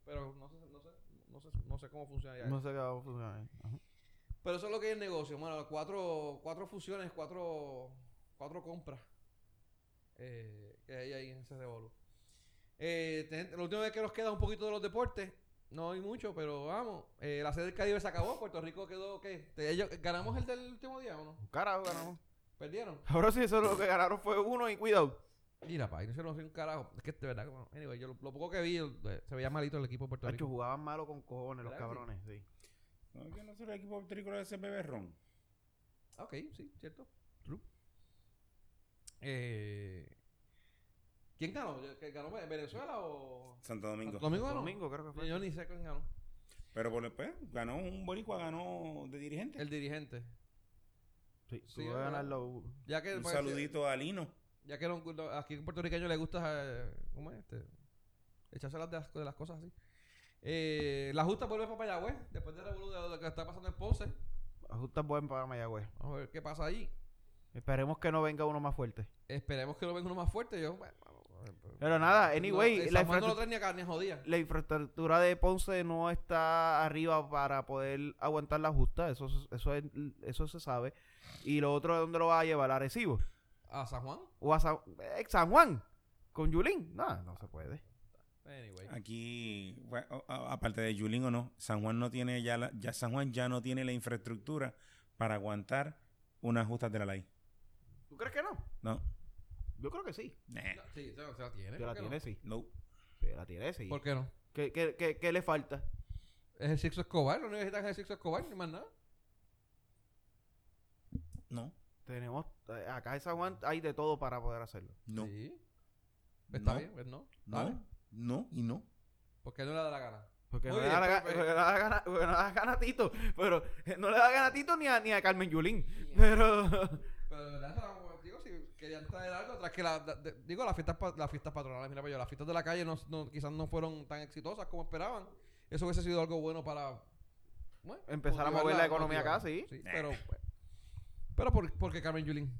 B: Pero no sé, no sé, no sé, no sé cómo funcionaría eso.
C: No sé qué va a funcionar. Ajá.
B: Pero eso es lo que es el negocio, mano. Cuatro, cuatro fusiones, cuatro, cuatro compras eh, que hay ahí en ese revolú. Eh, ten- lo último que nos queda es un poquito de los deportes. No hay mucho, pero vamos. Eh, la sede del Caribe se acabó. Puerto Rico quedó, ¿qué? Te- ellos- ¿Ganamos el del último día o no?
C: Carajo, ganamos.
B: ¿Perdieron?
C: Ahora sí, eso lo que ganaron fue uno y cuidado.
B: Mira, pa, y no se nos dio un carajo. Es que de verdad, bueno, anyway, yo lo, lo poco que vi, eh, se veía malito el equipo de Puerto
C: Nacho,
B: Rico.
C: jugaban malo con cojones los
B: ¿Verdad que sí?
C: cabrones, sí.
D: No, que no solo el equipo película de ese beberrón.
B: Ah, Ok, sí, cierto. True. Eh, ¿Quién ganó? ¿Que ¿Ganó Venezuela o...?
D: Santo Domingo.
B: ¿Domingo ganó?
C: Domingo creo que fue.
B: Yo ni sé quién ganó.
D: Pero por después ganó un boricua, ganó de dirigente.
B: El dirigente.
C: Sí,
B: Sí,
C: tú vas a
B: es
C: ganar
B: verdad.
C: los-
B: Ya que,
D: Un
B: pues,
D: saludito a Lino.
B: Ya que no- no- aquí en puertorriqueño le gusta... eh, ¿Cómo es este? Echarse las de las, de las cosas así. Eh, la justa vuelve para Payagüez. Después de revolú de lo que está pasando en Ponce.
C: Ajusta buen para Mayagüez.
B: Vamos a ver qué pasa ahí.
C: Esperemos que no venga uno más fuerte.
B: Esperemos que lo venga uno más fuerte. Yo, bueno, vamos a ver. pues,
C: Pero nada,
B: No,
C: anyway,
B: eh,
C: la,
B: San Juan no lo
C: infraestru-
B: trae ni a carne jodida.
C: la infraestructura de Ponce no está arriba para poder aguantar la justa. Eso, es- eso, es- eso se sabe. Y lo otro, ¿dónde lo va a llevar? ¿A Arecibo?
B: A San Juan.
C: ¿O a San, eh, San Juan? ¿Con Yulín? No, no se puede.
B: Anyway.
D: Aquí, bueno, a- a- aparte de Yulín o no, San Juan no tiene ya, la- ya San Juan ya no tiene la infraestructura para aguantar unas justas de la ley.
C: ¿Tú crees que no?
D: No.
C: Yo creo que sí.
D: Nah.
B: No, sí, se la- se la tiene.
C: Que la
B: ¿por qué no?
C: tiene, sí.
D: No.
C: Que la tiene, sí.
B: ¿Por qué no?
C: ¿Qué, qué, qué, qué le falta?
B: Es el sexo escobar, no necesitas el sexo escobar, ni más nada.
D: No.
C: Tenemos. eh, Acá en San Juan hay de todo para poder hacerlo.
D: No.
B: Sí. Pues Está
D: No.
B: bien, pues no. Dale.
D: No. No y no.
B: Porque no le da la gana.
C: Porque no,
B: Muy
C: le da
B: bien,
C: la, ga-
B: pues,
C: porque no le da gana- porque no le da gana a Tito. Pero eh, no le da gana a Tito ni a, ni a Carmen Yulín. Pero.
B: Pero de verdad, San- digo, si querían traer algo, tras que la, la- de- digo, las fiestas, pa- las fiestas patronales, mira, pues yo, las fiestas de la calle no, no- quizás no fueron tan exitosas como esperaban. Eso hubiese sido algo bueno para bueno,
C: Empezar a
B: motivar
C: mover la economía acá,
B: motivar.
C: sí.
B: pero, pues, pero por, porque Carmen Yulín.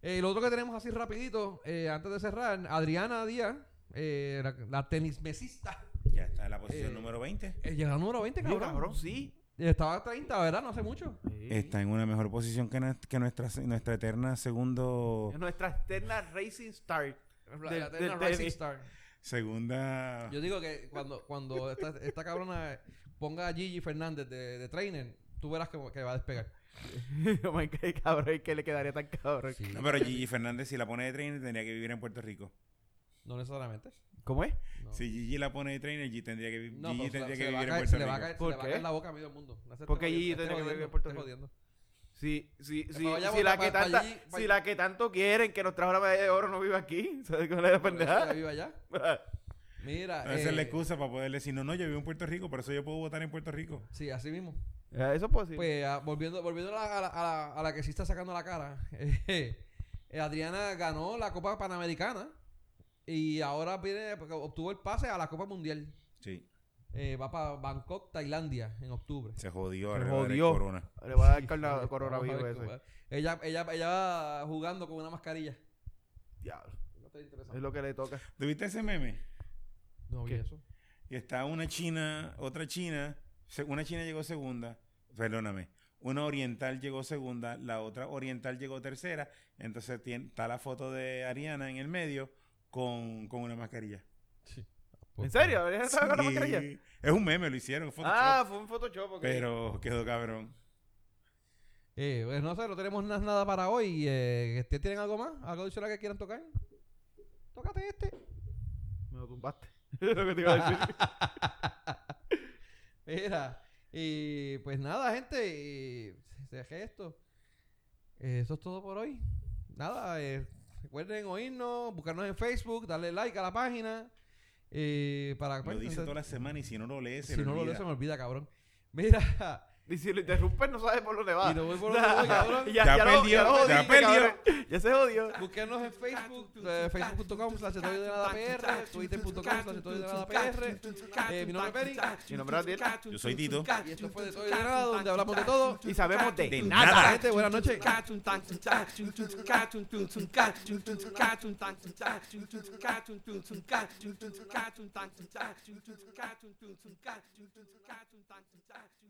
B: Eh, lo otro que tenemos así rapidito, eh, antes de cerrar, Adriana Díaz, eh, la, la tenismesista. *laughs*
D: Ya está en la posición
B: Eh,
D: número 20.
B: Eh, llegó al número 20,
C: Mira,
B: cabrón.
C: cabrón, sí.
B: Estaba a 30, ¿verdad? No hace mucho.
C: Sí.
D: Está en una mejor posición que, na- que nuestra, nuestra eterna segundo,
C: Es nuestra externa Racing Star. *laughs*
B: La,
C: Del-
B: la eterna
C: del tenis.
B: Rising Star.
D: segunda
B: Yo digo que cuando, cuando esta, esta cabrona ponga a Gigi Fernández de, de trainer, tú verás que, que va a despegar.
C: oh my God, cabrón, que le quedaría tan cabrón.
D: No, pero Gigi Fernández, si la pone de trainer, tendría que vivir en Puerto Rico.
B: No necesariamente.
C: ¿Cómo es?
B: No.
D: Si Gigi la pone de trainer, Gigi tendría que, vi-
B: No, pero se,
D: Gigi tendría
B: se
D: que
B: le va a
D: vivir en
B: caer,
D: Puerto
B: se le
D: Rico.
B: va a caer, se
C: ¿Por
B: le va a
C: qué?
B: caer la boca a medio mundo. No sé,
C: ¿Por qué
B: estoy
C: Gigi
B: jodiendo,
C: tendría que
B: estoy
C: vivir en
B: jodiendo,
C: Puerto
B: estoy
C: Rico?
B: jodiendo.
C: Sí, sí, sí.
B: para allá,
C: Si la
B: para-
C: que
B: para
C: tanta-
B: allí, para
C: si la que tanto quieren que nos trajo la medalla de oro no vive aquí. *laughs* ¿Sabes cómo es la
B: Por eso ella
C: *laughs* pendejada?
B: vive allá. Mira.
D: Esa es la
B: eh,
D: excusa para poder decir, no, no, yo vivo en Puerto Rico, por eso yo puedo votar en Puerto Rico.
B: Sí, así mismo.
C: Ah, Eso es posible.
B: Pues ah, volviendo, volviendo a, la, a la- a la- a la que sí está sacando la cara, *laughs* eh, Adriana ganó la Copa Panamericana y ahora viene, porque obtuvo el pase a la Copa Mundial.
D: Sí,
B: Eh, va para Bangkok, Tailandia, en octubre.
D: se jodió
C: Se
D: alrededor del
C: jodió.
D: corona.
C: Le va a dar
B: Sí,
C: corona-
B: vamos a
C: coronavirus
B: ver
C: eso.
B: cómo va. Ella, ella, ella va jugando con una mascarilla.
C: Diablo,
B: No te interesa.
C: Es lo que le toca.
D: ¿Tuviste ese meme?
B: No vi
C: ¿Qué?
B: eso.
D: Y está una china, otra china, se- una china llegó segunda, perdóname, una oriental llegó segunda, la otra oriental llegó tercera, entonces tien- está la foto de Ariana en el medio con, con una mascarilla.
C: ¿En serio? ¿Ella estaba con la
D: Sí.
C: mascarilla?
D: Es un meme, lo hicieron, Photoshop,
C: Ah, fue un Photoshop. ok.
D: pero quedó cabrón.
B: Eh, pues no sé, no tenemos na- nada para hoy. Eh, ¿ustedes ¿Tienen algo más? ¿Algo adicional que quieran tocar? Tócate este.
C: Me lo tumbaste. *laughs* Es lo que te iba a decir.
B: *laughs* Mira, y pues nada, gente, eh, se deje esto. Eh, eso es todo por hoy. Nada, eh, recuerden oírnos, buscarnos en Facebook, darle like a la página. eh, para
D: Lo
B: pues,
D: dice
B: no sé,
D: toda la semana y si no lo lees, se
B: Si
D: lo
B: no lo leo,
D: olvida.
B: se me olvida, cabrón. Mira,
C: Y si lo interrumpes, no sabes por dónde va.
B: y no voy por donde voy, cabrón.
D: Ya perdió, ya
C: jodiste,
D: perdió.
C: cabrón. Ya se jodió.
B: Busquenos en Facebook, eh, facebook.com slash estoy de nada PR, twitter.com slash estoy de nada PR. Eh, mi nombre es Benny
C: Mi nombre es Ariel.
D: Yo soy Tito.
B: y esto fue de todo y de nada, donde hablamos de todo.
C: Y sabemos de
D: De
B: Nada,
D: nada.
B: gente, buenas noches.
E: Nada.